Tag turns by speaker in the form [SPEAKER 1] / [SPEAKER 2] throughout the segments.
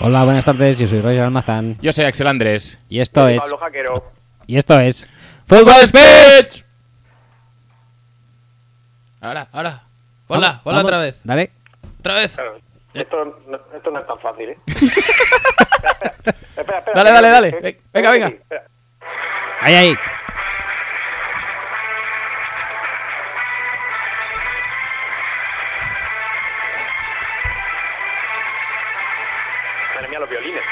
[SPEAKER 1] Hola, buenas tardes. Yo soy Roger Almazán.
[SPEAKER 2] Yo soy Axel Andrés.
[SPEAKER 1] Y esto es.
[SPEAKER 3] Pablo Jaquero.
[SPEAKER 1] Y esto es.
[SPEAKER 2] ¡Fútbol Speech! Ahora, ahora. Hola,
[SPEAKER 1] Vamos,
[SPEAKER 2] hola otra
[SPEAKER 1] vamos,
[SPEAKER 2] vez.
[SPEAKER 1] Dale.
[SPEAKER 2] Otra vez.
[SPEAKER 3] Claro, Esto, no, esto no es tan fácil, ¿eh? espera, espera,
[SPEAKER 2] Dale, dale,
[SPEAKER 3] espera,
[SPEAKER 2] dale.
[SPEAKER 3] que-
[SPEAKER 2] Ve- venga, venga.
[SPEAKER 3] espera.
[SPEAKER 1] Ahí, ahí.
[SPEAKER 3] Madre mía, los violines.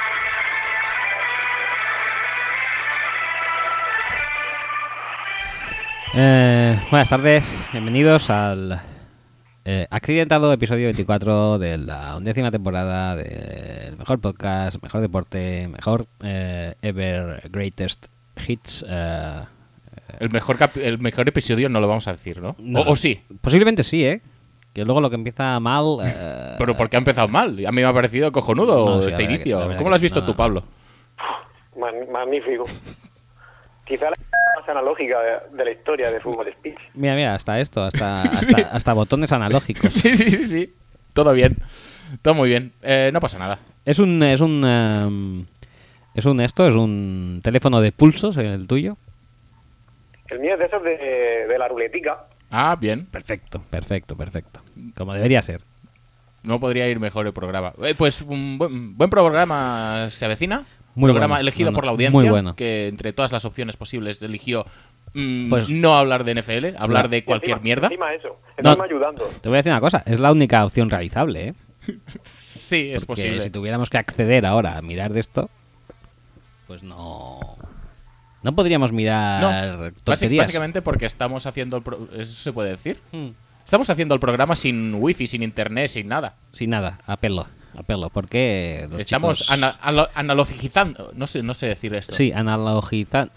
[SPEAKER 1] Eh, buenas tardes. Bienvenidos al. eh, accidentado episodio 24 de la undécima temporada del mejor podcast, mejor deporte, mejor eh, ever greatest hits. eh,
[SPEAKER 2] El mejor, cap- el mejor episodio no lo vamos a decir, ¿no?
[SPEAKER 1] no.
[SPEAKER 2] O, o sí.
[SPEAKER 1] Posiblemente sí, ¿eh? Que luego lo que empieza mal. eh,
[SPEAKER 2] Pero porque ha empezado mal. A mí me ha parecido cojonudo
[SPEAKER 1] No, sí, la verdad
[SPEAKER 2] este
[SPEAKER 1] que sí, la
[SPEAKER 2] inicio.
[SPEAKER 1] verdad
[SPEAKER 2] ¿Cómo
[SPEAKER 1] que
[SPEAKER 2] lo has
[SPEAKER 1] sí,
[SPEAKER 2] visto
[SPEAKER 1] no,
[SPEAKER 2] tú,
[SPEAKER 1] no.
[SPEAKER 2] Pablo?
[SPEAKER 3] Man- magnífico. Quizá la más analógica de, de la historia de fútbol speech.
[SPEAKER 1] Mira, mira, hasta esto, hasta,
[SPEAKER 2] Sí.
[SPEAKER 1] hasta, hasta botones analógicos.
[SPEAKER 2] Sí, sí, sí, sí. Todo bien. Todo muy bien. Eh, no pasa nada.
[SPEAKER 1] Es un. Es un. em, es un esto, es un teléfono de pulsos el tuyo.
[SPEAKER 3] El mío es de esos de, de la ruletica.
[SPEAKER 2] Ah, bien.
[SPEAKER 1] Perfecto, perfecto, perfecto. Como debería ser.
[SPEAKER 2] No podría ir mejor el programa. Eh, pues un buen, buen programa se avecina.
[SPEAKER 1] Muy
[SPEAKER 2] programa
[SPEAKER 1] bueno.
[SPEAKER 2] elegido
[SPEAKER 1] No, no,
[SPEAKER 2] por la audiencia.
[SPEAKER 1] muy bueno.
[SPEAKER 2] Que entre todas las opciones posibles eligió mm,
[SPEAKER 1] Pues-
[SPEAKER 2] no hablar de NFL, hablar
[SPEAKER 1] Claro.
[SPEAKER 2] de cualquier
[SPEAKER 3] Encima-
[SPEAKER 2] mierda.
[SPEAKER 3] Encima eso.
[SPEAKER 1] No.
[SPEAKER 3] Encima ayudando.
[SPEAKER 1] Te voy a decir una cosa, es la única opción realizable, ¿eh?
[SPEAKER 2] Sí, es
[SPEAKER 1] Porque
[SPEAKER 2] posible.
[SPEAKER 1] si tuviéramos que acceder ahora a mirar de esto, pues no. No podríamos mirar
[SPEAKER 2] No, basi-
[SPEAKER 1] tonterías.
[SPEAKER 2] básicamente porque estamos haciendo el pro- eso se puede decir.
[SPEAKER 1] Hmm,
[SPEAKER 2] Estamos haciendo el programa sin wifi, sin internet, sin nada.
[SPEAKER 1] Sin nada, apelo, apelo, porque los
[SPEAKER 2] estamos
[SPEAKER 1] chicos-
[SPEAKER 2] ana- alo- analogizando, no sé, no sé decir esto.
[SPEAKER 1] Sí, analogiza,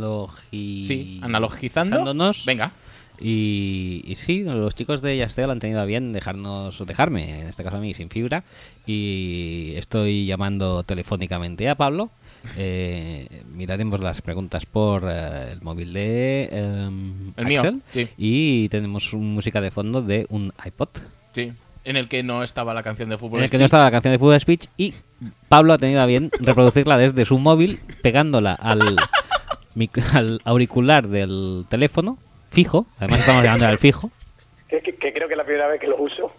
[SPEAKER 1] analogi...
[SPEAKER 2] Sí, analogizando.
[SPEAKER 1] Dándonos.
[SPEAKER 2] Venga.
[SPEAKER 1] Y, y sí, los chicos de Yastel han tenido a bien dejarnos, dejarme, en este caso a mí, sin fibra. Y estoy llamando telefónicamente a Pablo. Eh, miraremos las preguntas por eh, el móvil de em,
[SPEAKER 2] El mío,
[SPEAKER 1] Axel.
[SPEAKER 2] sí.
[SPEAKER 1] Y tenemos un- música de fondo de un iPod.
[SPEAKER 2] Sí. En el que no estaba la canción de fútbol.
[SPEAKER 1] En el que no estaba la canción de Food Speech. Y Pablo ha tenido a bien reproducirla desde su móvil, pegándola al, mic- al auricular del teléfono, fijo. Además, estamos llamando al fijo.
[SPEAKER 3] Que, que- que creo que es la primera vez que lo uso.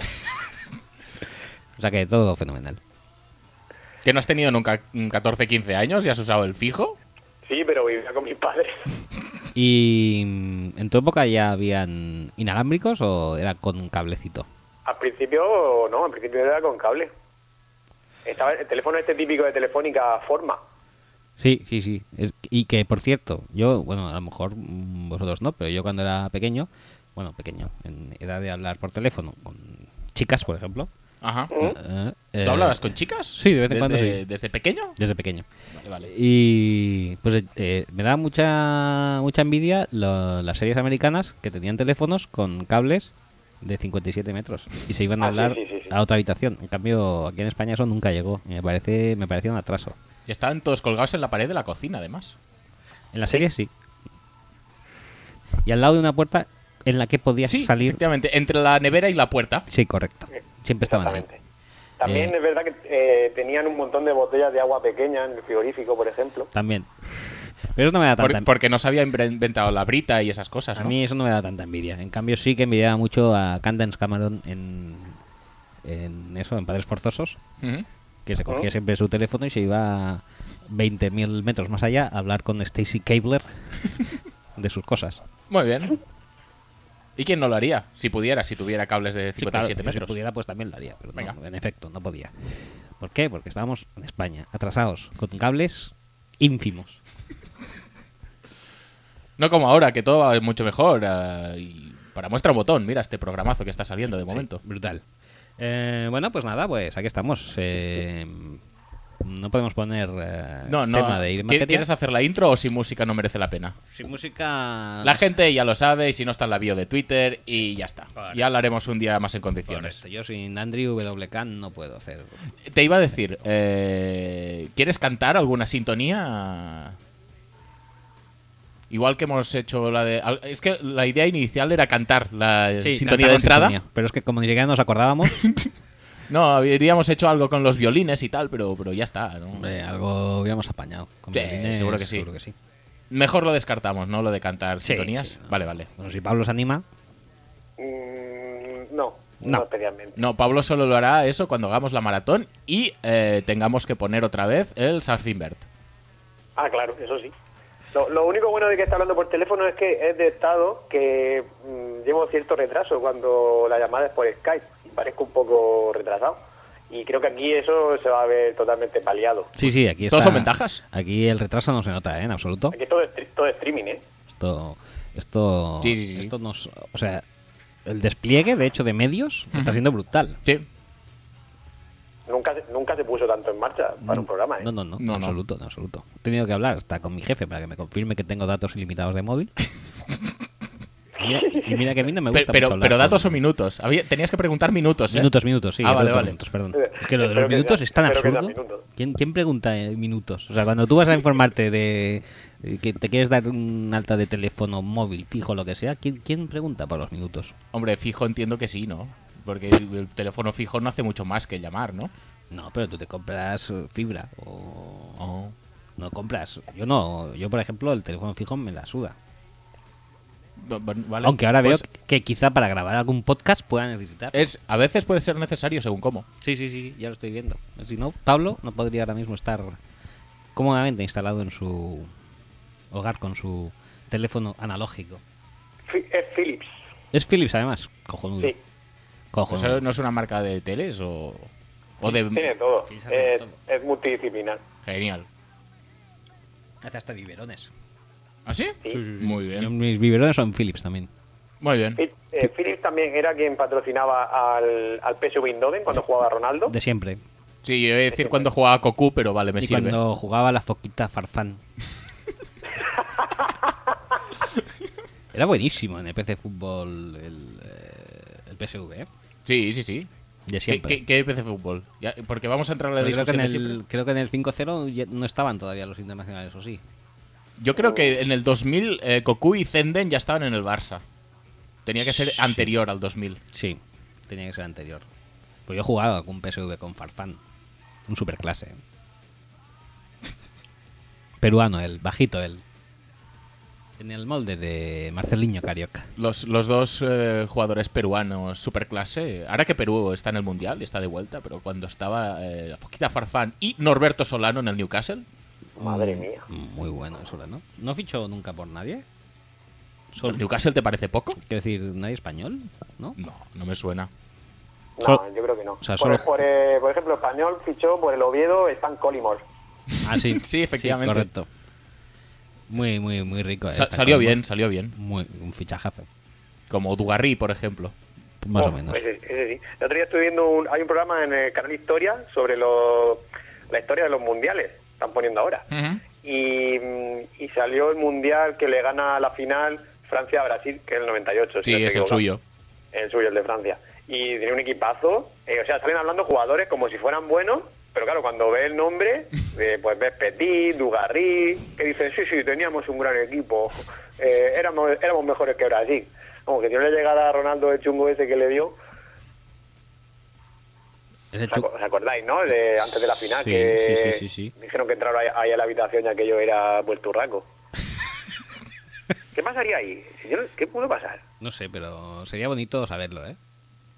[SPEAKER 1] O sea que todo fenomenal.
[SPEAKER 2] Que no has tenido nunca mm, 14, 15 años y has usado el fijo.
[SPEAKER 3] Sí, pero vivía con mis padres.
[SPEAKER 1] ¿Y mm, en tu época ya habían inalámbricos o era con cablecito?
[SPEAKER 3] Al principio, no, al principio era con cable. Estaba el teléfono este típico de Telefónica Forma.
[SPEAKER 1] Sí, sí, sí. Es- y que, por cierto, yo, bueno, a lo mejor mm, vosotros no, pero yo cuando era pequeño, bueno, pequeño, en edad de hablar por teléfono con chicas, por ejemplo.
[SPEAKER 2] Ajá.
[SPEAKER 1] eh, eh,
[SPEAKER 2] ¿Tú hablabas con chicas?
[SPEAKER 1] sí, de vez en
[SPEAKER 2] desde,
[SPEAKER 1] cuando sí.
[SPEAKER 2] ¿Desde pequeño?
[SPEAKER 1] Desde pequeño.
[SPEAKER 2] Vale, vale.
[SPEAKER 1] Y pues eh, me daba mucha mucha envidia lo- las series americanas que tenían teléfonos con cables de 57 metros y se iban a
[SPEAKER 3] Ah, sí,
[SPEAKER 1] hablar
[SPEAKER 3] sí, sí, sí.
[SPEAKER 1] a otra habitación. En cambio, aquí en España eso nunca llegó. y Me parece me parecía un atraso.
[SPEAKER 2] Y estaban todos colgados en la pared de la cocina, además.
[SPEAKER 1] En la serie sí. Y al lado de una puerta en la que podías
[SPEAKER 2] Sí,
[SPEAKER 1] salir.
[SPEAKER 2] efectivamente. Entre la nevera y la puerta.
[SPEAKER 1] Sí, correcto. Siempre estaban ahí.
[SPEAKER 3] Exactamente. También
[SPEAKER 1] Eh.
[SPEAKER 3] es verdad que eh, tenían un montón de botellas de agua pequeña en el frigorífico, por ejemplo.
[SPEAKER 1] También. Pero eso no me da tanta
[SPEAKER 2] Por- porque no se había inven- inventado la brita y esas cosas,
[SPEAKER 1] A
[SPEAKER 2] ¿no?
[SPEAKER 1] mí eso no me da tanta envidia. En cambio, sí que envidiaba mucho a Candance Cameron en, en eso, en Padres Forzosos,
[SPEAKER 2] Ujú.
[SPEAKER 1] que se cogía
[SPEAKER 3] Ujú.
[SPEAKER 1] siempre su teléfono y se iba 20.000 metros más allá a hablar con Stacy Cabler de sus cosas.
[SPEAKER 2] Muy bien. ¿Y quién no lo haría? Si pudiera, si tuviera cables de
[SPEAKER 1] Sí, claro,
[SPEAKER 2] 57
[SPEAKER 1] yo Si
[SPEAKER 2] metros.
[SPEAKER 1] pudiera, pues también lo haría, pero no,
[SPEAKER 2] Venga.
[SPEAKER 1] en efecto, no podía. ¿Por qué? Porque estábamos en España, atrasados, con cables ínfimos.
[SPEAKER 2] No como ahora, que todo va mucho mejor. eh, y para muestra un botón, mira este programazo que está saliendo de momento.
[SPEAKER 1] Sí, brutal. Eh, bueno, pues nada, pues aquí estamos. Eh, no podemos poner eh,
[SPEAKER 2] No, no.
[SPEAKER 1] tema de ir en
[SPEAKER 2] ¿qui-
[SPEAKER 1] materia.
[SPEAKER 2] ¿Quieres hacer la intro o sin música no merece la pena?
[SPEAKER 1] Sin música.
[SPEAKER 2] La gente ya lo sabe y si no está en la bio de Twitter y ya está.
[SPEAKER 1] Correcto.
[SPEAKER 2] Ya hablaremos un día más en condiciones.
[SPEAKER 1] Correcto, Yo sin Andrew WK no puedo hacer.
[SPEAKER 2] Te iba a decir, eh, ¿quieres cantar alguna sintonía? Igual que hemos hecho la de... al- Es que la idea inicial era cantar la eh, sintonía de entrada.
[SPEAKER 1] Pero es que como ni siquiera nos acordábamos.
[SPEAKER 2] No, habríamos hecho algo con los violines y tal, pero, pero ya está. ¿no?
[SPEAKER 1] Hombre, algo hubiéramos apañado. Con
[SPEAKER 2] Sí,
[SPEAKER 1] violines,
[SPEAKER 2] seguro que sí.
[SPEAKER 1] Seguro que sí.
[SPEAKER 2] Mejor lo descartamos, ¿no? Lo de cantar
[SPEAKER 1] Sí,
[SPEAKER 2] sintonías.
[SPEAKER 1] sí, no.
[SPEAKER 2] Vale, vale.
[SPEAKER 1] Bueno, si Pablo se anima,
[SPEAKER 3] Mm, no,
[SPEAKER 1] No.
[SPEAKER 3] no, especialmente.
[SPEAKER 2] No, Pablo solo lo hará eso cuando hagamos la maratón y eh, tengamos que poner otra vez el Sarfinbert.
[SPEAKER 3] Ah, claro, eso sí. Lo, lo único bueno de que está hablando por teléfono es que es de estado que mm, llevo cierto retraso cuando la llamada es por Skype. y Parezco un poco retrasado. Y creo que aquí eso se va a ver totalmente paliado.
[SPEAKER 1] sí, sí, aquí está.
[SPEAKER 2] Todas son ventajas.
[SPEAKER 1] Aquí el retraso no se nota, ¿eh? En absoluto.
[SPEAKER 3] Aquí todo es, tri- todo es streaming, ¿eh?
[SPEAKER 1] Esto, esto,
[SPEAKER 2] Sí, sí, sí.
[SPEAKER 1] esto nos, o sea, el despliegue, de hecho, de medios está
[SPEAKER 2] Ujú.
[SPEAKER 1] siendo brutal.
[SPEAKER 2] Sí.
[SPEAKER 3] Nunca, se- nunca se puso tanto en marcha para un programa, ¿eh?
[SPEAKER 1] No, no, no,
[SPEAKER 2] No,
[SPEAKER 1] en
[SPEAKER 2] no.
[SPEAKER 1] absoluto, en absoluto. He tenido que hablar hasta con mi jefe para que me confirme que tengo datos ilimitados de móvil. Y mira, y mira que a mí no me
[SPEAKER 2] Pe-
[SPEAKER 1] gusta mucho
[SPEAKER 2] Pero,
[SPEAKER 1] hablar
[SPEAKER 2] pero datos o
[SPEAKER 1] con-
[SPEAKER 2] minutos. Había- tenías que preguntar minutos, ¿eh?
[SPEAKER 1] Minutos, minutos, sí.
[SPEAKER 2] Ah, vale,
[SPEAKER 1] minutos,
[SPEAKER 2] vale.
[SPEAKER 1] minutos, perdón.
[SPEAKER 3] Eh,
[SPEAKER 1] Es que lo de
[SPEAKER 3] espero
[SPEAKER 1] los
[SPEAKER 3] que
[SPEAKER 1] minutos
[SPEAKER 3] sea-
[SPEAKER 1] es tan
[SPEAKER 3] espero que sea
[SPEAKER 1] absurdo.
[SPEAKER 3] minutos.
[SPEAKER 1] ¿Quién, quién pregunta eh, minutos? O sea, cuando tú vas a informarte de eh, que te quieres dar un alta de teléfono móvil, fijo, lo que sea, ¿quién, quién pregunta por los minutos?
[SPEAKER 2] Hombre, fijo entiendo que sí, ¿no? Porque el teléfono fijo no hace mucho más que llamar, ¿no?
[SPEAKER 1] No, pero tú te compras eh, fibra o
[SPEAKER 2] Oh.
[SPEAKER 1] no compras. Yo no, yo por ejemplo el teléfono fijo me la suda.
[SPEAKER 2] Bu- bu- vale.
[SPEAKER 1] Aunque ahora
[SPEAKER 2] Pues
[SPEAKER 1] veo que quizá para grabar algún podcast pueda necesitar.
[SPEAKER 2] Es, a veces puede ser necesario según cómo.
[SPEAKER 1] Eh, Sí, sí, sí, ya lo estoy viendo. Si no, Pablo no podría ahora mismo estar cómodamente instalado en su hogar con su teléfono analógico.
[SPEAKER 3] Fi- Es Philips.
[SPEAKER 1] Es Philips además, cojonudo.
[SPEAKER 3] Sí,
[SPEAKER 1] Cojonudo.
[SPEAKER 2] ¿Eso no es una marca de teles o, o
[SPEAKER 3] tiene
[SPEAKER 2] de...
[SPEAKER 3] todo.
[SPEAKER 1] Philips hace
[SPEAKER 3] Es,
[SPEAKER 1] todo.
[SPEAKER 3] es multidisciplinar.
[SPEAKER 2] Genial.
[SPEAKER 1] Hace hasta biberones.
[SPEAKER 2] ¿Ah, sí?
[SPEAKER 3] Sí.
[SPEAKER 2] Muy bien.
[SPEAKER 1] Mis biberones son Philips también.
[SPEAKER 2] Muy bien.
[SPEAKER 3] Fi- eh, Philips también era quien patrocinaba al, al PSV Eindhoven cuando jugaba Ronaldo.
[SPEAKER 1] De siempre.
[SPEAKER 2] Sí, yo iba a decir cuando jugaba a Cocu, pero vale, me
[SPEAKER 1] y
[SPEAKER 2] sirve.
[SPEAKER 1] cuando jugaba la foquita farfán. Era buenísimo en el PC Fútbol el, eh, el PSV, ¿eh?
[SPEAKER 2] Sí, sí, sí.
[SPEAKER 1] De
[SPEAKER 2] ¿Qué,
[SPEAKER 1] siempre.
[SPEAKER 2] qué, qué PC Fútbol? Ya, porque vamos a entrar en la
[SPEAKER 1] Pero creo, que
[SPEAKER 2] discusión
[SPEAKER 1] en
[SPEAKER 2] de siempre.
[SPEAKER 1] el, creo que en el 5-0 ya no estaban todavía los internacionales, ¿o sí?
[SPEAKER 2] Yo creo que en el 2000 eh, Cocu y Zenden ya estaban en el Barça. Tenía que ser anterior al 2000.
[SPEAKER 1] Sí, tenía que ser anterior. Pues yo he jugado algún PSV con Farfán. Un superclase. Peruano él, bajito él. En el molde de Marcelinho Carioca.
[SPEAKER 2] Los, los dos eh, jugadores peruanos superclase. Ahora que Perú está en el Mundial y está de vuelta, pero cuando estaba eh, Foquita Farfán y Norberto Solano en el Newcastle,
[SPEAKER 3] Madre
[SPEAKER 1] Mm.
[SPEAKER 3] mía.
[SPEAKER 1] Muy bueno eso, ¿no? ¿No fichó nunca por nadie?
[SPEAKER 2] ¿el
[SPEAKER 1] Solo, quiero
[SPEAKER 2] ¿Newcastle te parece poco?
[SPEAKER 1] decir, nadie español, ¿no?
[SPEAKER 2] No, no me suena.
[SPEAKER 3] No,
[SPEAKER 1] Solo-
[SPEAKER 3] yo creo que no.
[SPEAKER 1] sea,
[SPEAKER 3] por,
[SPEAKER 1] solo-
[SPEAKER 3] por, eh, por ejemplo, Español fichó por el Oviedo Stan Collymore.
[SPEAKER 1] Ah, sí.
[SPEAKER 2] Sí, efectivamente.
[SPEAKER 1] correcto. Muy, muy, muy rico. eh,
[SPEAKER 2] Sa-
[SPEAKER 1] esta
[SPEAKER 2] salió
[SPEAKER 1] combo.
[SPEAKER 2] bien, salió bien.
[SPEAKER 1] Muy, un fichajazo.
[SPEAKER 2] Como Dugarry, por ejemplo.
[SPEAKER 1] Más o
[SPEAKER 3] Oh,
[SPEAKER 1] menos.
[SPEAKER 3] ese- ese sí. El otro día estuve viendo un, hay un programa en el canal Historia sobre los- la historia de los mundiales. Están poniendo ahora. Y, mm, y salió el mundial que le gana la final Francia a Brasil, que es el 98. si
[SPEAKER 2] Sí,
[SPEAKER 3] no estoy
[SPEAKER 2] es el
[SPEAKER 3] equivocado.
[SPEAKER 2] suyo.
[SPEAKER 3] El suyo, el de Francia. Y tiene un equipazo. eh, o sea, salen hablando jugadores como si fueran buenos. Pero claro, cuando ve el nombre, eh, pues ves Petit, Dugarry, que dicen, sí, sí, teníamos un gran equipo, eh, éramos, éramos mejores que Brasil. Como que tiene una llegada a Ronaldo el chungo ese que le dio,
[SPEAKER 1] Ese
[SPEAKER 3] ¿Os aco-
[SPEAKER 1] chu-
[SPEAKER 3] os acordáis, no? De antes de la final,
[SPEAKER 1] Sí,
[SPEAKER 3] que
[SPEAKER 1] sí, sí, sí, sí.
[SPEAKER 3] dijeron que entraron ahí, ahí a la habitación y aquello era puerturraco. ¿Qué pasaría ahí? Si yo no- ¿Qué pudo pasar?
[SPEAKER 1] No sé, pero sería bonito saberlo, ¿eh?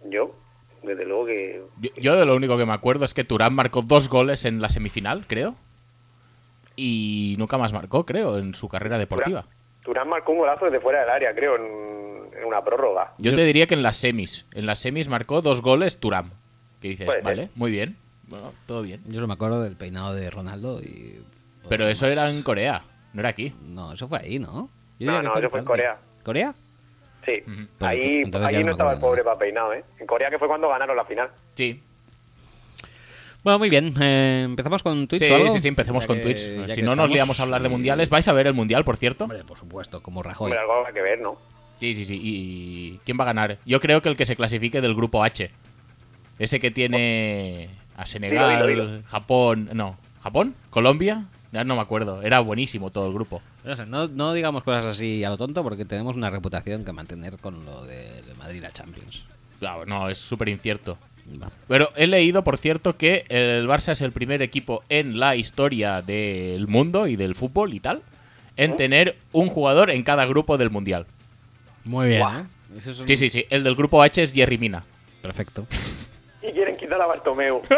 [SPEAKER 3] Yo, desde luego que...
[SPEAKER 2] Yo, yo de lo único que me acuerdo es que Turán marcó dos goles en la semifinal, creo. Y nunca más marcó, creo, en su carrera deportiva.
[SPEAKER 3] Turán, Turán marcó un golazo desde fuera del área, creo, en, en una prórroga.
[SPEAKER 2] Yo te diría que en las semis. En las semis marcó dos goles Turán. Que dices,
[SPEAKER 3] Puede ser.
[SPEAKER 2] vale, muy bien. Bueno, todo bien.
[SPEAKER 1] Yo no me acuerdo del peinado de Ronaldo y... pues,
[SPEAKER 2] Pero eso era en Corea, no era aquí.
[SPEAKER 1] No, eso fue ahí, ¿no? Yo
[SPEAKER 3] No,
[SPEAKER 1] diría que
[SPEAKER 3] no, eso fue en
[SPEAKER 1] Francia. ¿Corea?
[SPEAKER 3] Sí.
[SPEAKER 1] Pero
[SPEAKER 3] Ahí,
[SPEAKER 1] ent- entonces ya
[SPEAKER 3] ahí
[SPEAKER 1] no me
[SPEAKER 3] no estaba
[SPEAKER 1] acuerdo
[SPEAKER 3] el pobre para peinado, ¿eh? En Corea, que fue cuando ganaron la final.
[SPEAKER 2] Sí.
[SPEAKER 1] Bueno, muy bien. eh, ¿Empezamos con Twitch
[SPEAKER 2] Sí,
[SPEAKER 1] o algo?
[SPEAKER 2] sí, sí, empecemos
[SPEAKER 1] Ya
[SPEAKER 2] con
[SPEAKER 1] que-
[SPEAKER 2] Twitch.
[SPEAKER 1] ya
[SPEAKER 2] Si
[SPEAKER 1] que
[SPEAKER 2] no
[SPEAKER 1] estamos,
[SPEAKER 2] nos liamos a hablar de
[SPEAKER 1] eh,
[SPEAKER 2] mundiales, ¿vais a ver el mundial, por cierto?
[SPEAKER 1] Hombre, por supuesto, como Rajoy.
[SPEAKER 3] Hombre, algo habrá que ver, ¿no?
[SPEAKER 2] Sí, sí, sí. ¿Y quién va a ganar? Yo creo que el que se clasifique del grupo H. Ese que tiene a Senegal,
[SPEAKER 3] Dilo, dilo, dilo.
[SPEAKER 2] Japón. No, ¿Japón? ¿Colombia? Ya no me acuerdo. Era buenísimo todo el grupo.
[SPEAKER 1] O sea, no, no digamos cosas así a lo tonto porque tenemos una reputación que mantener con lo de, de Madrid a Champions.
[SPEAKER 2] Claro, no, es súper incierto. Pero he leído, por cierto, que el Barça es el primer equipo en la historia del mundo y del fútbol y tal
[SPEAKER 3] ¿Eh?
[SPEAKER 2] en tener un jugador en cada grupo del mundial.
[SPEAKER 1] Muy bien,
[SPEAKER 3] Guau.
[SPEAKER 1] ¿eh? Eso es un-
[SPEAKER 2] Sí, sí, sí. El del grupo H es Jerry Mina.
[SPEAKER 1] Perfecto.
[SPEAKER 3] Y quieren quitar a Bartomeu.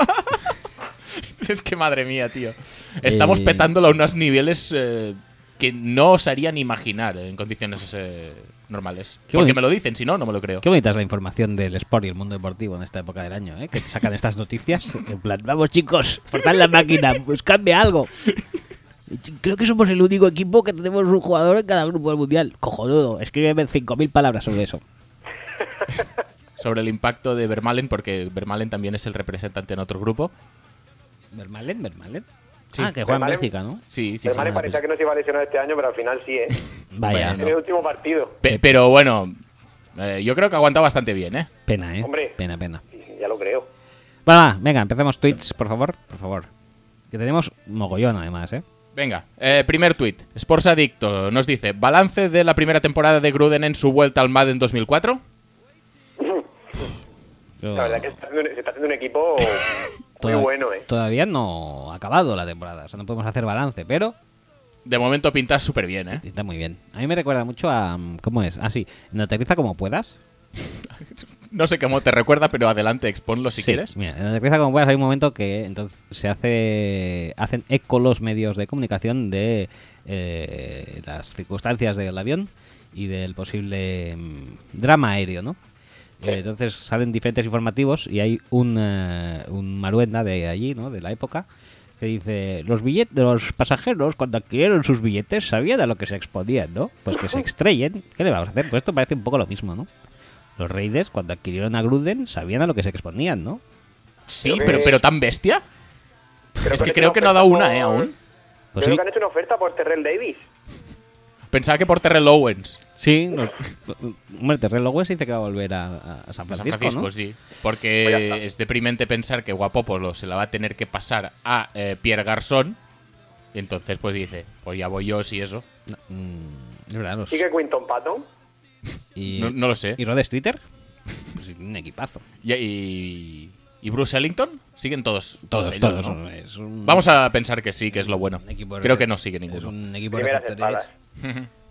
[SPEAKER 2] Es que madre mía, tío. Estamos
[SPEAKER 1] Eh.
[SPEAKER 2] petándolo a unos niveles eh, que no os harían imaginar en condiciones eh, normales.
[SPEAKER 1] Qué
[SPEAKER 2] Porque
[SPEAKER 1] boni-
[SPEAKER 2] me lo dicen, si no, no me lo creo.
[SPEAKER 1] Qué bonita es la información del sport y el mundo deportivo en esta época del año, ¿eh? Que te sacan estas noticias. En plan, vamos chicos, portad la máquina, buscadme algo. Creo que somos el único equipo que tenemos un jugador en cada grupo del mundial. Cojonudo, escríbeme 5.000 palabras sobre eso.
[SPEAKER 2] Sobre el impacto de Vermalen, porque Vermalen también es el representante en otro grupo.
[SPEAKER 1] ¿Vermalen? ¿Vermalen?
[SPEAKER 2] Sí.
[SPEAKER 1] ah, que juega en
[SPEAKER 3] Vermaelen.
[SPEAKER 1] Bélgica, ¿no?
[SPEAKER 2] Sí, sí,
[SPEAKER 3] el
[SPEAKER 1] Vermaelen.
[SPEAKER 2] sí.
[SPEAKER 3] Mane
[SPEAKER 1] ah,
[SPEAKER 3] parecía
[SPEAKER 1] pues-
[SPEAKER 3] que no se iba a lesionar este año, pero al final sí, ¿eh?
[SPEAKER 1] Vaya,
[SPEAKER 2] Bueno.
[SPEAKER 3] En el último partido.
[SPEAKER 2] Pe- pero bueno, eh, yo creo que ha aguantado bastante bien, ¿eh?
[SPEAKER 1] pena, ¿eh?
[SPEAKER 3] Hombre.
[SPEAKER 1] Pena, pena.
[SPEAKER 3] Sí, Ya lo creo.
[SPEAKER 1] Va, va, venga, empecemos tweets, por favor, por favor. Que tenemos mogollón, además, ¿eh?
[SPEAKER 2] Venga, eh, primer tuit. Sports Adicto nos dice, balance de la primera temporada de Gruden en su vuelta al MAD en 2004.
[SPEAKER 1] Yo-
[SPEAKER 3] La verdad que está haciendo un- se está haciendo un equipo muy
[SPEAKER 1] toda-
[SPEAKER 3] bueno, ¿eh?
[SPEAKER 1] Todavía no ha acabado la temporada, o sea, no podemos hacer balance, pero
[SPEAKER 2] De momento pinta súper bien, ¿eh?
[SPEAKER 1] está muy bien. A mí me recuerda mucho a... mm, ¿Cómo es? Ah, sí, en Aterriza como puedas.
[SPEAKER 2] No sé cómo te recuerda, pero adelante, exponlo si
[SPEAKER 1] Sí,
[SPEAKER 2] quieres.
[SPEAKER 1] Mira, en Aterriza como puedas hay un momento que entonces se hace hacen eco los medios de comunicación de eh, las circunstancias del avión y del posible mm, drama aéreo, ¿no?
[SPEAKER 3] Sí.
[SPEAKER 1] Eh, entonces salen diferentes informativos y hay un, eh, un maruenda de allí, ¿no? De la época que dice los billetes, los pasajeros cuando adquirieron sus billetes sabían a lo que se exponían, ¿no? Pues que se estrellen. ¿Qué le vamos a hacer? Pues esto parece un poco lo mismo, ¿no? Los Raiders, cuando adquirieron a Gruden, sabían a lo que se exponían, ¿no?
[SPEAKER 2] Sí,
[SPEAKER 3] Creo que-
[SPEAKER 2] pero, pero tan bestia.
[SPEAKER 3] Creo
[SPEAKER 2] es que
[SPEAKER 3] han hecho
[SPEAKER 2] creo que no ha dado
[SPEAKER 3] oferta
[SPEAKER 2] una, ¿eh?
[SPEAKER 3] por-
[SPEAKER 2] Aún.
[SPEAKER 1] Pues
[SPEAKER 3] creo
[SPEAKER 1] sí,
[SPEAKER 3] que han hecho una oferta por Terrell Davis.
[SPEAKER 2] Pensaba que por Terrell Owens.
[SPEAKER 1] sí. los- Hombre, Terrell Owens dice que va a volver a, a San
[SPEAKER 2] a San
[SPEAKER 1] Francisco,
[SPEAKER 2] Francisco,
[SPEAKER 1] ¿no?
[SPEAKER 2] sí.
[SPEAKER 3] Pues ya
[SPEAKER 2] Porque
[SPEAKER 3] está.
[SPEAKER 2] es deprimente pensar que Guapopolo se la va a tener que pasar a eh, Pierre Garzón. Y entonces, pues dice, pues ya voy yo, si eso.
[SPEAKER 1] No, mm, es verdad, los-
[SPEAKER 3] Sigue Quinton Patton.
[SPEAKER 1] y,
[SPEAKER 2] No, no lo sé.
[SPEAKER 1] ¿Y Rod Streeter? Pues un equipazo.
[SPEAKER 2] Y, y, y Bruce Ellington? Siguen todos.
[SPEAKER 1] Todos,
[SPEAKER 2] ellos,
[SPEAKER 1] todos.
[SPEAKER 2] ¿no?
[SPEAKER 1] es un-
[SPEAKER 2] Vamos a pensar que sí, que es lo bueno.
[SPEAKER 1] un equipo de
[SPEAKER 2] Creo
[SPEAKER 1] rece-
[SPEAKER 2] que no sigue
[SPEAKER 1] es
[SPEAKER 2] ninguno.
[SPEAKER 1] un equipo de
[SPEAKER 3] Primeras
[SPEAKER 1] receptores.
[SPEAKER 3] espadas.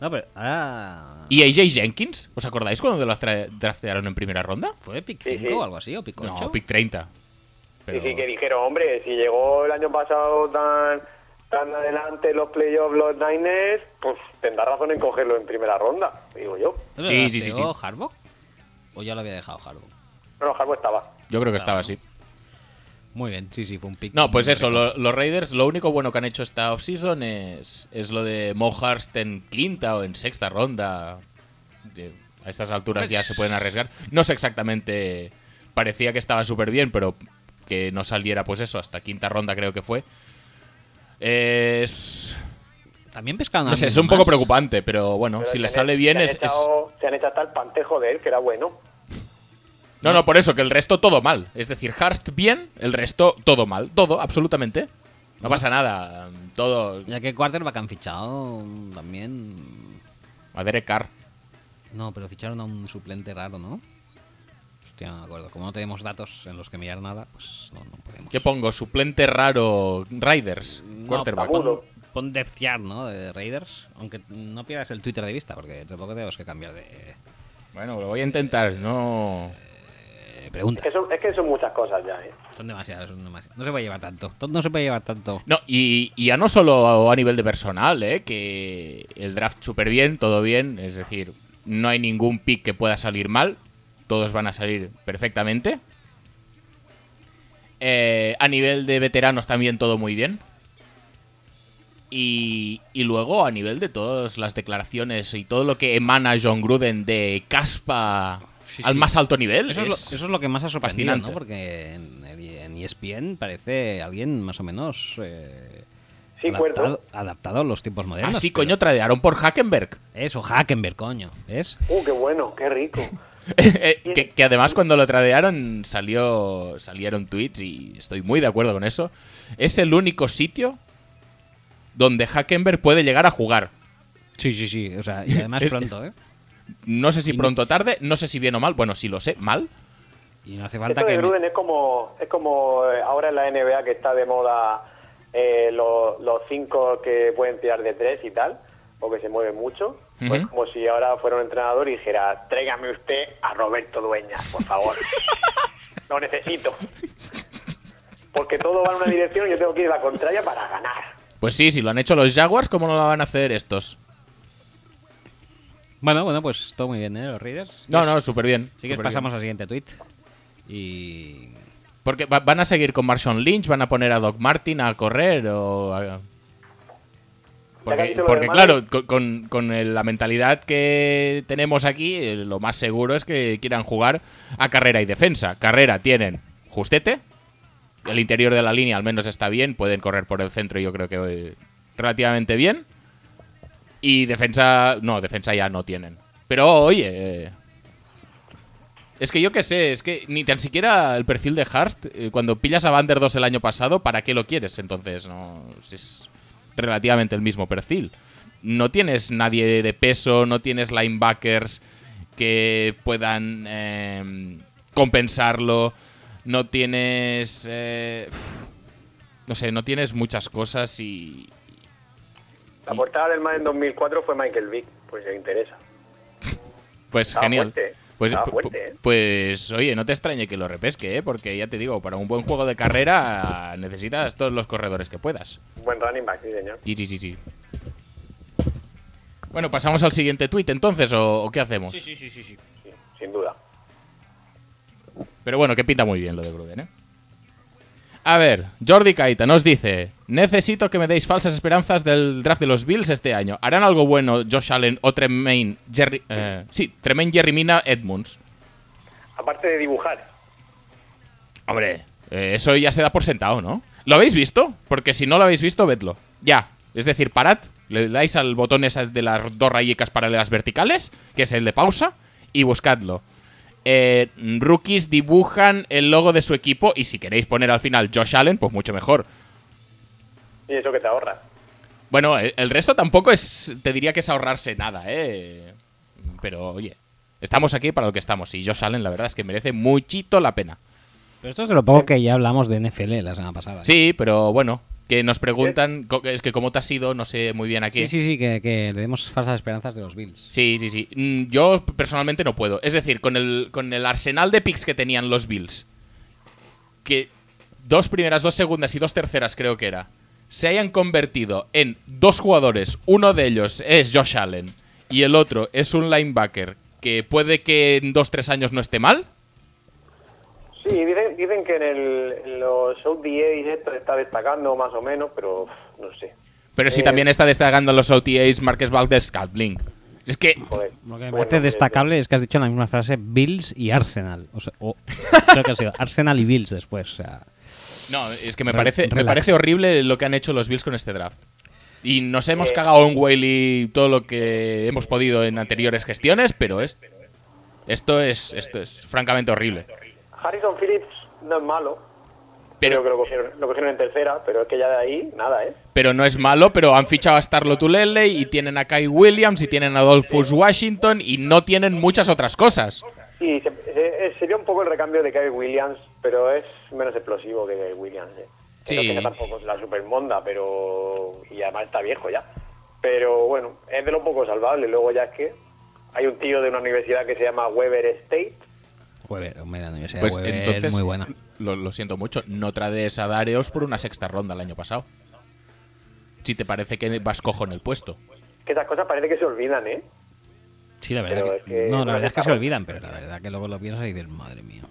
[SPEAKER 1] No, pero ahora...
[SPEAKER 2] ¿Y AJ Jenkins? ¿Os acordáis cuando lo tra- draftearon en primera ronda?
[SPEAKER 1] ¿Fue pick
[SPEAKER 3] Sí,
[SPEAKER 1] 5
[SPEAKER 3] sí.
[SPEAKER 1] o algo así? ¿O pick 8?
[SPEAKER 2] No, pick 30. Pero-
[SPEAKER 3] Y sí que dijeron, hombre, si llegó el año pasado tan tan adelante los playoffs los Niners, pues tendrá razón en cogerlo en primera ronda, digo yo.
[SPEAKER 2] Sí, sí, sí, sí.
[SPEAKER 1] Harbaugh? ¿O ya lo había dejado Harbaugh?
[SPEAKER 3] No, no, Harbaugh estaba.
[SPEAKER 2] Yo creo que estaba así.
[SPEAKER 1] Muy bien, sí, sí, fue un pick.
[SPEAKER 2] Ah, No, pues
[SPEAKER 1] muy
[SPEAKER 2] eso,
[SPEAKER 1] rico.
[SPEAKER 2] lo- los Raiders lo único bueno que han hecho esta offseason es, es lo de Mo Hurst en quinta o en sexta ronda. De- A estas alturas ya se pueden arriesgar. No sé exactamente, parecía que estaba súper bien, pero que no saliera pues eso, hasta quinta ronda creo que fue. Es...
[SPEAKER 1] También pescaron a
[SPEAKER 2] No sé,
[SPEAKER 1] alguien
[SPEAKER 2] es un poco
[SPEAKER 1] Ah, más.
[SPEAKER 2] preocupante, pero bueno,
[SPEAKER 3] Pero
[SPEAKER 2] si
[SPEAKER 3] se
[SPEAKER 2] le
[SPEAKER 3] han-
[SPEAKER 2] sale bien
[SPEAKER 3] se han
[SPEAKER 2] es... es-
[SPEAKER 3] echado- Se han echado hasta el pantejo de él, que era bueno.
[SPEAKER 2] No, no, por eso, que el resto todo mal. Es decir, Hurst bien, el resto todo mal. Todo, absolutamente. No pasa nada. Todo...
[SPEAKER 1] Ya que quarterback han fichado también.
[SPEAKER 2] A Derek Carr.
[SPEAKER 1] No, pero ficharon a un suplente raro, ¿no? Hostia, no me acuerdo. Como no tenemos datos en los que mirar nada, pues no, no podemos.
[SPEAKER 2] ¿Qué pongo? Suplente raro Riders,
[SPEAKER 1] No,
[SPEAKER 2] quarterback.
[SPEAKER 3] tampoco.
[SPEAKER 1] pon, pon Depth Chart, ¿no? De Raiders. Aunque no pierdas el Twitter de vista, porque tampoco tenemos que cambiar de
[SPEAKER 2] Bueno, lo voy a intentar, no.
[SPEAKER 1] eh,
[SPEAKER 3] Es
[SPEAKER 1] pregunta.
[SPEAKER 3] que, son, es que son muchas cosas ya, ¿eh?
[SPEAKER 1] Son demasiadas, son demasiadas. No se puede llevar tanto. To- No se puede llevar tanto.
[SPEAKER 2] No, y, y ya no solo a nivel de personal, ¿eh? que el draft súper bien, todo bien, es decir, no hay ningún pick que pueda salir mal, todos van a salir perfectamente. Eh, a nivel de veteranos también todo muy bien. Y, y luego a nivel de todas las declaraciones y todo lo que emana John Gruden de caspa
[SPEAKER 1] Sí,
[SPEAKER 2] al
[SPEAKER 1] sí.
[SPEAKER 2] más alto nivel.
[SPEAKER 1] Eso es,
[SPEAKER 2] es-
[SPEAKER 1] lo, eso es lo que más ha sorprendido,
[SPEAKER 2] fascinante.
[SPEAKER 1] ¿no? Porque en, en E ESPN parece alguien más o menos eh,
[SPEAKER 3] Sí,
[SPEAKER 1] adaptado,
[SPEAKER 3] cuerdo.
[SPEAKER 1] adaptado a los tiempos
[SPEAKER 2] Ah,
[SPEAKER 1] modernos.
[SPEAKER 2] sí,
[SPEAKER 1] pero-
[SPEAKER 2] coño, tradearon por Hackenberg.
[SPEAKER 1] Eso, Hackenberg, coño. ¿Ves?
[SPEAKER 3] Uh, qué bueno, qué rico.
[SPEAKER 2] Eh, eh, que, que además cuando lo tradearon salió, salieron tweets y estoy muy de acuerdo con eso. Es el único sitio donde Hackenberg puede llegar a jugar.
[SPEAKER 1] Sí, sí, sí. O sea, y además
[SPEAKER 2] Es-
[SPEAKER 1] pronto, ¿eh?
[SPEAKER 2] No sé si
[SPEAKER 1] Y-
[SPEAKER 2] pronto o tarde, no sé si bien o mal, bueno, si lo sé, mal.
[SPEAKER 1] Y no hace
[SPEAKER 3] Esto
[SPEAKER 1] falta
[SPEAKER 3] de
[SPEAKER 1] que... me-
[SPEAKER 3] Gruden es como es como eh, ahora en la NBA que está de moda eh, los, los cinco que pueden tirar de tres y tal, o que se mueven mucho. Pues
[SPEAKER 2] Ujú.
[SPEAKER 3] como si ahora fuera un entrenador y dijera, tráigame usted a Roberto Dueñas, por favor. Lo necesito. Porque todo va en una dirección y yo tengo que ir a la contraria para ganar.
[SPEAKER 2] Pues sí, si lo han hecho los Jaguars, ¿cómo no lo van a hacer estos?
[SPEAKER 1] Bueno, bueno, pues todo muy bien, ¿eh? Los Raiders.
[SPEAKER 2] No, no, súper bien.
[SPEAKER 1] Si quieres pasamos al siguiente tweet. Y...
[SPEAKER 2] Porque va- van a seguir con Marshawn Lynch, van a poner a Doc Martin a correr o... a-
[SPEAKER 3] Ya que has
[SPEAKER 2] Porque,
[SPEAKER 3] dicho lo
[SPEAKER 2] porque,
[SPEAKER 3] de
[SPEAKER 2] claro, con, con- con el- la mentalidad que tenemos aquí, eh, lo más seguro es que quieran jugar a carrera y defensa. Carrera tienen Justete, el interior de la línea al menos está bien, pueden correr por el centro yo creo que eh, relativamente bien. Y defensa, no, defensa ya no tienen. Pero oye, eh, es que yo qué sé, es que ni tan siquiera el perfil de Harst, eh, cuando pillas a Vander 2 el año pasado, ¿para qué lo quieres? Entonces, no si es relativamente el mismo perfil. No tienes nadie de peso, no tienes linebackers que puedan eh, compensarlo, no tienes... eh, no sé, no tienes muchas cosas y...
[SPEAKER 3] La portada del MAD en 2004 fue Michael Vick, pues si interesa.
[SPEAKER 2] Pues
[SPEAKER 3] Estaba
[SPEAKER 2] genial.
[SPEAKER 3] fuerte,
[SPEAKER 2] Pues,
[SPEAKER 3] estaba
[SPEAKER 2] pu-
[SPEAKER 3] fuerte, ¿eh?
[SPEAKER 2] pu- pues, oye, no te extrañe que lo repesque, ¿eh? porque ya te digo, para un buen juego de carrera necesitas todos los corredores que puedas.
[SPEAKER 3] Un buen running back, sí, señor.
[SPEAKER 2] Sí, sí, sí, sí. Bueno, pasamos al siguiente tuit entonces, ¿o, o qué hacemos?
[SPEAKER 3] Sí, sin duda.
[SPEAKER 2] Pero bueno, que pinta muy bien lo de Gruden, ¿eh? A ver, Jordi Caita nos dice: Necesito que me deis falsas esperanzas del draft de los Bills este año. ¿Harán algo bueno Josh Allen o Tremaine Jerry. eh, sí, Tremaine Jerry Mina Edmunds?
[SPEAKER 3] Aparte de dibujar,
[SPEAKER 2] Hombre, eh, eso ya se da por sentado, ¿no? ¿Lo habéis visto? Porque si no lo habéis visto, vedlo. Ya. Es decir, parad, le dais al botón esas de las dos rayicas paralelas verticales, que es el de pausa, y buscadlo. Eh, rookies dibujan el logo de su equipo y si queréis poner al final Josh Allen, pues mucho mejor.
[SPEAKER 3] y eso que te ahorras.
[SPEAKER 2] Bueno, eh, el el resto tampoco es, te diría que es ahorrarse nada, ¿eh? Pero oye, estamos aquí para lo que estamos y Josh Allen la verdad es que merece muchito la pena.
[SPEAKER 1] Pero esto es de lo poco que ya hablamos de NFL la semana pasada. ¿eh?
[SPEAKER 2] Sí, pero bueno, que nos preguntan, co- es que cómo te has ido, no sé muy bien aquí.
[SPEAKER 1] sí, sí, sí, que, que le demos falsas esperanzas de los Bills.
[SPEAKER 2] sí, sí, sí. Mm, Yo personalmente no puedo. Es decir, con el, con el arsenal de picks que tenían los Bills, que dos primeras, dos segundas y dos terceras creo que era, se hayan convertido en dos jugadores, uno de ellos es Josh Allen y el otro es un linebacker que puede que en dos, tres años no esté mal.
[SPEAKER 3] Sí, dicen, dicen que en, el, en los OTAs esto está destacando más o menos, pero uf, no sé.
[SPEAKER 2] Pero sí
[SPEAKER 3] Eh.
[SPEAKER 2] también está destacando en los OTAs Marques Valdez Scatling. Es que
[SPEAKER 3] Joder.
[SPEAKER 1] Lo que me
[SPEAKER 3] Bueno,
[SPEAKER 1] parece
[SPEAKER 3] eh,
[SPEAKER 1] destacable es que has dicho en la misma frase Bills y Arsenal. O sea, o- creo que ha sido Arsenal y Bills después. o sea.
[SPEAKER 2] No, es que me
[SPEAKER 1] Re-
[SPEAKER 2] parece, me
[SPEAKER 1] relax.
[SPEAKER 2] parece horrible lo que han hecho los Bills con este draft. Y nos hemos
[SPEAKER 3] Eh.
[SPEAKER 2] cagado en Whaley todo lo que hemos podido en anteriores gestiones, pero es esto es esto es francamente horrible.
[SPEAKER 3] Harrison Phillips no es malo. Pero que
[SPEAKER 2] Pero
[SPEAKER 3] lo cogieron, lo cogieron en tercera, pero es que ya de ahí nada, ¿eh?
[SPEAKER 2] pero no es malo, pero han fichado a Starlo Tulele y tienen a Kai Williams y tienen a Adolphus Washington y no tienen muchas otras cosas.
[SPEAKER 3] Sí, se- se- eh, sería un poco el recambio de Kyle Williams, pero es menos explosivo que Kyle Williams, ¿eh? Que
[SPEAKER 2] Sí.
[SPEAKER 3] No tiene tampoco la supermonda, pero. Y además está viejo ya. Pero bueno, es de lo poco salvable. Luego ya es que hay un tío de una universidad que se llama Weber State.
[SPEAKER 1] Weber, hombre, la Universidad
[SPEAKER 2] Pues
[SPEAKER 1] de Weber
[SPEAKER 2] entonces
[SPEAKER 1] es Eh, muy buena.
[SPEAKER 2] Lo, lo siento mucho, no trades a Dareos por una sexta ronda el año pasado. Si te parece que vas cojo en el puesto.
[SPEAKER 3] Que esas cosas parece que se olvidan, ¿eh?
[SPEAKER 1] Sí, la verdad
[SPEAKER 3] pero
[SPEAKER 1] que,
[SPEAKER 3] es que-
[SPEAKER 1] No, la verdad es que se
[SPEAKER 3] claro.
[SPEAKER 1] olvidan, pero la verdad que luego lo piensas y dices, madre mía.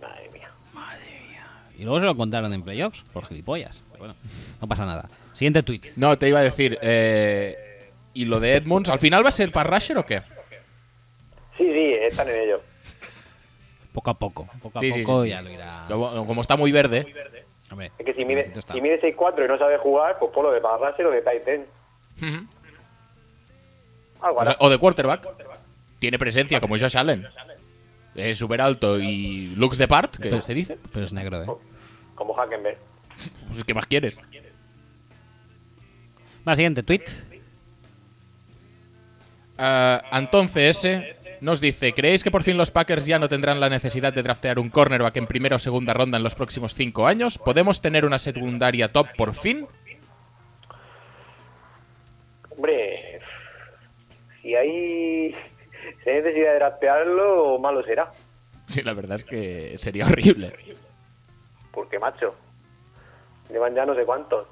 [SPEAKER 3] Madre mía.
[SPEAKER 1] Y luego se lo contaron en playoffs por gilipollas. Pero bueno, no pasa nada. Siguiente tweet.
[SPEAKER 2] No, te iba a decir. eh, ¿Y lo de Edmunds? ¿Al final va a ser para Rusher o qué?
[SPEAKER 3] Sí, sí, están en ello.
[SPEAKER 1] Poco a poco. Poco a
[SPEAKER 2] Sí, sí,
[SPEAKER 1] poco
[SPEAKER 2] sí, sí.
[SPEAKER 1] ya lo irá.
[SPEAKER 2] Como, como está muy verde.
[SPEAKER 1] Hombre,
[SPEAKER 3] Es que si mide,
[SPEAKER 1] jovencito está.
[SPEAKER 3] si mide 6'4 y no sabe jugar, pues por lo de pararse o de Titan.
[SPEAKER 2] Ujú.
[SPEAKER 3] Algo
[SPEAKER 2] O, sea,
[SPEAKER 3] hará.
[SPEAKER 2] o de quarterback. Tiene presencia, como Josh Allen. Es súper alto y looks de part, que se dice.
[SPEAKER 1] Pero es negro, ¿eh?
[SPEAKER 3] Como Hackenberg.
[SPEAKER 2] Pues, ¿Qué más quieres?
[SPEAKER 1] Va, siguiente tweet.
[SPEAKER 2] Ah, entonces, eh, Nos dice, ¿creéis que por fin los Packers ya no tendrán la necesidad de draftear un cornerback en primera o segunda ronda en los próximos cinco años? ¿Podemos tener una secundaria top por fin?
[SPEAKER 3] Hombre, si hay, si hay necesidad de draftearlo, malo será.
[SPEAKER 2] Sí, la verdad es que sería horrible.
[SPEAKER 3] Porque, macho, llevan ya no sé cuántos.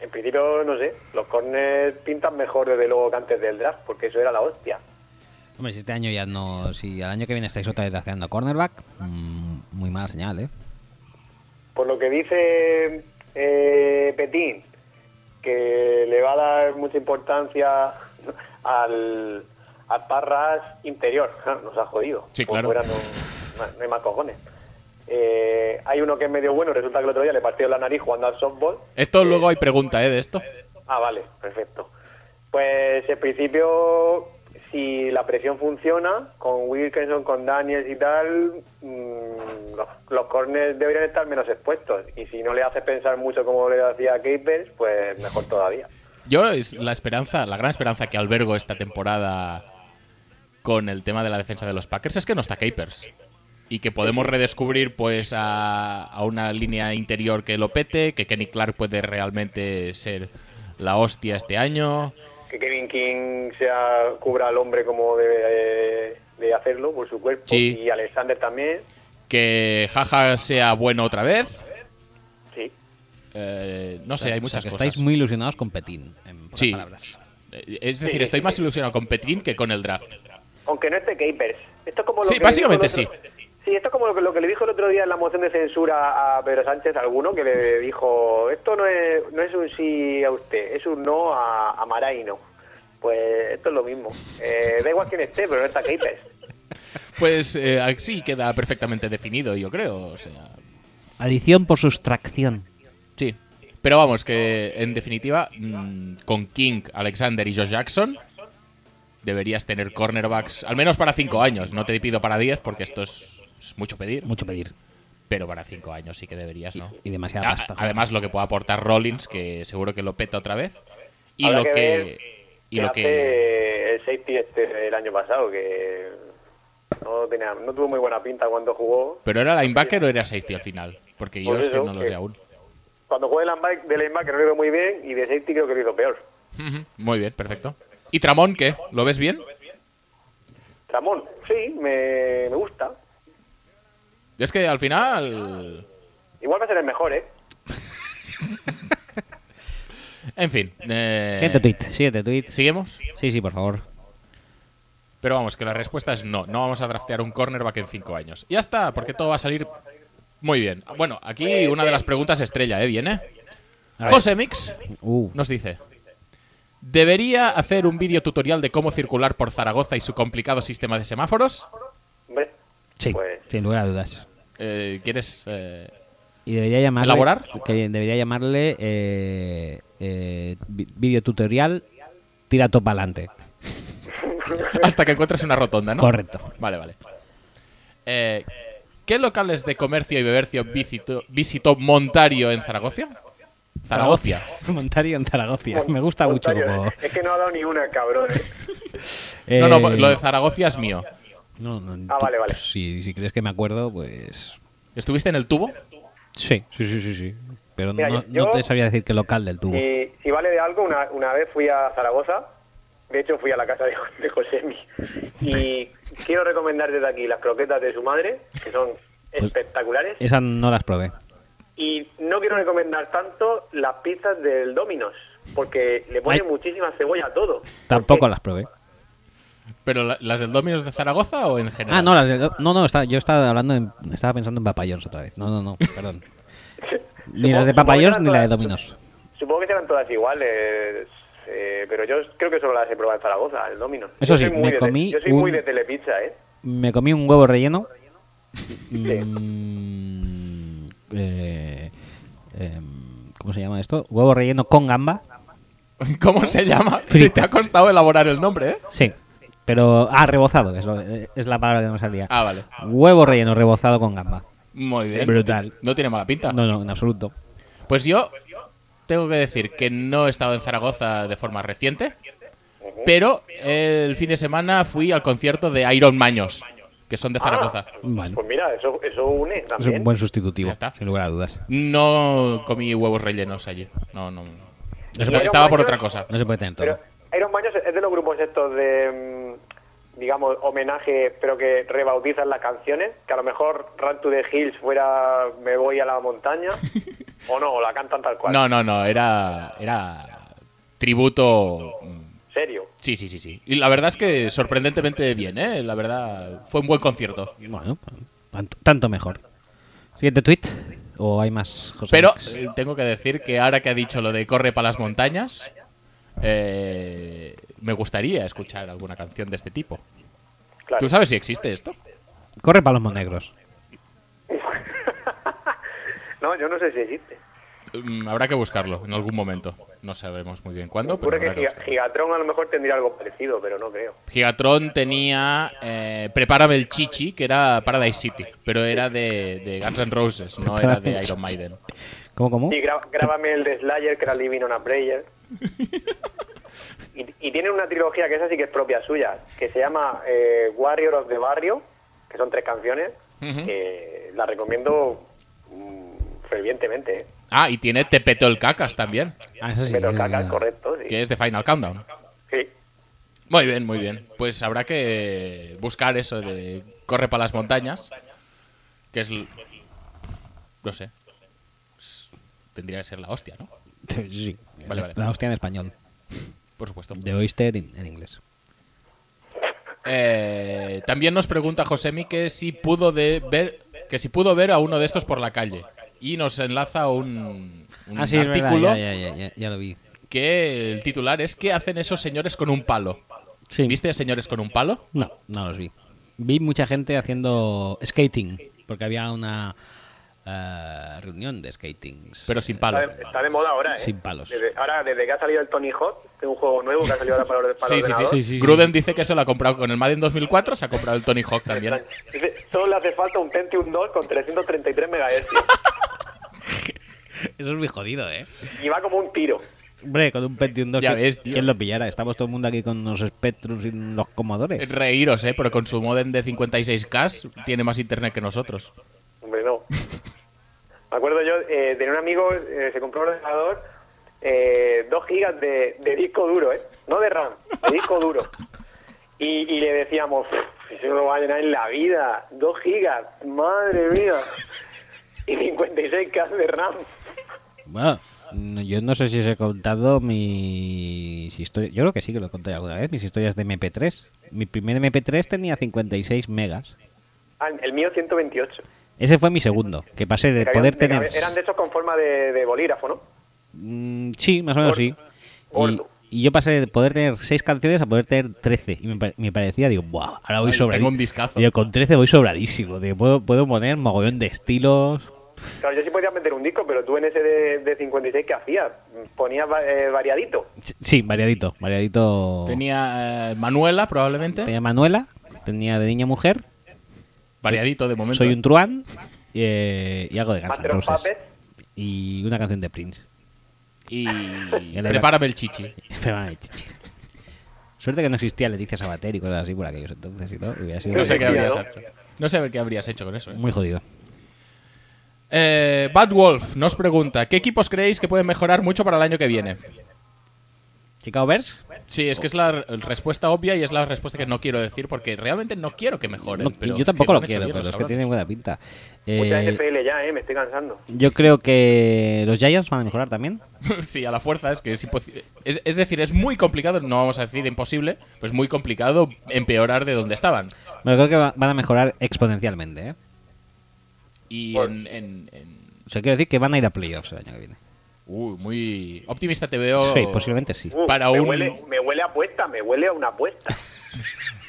[SPEAKER 3] En principio, no sé, los corners pintan mejor desde luego que antes del draft, porque eso era la hostia.
[SPEAKER 1] Hombre, si este año ya no. Si al año que viene estáis otra vez haciendo cornerback, mm, muy mala señal, ¿eh?
[SPEAKER 3] Por lo que dice eh, Petín, que le va a dar mucha importancia al, al Parras interior. Nos ha jodido.
[SPEAKER 2] Sí,
[SPEAKER 3] Por
[SPEAKER 2] claro.
[SPEAKER 3] fuera no, no hay más cojones. Eh, hay uno que es medio bueno, resulta que el otro día le partió la nariz jugando al softball.
[SPEAKER 2] Esto luego hay pregunta, ¿eh? De esto.
[SPEAKER 3] Ah, vale, perfecto. Pues en principio, si la presión funciona, con Wilkinson, con Daniels y tal, mm, los, los corners deberían estar menos expuestos. Y si no le haces pensar mucho como le hacía a Capers, pues mejor todavía.
[SPEAKER 2] Yo es la esperanza, la gran esperanza que albergo esta temporada con el tema de la defensa de los Packers es que no está Capers. Y que podemos redescubrir pues a, a una línea interior que lo pete, que Kenny Clark puede realmente ser la hostia este año.
[SPEAKER 3] Que Kevin King sea, cubra al hombre como debe eh, de hacerlo por su cuerpo.
[SPEAKER 2] Sí.
[SPEAKER 3] Y Alexander también.
[SPEAKER 2] Que Jaja sea bueno otra vez.
[SPEAKER 3] Sí.
[SPEAKER 2] Eh, no sé,
[SPEAKER 1] O
[SPEAKER 2] hay
[SPEAKER 1] sea,
[SPEAKER 2] muchas
[SPEAKER 1] que
[SPEAKER 2] cosas.
[SPEAKER 1] estáis muy ilusionados con Petín, en pocas
[SPEAKER 2] Sí.
[SPEAKER 1] palabras.
[SPEAKER 2] Eh, Es decir, estoy más ilusionado con Petrin que con el draft.
[SPEAKER 3] Aunque no esté Capers. Esto es como lo
[SPEAKER 2] Sí,
[SPEAKER 3] que
[SPEAKER 2] básicamente
[SPEAKER 3] le dijo el otro- Sí, esto es como lo que, lo que le dijo el otro día en la moción de censura a Pedro Sánchez, alguno que le dijo, esto no es, no es un sí a usted, es un no a, a Maraino. Pues esto es lo mismo. Eh, da igual quién esté, pero no está Capers.
[SPEAKER 2] Pues eh, así queda perfectamente definido, yo creo. O sea,
[SPEAKER 1] Adición por sustracción.
[SPEAKER 2] Sí. Pero vamos, que en definitiva, mm, con King, Alexander y Josh Jackson, deberías tener cornerbacks, al menos para 5 años. No te pido para 10, porque esto es, es mucho pedir,
[SPEAKER 1] Mucho pedir. pero
[SPEAKER 2] pero para 5 años sí que deberías, ¿no?
[SPEAKER 1] Y demasiada
[SPEAKER 2] A-
[SPEAKER 1] pasta.
[SPEAKER 2] Además, lo que puede aportar Rollins, que seguro que lo peta otra vez. Y
[SPEAKER 3] Habrá
[SPEAKER 2] lo
[SPEAKER 3] que
[SPEAKER 2] que.
[SPEAKER 3] ver
[SPEAKER 2] Y lo
[SPEAKER 3] hace
[SPEAKER 2] que.
[SPEAKER 3] el safety este el año pasado, que no, tenía, no tuvo muy buena pinta cuando jugó.
[SPEAKER 2] ¿Pero era linebacker o era safety al final? Porque yo
[SPEAKER 3] Por
[SPEAKER 2] es que
[SPEAKER 3] eso,
[SPEAKER 2] no lo
[SPEAKER 3] Pues que-
[SPEAKER 2] sé aún.
[SPEAKER 3] Cuando jugué de lineback- de linebacker no lo hizo muy bien y de safety creo que lo hizo peor.
[SPEAKER 2] Ujú, Muy bien, perfecto. ¿Y Tramón qué? ¿Lo ves bien?
[SPEAKER 3] Ramón, sí, me, me gusta.
[SPEAKER 2] Es que al final.
[SPEAKER 3] Igual va a ser el mejor, ¿eh?
[SPEAKER 2] En fin. eh,
[SPEAKER 1] Siguiente tweet, siguiente tweet.
[SPEAKER 2] ¿Seguimos?
[SPEAKER 1] Sí, sí, por favor.
[SPEAKER 2] Pero vamos, que la respuesta es no. No vamos a draftear un cornerback en 5 años. Y ya está, porque todo va a salir muy bien. Bueno, aquí una de las preguntas estrella, ¿eh? Viene. José Mix
[SPEAKER 1] Uh,
[SPEAKER 2] nos dice: ¿Debería hacer un vídeo tutorial de cómo circular por Zaragoza y su complicado sistema de semáforos?
[SPEAKER 3] Hombre,
[SPEAKER 1] sí,
[SPEAKER 3] Pues-
[SPEAKER 1] sin lugar a dudas.
[SPEAKER 2] Eh, ¿Quieres.? eh,
[SPEAKER 1] Y debería llamarle.
[SPEAKER 2] ¿Elaborar?
[SPEAKER 1] Que debería llamarle. Eh, eh, vi- video tutorial. Tira todo para adelante.
[SPEAKER 2] hasta que encuentres una rotonda, ¿no?
[SPEAKER 1] Correcto.
[SPEAKER 2] Vale, vale. Eh, ¿Qué locales de comercio y bebercio visitó, visitó Montario en Zaragoza? Zaragoza.
[SPEAKER 1] Montario en Zaragoza. Me gusta mucho.
[SPEAKER 3] Montario,
[SPEAKER 1] como-
[SPEAKER 3] eh. Es que no ha dado ni una, cabrón. eh.
[SPEAKER 2] No, no,
[SPEAKER 1] Eh,
[SPEAKER 2] lo de Zaragoza es mío.
[SPEAKER 1] no, no,
[SPEAKER 3] Ah,
[SPEAKER 1] tú-
[SPEAKER 3] vale, vale.
[SPEAKER 1] Si, si crees que me acuerdo, pues.
[SPEAKER 2] ¿Estuviste en el tubo?
[SPEAKER 1] Sí, sí, sí, sí. sí. Pero
[SPEAKER 3] Mira,
[SPEAKER 1] no,
[SPEAKER 3] yo- Eh,
[SPEAKER 1] no te sabría decir qué local del tubo.
[SPEAKER 3] Si, si vale de algo, una, una vez fui a Zaragoza, de hecho fui a la casa de, de Josemi, y quiero recomendar desde aquí las croquetas de su madre, que son
[SPEAKER 1] Pues,
[SPEAKER 3] espectaculares,
[SPEAKER 1] Esas no las probé.
[SPEAKER 3] y no quiero recomendar tanto las pizzas del Dominos, porque le ponen
[SPEAKER 1] Ay.
[SPEAKER 3] muchísima cebolla a todo.
[SPEAKER 1] Tampoco las probé.
[SPEAKER 2] ¿Pero la- las del Dominos de Zaragoza o en general?
[SPEAKER 1] Ah, no, las de- no, no, está- yo estaba hablando, en- estaba pensando en papayons otra vez. No, no, no, perdón. Ni las de
[SPEAKER 3] Supongo que
[SPEAKER 1] papayons
[SPEAKER 3] eran
[SPEAKER 1] ni la de
[SPEAKER 3] todas-
[SPEAKER 1] dominos.
[SPEAKER 3] Supongo que serán todas iguales, eh, pero yo creo que solo las he probado en Zaragoza, el Dominos.
[SPEAKER 1] Eso
[SPEAKER 3] Yo
[SPEAKER 1] sí,
[SPEAKER 3] soy muy
[SPEAKER 1] me
[SPEAKER 3] de te-
[SPEAKER 1] comí
[SPEAKER 3] Yo soy muy
[SPEAKER 1] un-
[SPEAKER 3] de telepizza, ¿eh?
[SPEAKER 1] Me comí un huevo relleno.
[SPEAKER 3] Sí.
[SPEAKER 1] Mm, eh, em, ¿Cómo se llama esto? Huevo relleno con gamba.
[SPEAKER 2] ¿Cómo se llama?
[SPEAKER 1] Frita.
[SPEAKER 2] Te ha costado elaborar el nombre, ¿eh?
[SPEAKER 1] Sí, pero. Ah, rebozado, que es, lo- es la palabra que no me salía.
[SPEAKER 2] Ah, vale.
[SPEAKER 1] Huevo relleno rebozado con gamba.
[SPEAKER 2] Muy bien.
[SPEAKER 1] Brutal.
[SPEAKER 2] No tiene mala pinta.
[SPEAKER 1] No, no, en absoluto.
[SPEAKER 2] Pues yo tengo que decir que no he estado en Zaragoza de forma reciente, Pero el fin de semana fui al concierto de Iron Maños, que
[SPEAKER 3] Ah.
[SPEAKER 2] son de Zaragoza.
[SPEAKER 1] Bueno,
[SPEAKER 3] Pues mira, eso, eso une
[SPEAKER 1] Ah, es
[SPEAKER 3] también.
[SPEAKER 1] un buen sustitutivo,
[SPEAKER 2] Ya está.
[SPEAKER 1] sin lugar a dudas.
[SPEAKER 2] No comí huevos rellenos allí. No, no.
[SPEAKER 3] puede-
[SPEAKER 2] Estaba por otra cosa.
[SPEAKER 1] No se puede tener todo.
[SPEAKER 3] Pero Iron Maños es de los grupos estos de, mm, digamos, homenaje, pero que rebautizan las canciones. Que a lo mejor Run to the Hills fuera Me voy a la montaña. o no, o la cantan tal cual.
[SPEAKER 2] No, no, no. Era, era tributo. mm,
[SPEAKER 3] Serio.
[SPEAKER 2] Sí, sí, sí, sí. Y la verdad es que sorprendentemente bien, ¿eh? La verdad, fue un buen concierto.
[SPEAKER 1] Bueno, tanto, tanto mejor. Siguiente tweet. ¿O hay más, José?
[SPEAKER 2] Pero
[SPEAKER 1] Alex?
[SPEAKER 2] eh, tengo que decir que ahora que ha dicho lo de corre para las montañas, eh, me gustaría escuchar alguna canción de este tipo.
[SPEAKER 3] Claro.
[SPEAKER 2] ¿Tú sabes si existe esto?
[SPEAKER 1] Corre para los monegros.
[SPEAKER 3] No, yo no sé si existe.
[SPEAKER 2] Mm, habrá que buscarlo en algún momento. No sabemos muy bien cuándo, pero
[SPEAKER 3] Seguro que
[SPEAKER 2] habrá que
[SPEAKER 3] Giga-
[SPEAKER 2] buscarlo.
[SPEAKER 3] Gigatron a lo mejor tendría algo parecido, pero no creo.
[SPEAKER 2] Gigatron tenía eh, Prepárame el Chichi, que era Paradise City, pero era de, de Guns N' Roses, no era de Iron Maiden.
[SPEAKER 1] ¿Cómo, cómo?
[SPEAKER 3] Y gra- grábame el de Slayer, que era Living on a Prayer. Y, y tienen una trilogía que esa sí que es propia suya, que se llama eh, Warrior of the Barrio, que son tres canciones, que la recomiendo mm, fervientemente. ¿eh?
[SPEAKER 2] Ah, y tiene Te peto el cacas también,
[SPEAKER 1] Ah, eso sí,
[SPEAKER 3] Pero
[SPEAKER 1] es
[SPEAKER 3] caca,
[SPEAKER 1] verdad.
[SPEAKER 3] correcto, sí.
[SPEAKER 2] que es de Final Countdown.
[SPEAKER 3] Sí.
[SPEAKER 2] Muy bien, muy bien. Pues habrá que buscar eso de corre para las montañas, que es... l- No sé. Es- Tendría que ser la hostia, ¿no?
[SPEAKER 1] Sí, sí.
[SPEAKER 2] Vale, vale.
[SPEAKER 1] La hostia en español.
[SPEAKER 2] Por supuesto.
[SPEAKER 1] The Oyster in- en inglés.
[SPEAKER 2] Eh, también nos pregunta Josemi que si pudo de ver que si pudo ver a uno de estos por la calle y nos enlaza un, un
[SPEAKER 1] ah, sí, es verdad,
[SPEAKER 2] artículo
[SPEAKER 1] Ya, ya, ya, ya- ya lo vi.
[SPEAKER 2] que el titular es ¿qué hacen esos señores con un palo?
[SPEAKER 1] Sí.
[SPEAKER 2] ¿Viste a señores con un palo?
[SPEAKER 1] No, no los vi. Vi mucha gente haciendo skating, porque había una eh, reunión de skating.
[SPEAKER 2] Pero sin
[SPEAKER 3] Está,
[SPEAKER 2] palo.
[SPEAKER 3] de, está de moda ahora, ¿eh?
[SPEAKER 1] Sin palos.
[SPEAKER 3] Desde- ahora, desde que ha salido el Tony Hawk, de un juego nuevo que ha salido ahora para, el- para
[SPEAKER 2] Sí,
[SPEAKER 3] el
[SPEAKER 2] sí, sí.
[SPEAKER 3] ordenador,
[SPEAKER 1] Sí, sí, sí.
[SPEAKER 2] Gruden dice que se lo ha comprado con el Madden 2004, se ha comprado el Tony Hawk también.
[SPEAKER 3] Dice, Solo le hace falta un Pentium 2 con 333 megahercios.
[SPEAKER 1] Eso es muy jodido, ¿eh?
[SPEAKER 3] y va como un tiro.
[SPEAKER 1] Hombre, con un Pentium 2,
[SPEAKER 2] Ya
[SPEAKER 1] ¿quién-
[SPEAKER 2] ves, tío.
[SPEAKER 1] ¿quién lo pillara? Estamos todo el mundo aquí con los Spectrums y los Commodores.
[SPEAKER 2] Reíros, eh, pero con su modem de 56K tiene más internet que nosotros.
[SPEAKER 3] Hombre, no. Me acuerdo yo, eh, tenía un amigo, eh, se compró un ordenador, eh, 2 gigas de, de disco duro, ¿eh? No de RAM, de disco duro. Y, y le decíamos, "Pff, eso no lo va a llenar en la vida, 2 gigas, madre mía. Y 56K de RAM.
[SPEAKER 1] Bueno, no- yo no sé si os he contado mis historias. Yo creo que sí que lo he contado alguna vez, mis historias de MP3. Mi primer MP3 tenía 56 megas.
[SPEAKER 3] Ah, el mío 128.
[SPEAKER 1] Ese fue mi segundo, que pasé de
[SPEAKER 3] Que había-
[SPEAKER 1] poder
[SPEAKER 3] de que
[SPEAKER 1] tener...
[SPEAKER 3] había- Eran de esos con forma de, de bolígrafo, ¿no?
[SPEAKER 1] Mm, sí, más o menos sí. Y,
[SPEAKER 3] Gordo.
[SPEAKER 1] y yo pasé de poder tener seis canciones a poder tener 13. Y me, pa- me parecía, digo, ¡buah! Ahora voy
[SPEAKER 2] Ay, tengo un
[SPEAKER 1] sobradísimo.
[SPEAKER 2] discazo.
[SPEAKER 1] Digo, con 13 voy sobradísimo. Digo, puedo, puedo poner mogollón de estilos.
[SPEAKER 3] Claro, yo sí podía meter un disco, pero tú en ese de, de 56 que hacías, ponías va- eh, variadito.
[SPEAKER 1] Sí, variadito. Variadito.
[SPEAKER 2] Tenía eh, Manuela, probablemente.
[SPEAKER 1] Oh. Tenía Manuela, tenía de niña a mujer,
[SPEAKER 2] Variadito de momento.
[SPEAKER 1] Soy un truán eh, y algo de Guns N'
[SPEAKER 3] Master of
[SPEAKER 1] Roses.
[SPEAKER 3] Puppets.
[SPEAKER 1] Y una canción de Prince.
[SPEAKER 2] Y
[SPEAKER 1] la-
[SPEAKER 2] prepárame el chichi.
[SPEAKER 1] Pero, ay, chichi. Suerte que no existía Leticia Sabater y cosas así por aquellos entonces y todo. y hubiera sido
[SPEAKER 2] No sé qué
[SPEAKER 3] Pero
[SPEAKER 2] habrías
[SPEAKER 3] sí, ¿no?
[SPEAKER 2] hecho. No sé qué habrías hecho con eso. ¿eh?
[SPEAKER 1] muy jodido.
[SPEAKER 2] Eh, Bad Wolf nos pregunta, ¿qué equipos creéis que pueden mejorar mucho para el año que viene?
[SPEAKER 1] Chicago Bears,
[SPEAKER 2] Sí, es que es la r- respuesta obvia y es la respuesta que no quiero decir porque realmente no quiero que mejoren.
[SPEAKER 1] No,
[SPEAKER 2] pero
[SPEAKER 1] yo
[SPEAKER 2] es
[SPEAKER 1] tampoco
[SPEAKER 2] que
[SPEAKER 1] lo
[SPEAKER 2] han hecho
[SPEAKER 1] quiero,
[SPEAKER 2] bien
[SPEAKER 1] pero
[SPEAKER 2] los
[SPEAKER 1] es que tiene
[SPEAKER 2] cabrones.
[SPEAKER 1] buena pinta.
[SPEAKER 3] Mucha
[SPEAKER 1] Eh,
[SPEAKER 3] NFL ya, ¿eh? Me estoy cansando.
[SPEAKER 1] yo creo que los Giants van a mejorar también.
[SPEAKER 2] Sí, a la fuerza es que es imposible. Es, es decir, es muy complicado, no vamos a decir imposible, pues muy complicado empeorar de donde estaban.
[SPEAKER 1] Pero creo que va- van a mejorar exponencialmente. ¿eh?
[SPEAKER 2] Y en... en- en-
[SPEAKER 1] O sea, quiero decir que van a ir a playoffs el año que viene.
[SPEAKER 2] Uy, muy optimista te veo.
[SPEAKER 1] Sí, posiblemente sí.
[SPEAKER 3] Uh,
[SPEAKER 2] Para
[SPEAKER 3] me,
[SPEAKER 2] un-
[SPEAKER 3] huele, me huele a apuesta, me huele a una apuesta.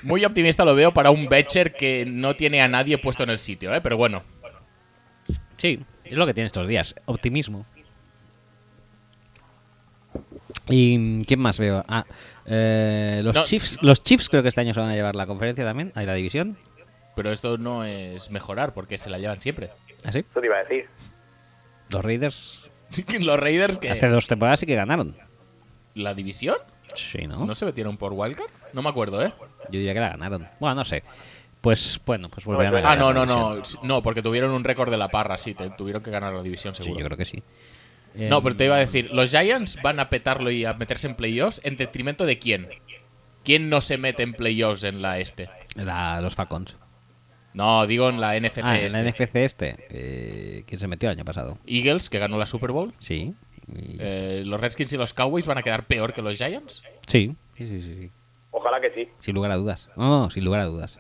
[SPEAKER 2] Muy optimista lo veo para un Betcher que no tiene a nadie puesto en el sitio, ¿eh? Pero bueno,
[SPEAKER 1] Sí, es lo que tiene estos días. Optimismo. ¿Y mm, quién más veo? Ah, eh, los
[SPEAKER 2] No.
[SPEAKER 1] Chiefs. Los Chiefs creo que este año se van a llevar la conferencia también, ahí la división.
[SPEAKER 2] pero esto no es mejorar porque se la llevan siempre.
[SPEAKER 1] Así.
[SPEAKER 3] Eso te iba a decir.
[SPEAKER 1] ¿Ah, Los Raiders
[SPEAKER 2] Los Raiders que... Eh.
[SPEAKER 1] hace dos temporadas sí que ganaron.
[SPEAKER 2] ¿La división?
[SPEAKER 1] Sí, ¿no?
[SPEAKER 2] ¿No se metieron por Wildcard? No me acuerdo, ¿eh?
[SPEAKER 1] Yo diría que la ganaron. Bueno, no sé. Pues bueno, pues volverán a
[SPEAKER 2] Ah,
[SPEAKER 1] ganar
[SPEAKER 2] no,
[SPEAKER 1] la
[SPEAKER 2] no,
[SPEAKER 1] división.
[SPEAKER 2] no. Sí, No, porque tuvieron un récord de la parra, sí. te- tuvieron que ganar la división,
[SPEAKER 1] Sí, yo
[SPEAKER 2] seguro.
[SPEAKER 1] creo que sí.
[SPEAKER 2] No,
[SPEAKER 1] Em,
[SPEAKER 2] pero te iba a decir, los Giants van a petarlo y a meterse en playoffs en detrimento de quién. ¿Quién no se mete en playoffs en la este?
[SPEAKER 1] la- los Falcons.
[SPEAKER 2] No, digo en la NFC
[SPEAKER 1] ah,
[SPEAKER 2] este.
[SPEAKER 1] en la NFC este. Eh, ¿Quién se metió el año pasado?
[SPEAKER 2] Eagles, que ganó la Super Bowl.
[SPEAKER 1] Sí. Y-
[SPEAKER 2] Eh, los Redskins y los Cowboys van a quedar peor que los Giants.
[SPEAKER 1] sí. Sí, sí, sí, sí.
[SPEAKER 3] Ojalá que sí.
[SPEAKER 1] Sin lugar a dudas. No, no, sin lugar a dudas.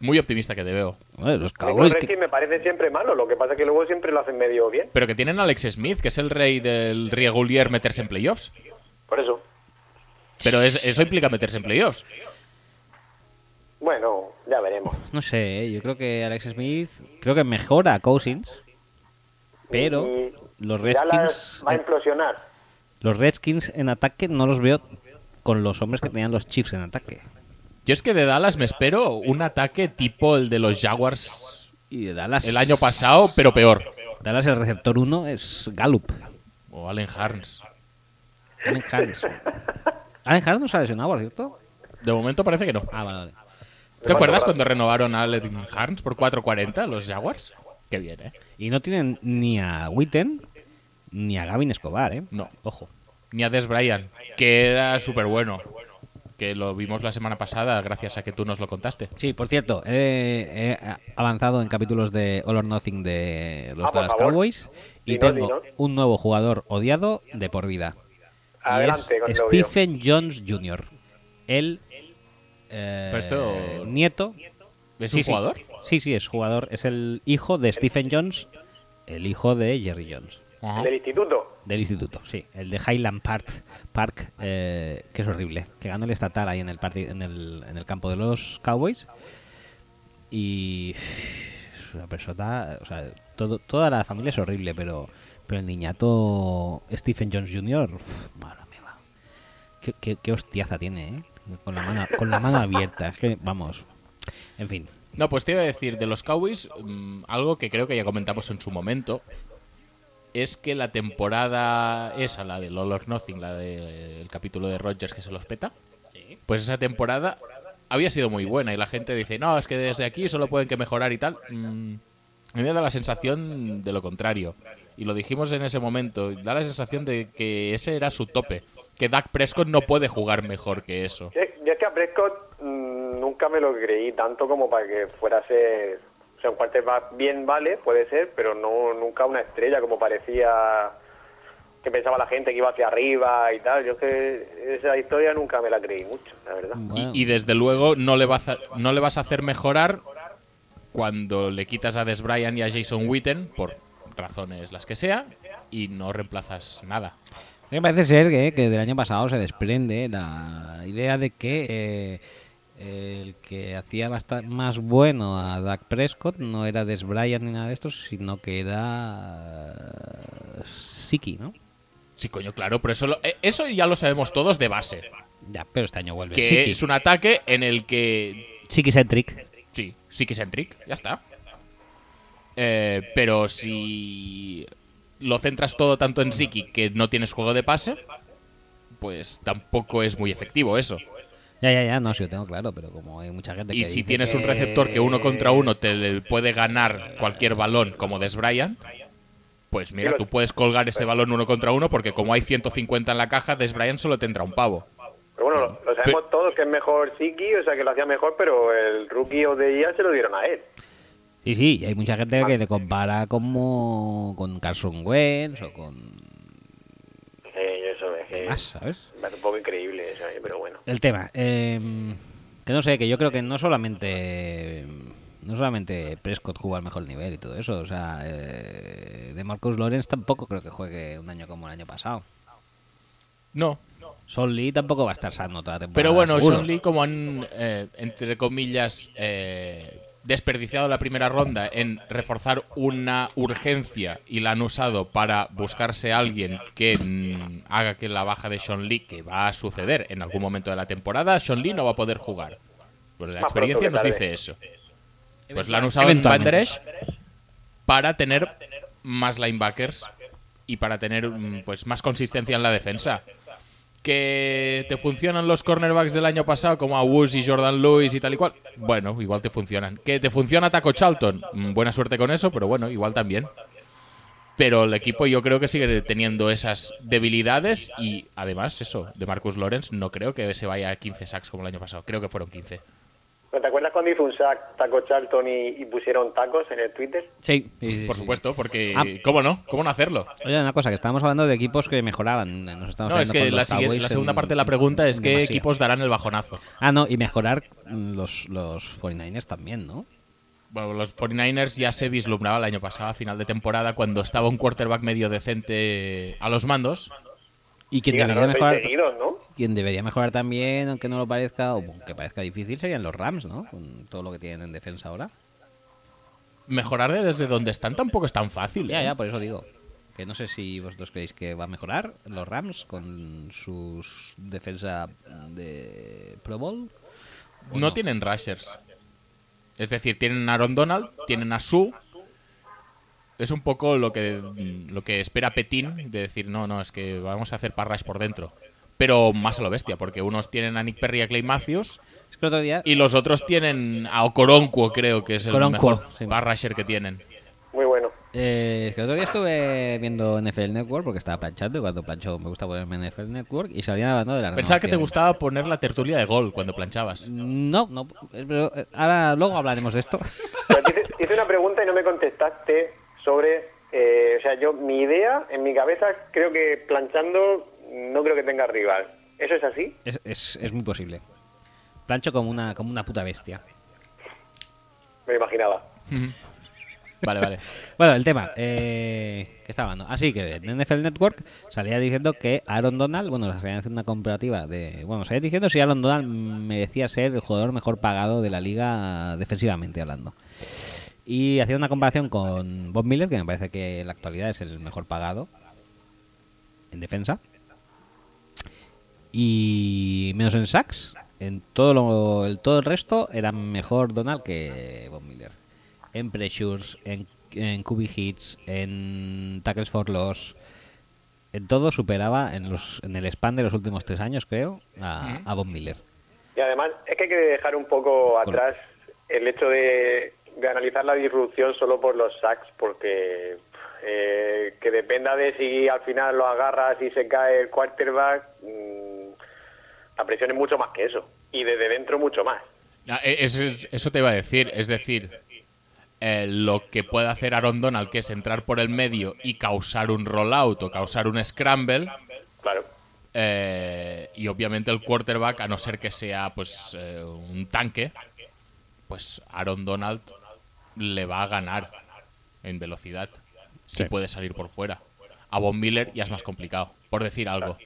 [SPEAKER 2] Muy optimista que te veo.
[SPEAKER 1] Bueno, los
[SPEAKER 3] A mí los
[SPEAKER 1] Cowboys. que-
[SPEAKER 3] Redskins me parece siempre malo, lo que pasa es que luego siempre lo hacen medio bien.
[SPEAKER 2] Pero que tienen a Alex Smith, que es el rey del regular meterse en playoffs.
[SPEAKER 3] Por eso.
[SPEAKER 2] Pero es- eso implica meterse en playoffs.
[SPEAKER 3] Bueno, ya veremos.
[SPEAKER 1] No sé, eh, yo creo que Alex Smith. Creo que mejora a Cousins. Pero
[SPEAKER 3] Y-
[SPEAKER 1] los
[SPEAKER 3] ya la-
[SPEAKER 1] Redskins. eh,
[SPEAKER 3] va a implosionar.
[SPEAKER 1] Los Redskins en ataque no los veo con los hombres que tenían los Chiefs en ataque.
[SPEAKER 2] Yo es que de Dallas me espero un ataque tipo el de los Jaguars
[SPEAKER 1] Y de Dallas.
[SPEAKER 2] el año pasado, pero peor.
[SPEAKER 1] Dallas, el receptor 1 es Gallup.
[SPEAKER 2] O Allen Harns.
[SPEAKER 1] Allen Harris. Allen Harris no se ha lesionado, por cierto.
[SPEAKER 2] De momento parece que no.
[SPEAKER 1] Ah, vale, vale.
[SPEAKER 2] ¿Te acuerdas cuando renovaron a Allen Harns por 4.40 los Jaguars? Qué bien, ¿eh?
[SPEAKER 1] Y no tienen ni a Witten ni a Gavin Escobar, ¿eh?
[SPEAKER 2] No.
[SPEAKER 1] Ojo.
[SPEAKER 2] Ni a Des Bryant, que era súper bueno. Que lo vimos la semana pasada gracias a que tú nos lo contaste.
[SPEAKER 1] Sí, por cierto, eh, he avanzado en capítulos de All or Nothing de los
[SPEAKER 3] Ah, por
[SPEAKER 1] Dallas
[SPEAKER 3] favor.
[SPEAKER 1] Cowboys y
[SPEAKER 3] Dinos,
[SPEAKER 1] tengo
[SPEAKER 3] dinos.
[SPEAKER 1] un nuevo jugador odiado de por vida. Y
[SPEAKER 3] Adelante
[SPEAKER 1] es
[SPEAKER 3] con el audio.
[SPEAKER 1] Stephen Jones Jr. El eh,
[SPEAKER 2] Pero esto-
[SPEAKER 1] nieto.
[SPEAKER 2] ¿Es
[SPEAKER 1] Sí,
[SPEAKER 2] un
[SPEAKER 1] sí.
[SPEAKER 2] jugador?
[SPEAKER 1] Sí, sí, es jugador. Es el hijo de Stephen Jones, el hijo de Jerry Jones.
[SPEAKER 2] Ajá.
[SPEAKER 3] Del instituto.
[SPEAKER 1] Del instituto, sí. El de Highland Park, Park eh, que es horrible. Que ganó el estatal ahí en el, parti- en el, en el campo de los Cowboys. Y es una persona... O sea, todo, toda la familia es horrible, pero, pero el niñato Stephen Jones Jr., uf, mala me va. Qué, qué- qué hostiaza tiene, ¿eh? Con la mano, con la mano abierta. Es que, vamos. En fin.
[SPEAKER 2] No, pues te iba a decir de los Cowboys mm, algo que creo que ya comentamos en su momento. Es que la temporada esa, la de All or Nothing, la del capítulo de Rogers que se los peta, pues esa temporada había sido muy buena y la gente dice, no, es que desde aquí solo pueden que mejorar y tal. Mm, a mí me da la sensación de lo contrario. Y lo dijimos en ese momento, da la sensación de que ese era su tope. Que Dak Prescott no puede jugar mejor que eso.
[SPEAKER 3] Yo, yo es que a Prescott mm, nunca me lo creí tanto como para que fuera a ser... O sea, un quarterback bien vale, puede ser, pero no nunca una estrella como parecía que pensaba la gente que iba hacia arriba y tal. Yo es que esa historia nunca me la creí mucho, la verdad.
[SPEAKER 2] Y-
[SPEAKER 1] Bueno.
[SPEAKER 2] Y, desde luego no le, vas a, no le vas a hacer mejorar cuando le quitas a Des Bryant y a Jason Witten, por razones las que sea, y no reemplazas nada.
[SPEAKER 1] Me parece ser que, que del año pasado se desprende la idea de que eh, el que hacía basta- más bueno a Dak Prescott no era Des Bryant ni nada de esto, sino que era eh, Siki, ¿no?
[SPEAKER 2] Sí, coño, claro, pero eso, lo- eh, eso ya lo sabemos todos de base.
[SPEAKER 1] Ya, pero este año vuelve
[SPEAKER 2] Que
[SPEAKER 1] Siki.
[SPEAKER 2] es un ataque en el que.
[SPEAKER 1] Siki-centric.
[SPEAKER 2] Sí, sí que es en trick, ya está. Eh, pero si lo centras todo tanto en Siki que no tienes juego de pase, pues tampoco es muy efectivo eso.
[SPEAKER 1] Ya, ya, ya, no, si lo tengo claro, pero como hay mucha gente que
[SPEAKER 2] Y si
[SPEAKER 1] dice
[SPEAKER 2] tienes
[SPEAKER 1] que-
[SPEAKER 2] un receptor que uno contra uno te le puede ganar cualquier balón como Des Bryant, pues mira, tú puedes colgar ese balón uno contra uno porque como hay 150 en la caja, Des Bryant solo tendrá un pavo.
[SPEAKER 3] Pero bueno, lo, lo sabemos todos que es mejor Siki, o sea que lo hacía mejor, pero el rookie o de IA se lo dieron a él.
[SPEAKER 1] Sí, sí, y hay mucha gente que le compara como con Carson Wentz o con
[SPEAKER 3] Sí, eso es
[SPEAKER 2] Eh,
[SPEAKER 3] que
[SPEAKER 1] más, ¿sabes?
[SPEAKER 3] me parece un poco increíble, eso, eh, pero bueno.
[SPEAKER 1] El tema, eh, que no sé, que yo creo que no solamente no solamente Prescott juega al mejor nivel y todo eso, o sea, eh, de Marcus Lawrence tampoco creo que juegue un año como el año pasado.
[SPEAKER 2] No,
[SPEAKER 1] Sol Lee tampoco va a estar sano toda la temporada.
[SPEAKER 2] pero bueno,
[SPEAKER 1] seguro.
[SPEAKER 2] Sean Lee como han, eh, entre comillas, eh, desperdiciado la primera ronda en reforzar una urgencia y la han usado para buscarse a alguien que mm, haga que la baja de Sean Lee, que va a suceder en algún momento de la temporada, Sean Lee no va a poder jugar. Pues la
[SPEAKER 3] Más pronto
[SPEAKER 2] experiencia
[SPEAKER 3] que
[SPEAKER 2] nos
[SPEAKER 3] tarde.
[SPEAKER 2] dice eso. Pues la han usado en
[SPEAKER 1] Eventualmente.
[SPEAKER 2] Banderesh para tener más linebackers y para tener mm, pues más consistencia en la defensa. que te funcionan los cornerbacks del año pasado como Awuz y Jordan Lewis y tal y cual. Bueno, igual te funcionan. Que te funciona Taco Charlton. Mm, Buena suerte con eso, pero bueno, igual también. Pero el equipo yo creo que sigue teniendo esas debilidades y además eso, de Marcus Lawrence no creo que se vaya a 15 sacks como el año pasado. Creo que fueron 15.
[SPEAKER 3] ¿No ¿Te acuerdas cuando hizo un sack Taco Charlton y, y pusieron tacos en el Twitter?
[SPEAKER 1] Sí, sí, sí,
[SPEAKER 2] Por
[SPEAKER 1] sí.
[SPEAKER 2] supuesto, porque
[SPEAKER 1] Ah.
[SPEAKER 2] ¿cómo no? ¿Cómo no hacerlo?
[SPEAKER 1] Oye, una cosa, que estábamos hablando de equipos que mejoraban. Nos estamos
[SPEAKER 2] No, es
[SPEAKER 1] quedando
[SPEAKER 2] que
[SPEAKER 1] con
[SPEAKER 2] la,
[SPEAKER 1] los
[SPEAKER 2] siguiente-
[SPEAKER 1] Cowboys
[SPEAKER 2] la segunda
[SPEAKER 1] en-
[SPEAKER 2] parte de la pregunta es
[SPEAKER 1] en
[SPEAKER 2] qué
[SPEAKER 1] demasía.
[SPEAKER 2] equipos darán el bajonazo.
[SPEAKER 1] Ah, no, y mejorar mm, los, los 49ers también, ¿no?
[SPEAKER 2] Bueno, los 49ers ya se vislumbraba el año pasado, a final de temporada, cuando estaba un quarterback medio decente a los mandos.
[SPEAKER 1] Y quien
[SPEAKER 3] Y
[SPEAKER 1] debería
[SPEAKER 3] ganaron seis
[SPEAKER 1] mejorar,
[SPEAKER 3] seguidos, ¿no?
[SPEAKER 1] quien debería mejorar también, aunque no lo parezca, o que parezca difícil, serían los Rams, ¿no? Con todo lo que tienen en defensa ahora.
[SPEAKER 2] Mejorar de desde donde están tampoco es tan fácil.
[SPEAKER 1] Ya,
[SPEAKER 2] ¿eh?
[SPEAKER 1] ya, por eso digo. Que no sé si vosotros creéis que va a mejorar los Rams con sus defensa de Pro Bowl.
[SPEAKER 2] No, tienen rushers. Es decir, tienen a Aaron Donald, tienen a Su. Es un poco lo que, lo que espera Petín de decir, no, no, es que vamos a hacer parras por dentro. Pero más a lo bestia, porque unos tienen a Nick Perry y a Clay Matthews
[SPEAKER 1] Es que el otro día.
[SPEAKER 2] y los otros tienen a Okoronquo, creo que es el
[SPEAKER 1] Okoronquo,
[SPEAKER 2] mejor
[SPEAKER 1] sí.
[SPEAKER 2] pass rusher que tienen.
[SPEAKER 3] Muy bueno.
[SPEAKER 1] Eh, es que el otro día estuve viendo NFL Network porque estaba planchando y cuando plancho me gusta ponerme NFL Network y salían hablando de la
[SPEAKER 2] Pensaba que te
[SPEAKER 1] renovación.
[SPEAKER 2] gustaba poner la tertulia de gol cuando planchabas.
[SPEAKER 1] No, no, eh, pero eh, ahora luego hablaremos de esto.
[SPEAKER 3] Pero te Pues hice- te hice una pregunta y no me contestaste sobre. eh, o sea, yo, mi idea, en mi cabeza, creo que planchando no creo que tenga rival. ¿Eso es así?
[SPEAKER 1] Es, es, es muy posible. Plancho como una, como una puta bestia.
[SPEAKER 3] Me lo imaginaba.
[SPEAKER 2] Vale, vale.
[SPEAKER 1] Bueno, el tema, eh, que estaba hablando. Así que en NFL Network salía diciendo que Aaron Donald, bueno, salía haciendo una comparativa de. Bueno, salía diciendo si Aaron Donald merecía ser el jugador mejor pagado de la liga defensivamente hablando. Y hacía una comparación con Bob Miller, que me parece que en la actualidad es el mejor pagado en defensa. Y menos en sacks. En todo lo, el, todo el resto era mejor Donald que Bob Miller. En pressures, en, en QB hits, en tackles for loss. En todo superaba en, los, en el span de los últimos tres años, creo, a, a Bob Miller.
[SPEAKER 3] Y además, es que hay que dejar un poco
[SPEAKER 1] Correcto.
[SPEAKER 3] atrás el hecho de, de analizar la disrupción solo por los sacks, porque eh, que dependa de si al final lo agarras y se cae el quarterback, mm, la presión es mucho más que eso. Y desde dentro mucho más.
[SPEAKER 2] Ah, e- es- es- eso te iba a decir. Es decir, eh, lo que puede hacer Aaron Donald, que es entrar por el medio y causar un rollout o causar un scramble.
[SPEAKER 3] Claro.
[SPEAKER 2] eh, y obviamente el quarterback, a no ser que sea pues eh, un tanque, pues Aaron Donald le va a ganar en velocidad. Si puede salir por fuera. A Von Miller ya es más complicado, por decir algo.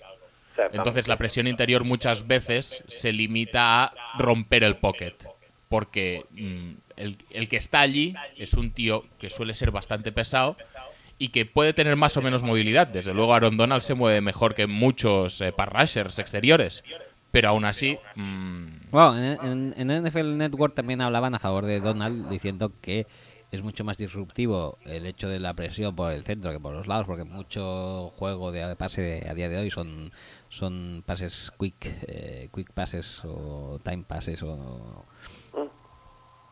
[SPEAKER 3] O sea,
[SPEAKER 2] Entonces la presión interior muchas veces se limita a romper el pocket, porque mm, el, el que está allí es un tío que suele ser bastante pesado y que puede tener más o menos movilidad. Desde luego Aaron Donald se mueve mejor que muchos eh, pass rushers exteriores, pero aún así mm,
[SPEAKER 1] Bueno, en, en- en NFL Network también hablaban a favor de Donald diciendo que es mucho más disruptivo el hecho de la presión por el centro que por los lados, porque mucho juego de pase de- a día de hoy son son pases quick, eh, quick passes o time passes o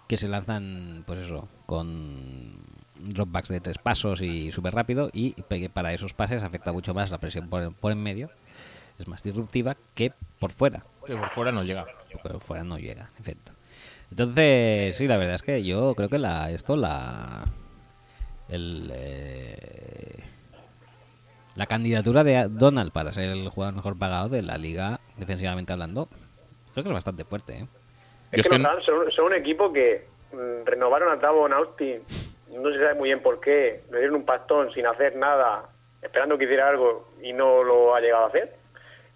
[SPEAKER 1] que se lanzan, pues eso, con dropbacks de tres pasos y súper rápido y pe- para esos pases afecta mucho más la presión por, por en medio, es más disruptiva que por fuera
[SPEAKER 2] que por fuera no llega.
[SPEAKER 1] pero fuera no llega, en efecto. Entonces, sí, la verdad es que yo creo que la esto la el eh, la candidatura de Donald para ser el jugador mejor pagado de la liga defensivamente hablando, creo que es bastante fuerte, ¿eh?
[SPEAKER 2] Yo
[SPEAKER 3] Es
[SPEAKER 2] es
[SPEAKER 3] que
[SPEAKER 2] que
[SPEAKER 3] los
[SPEAKER 2] no-
[SPEAKER 3] Rams son, son un equipo que mm, renovaron a Tavon Austin, no se sabe muy bien por qué, le dieron un pastón sin hacer nada, esperando que hiciera algo y no lo ha llegado a hacer.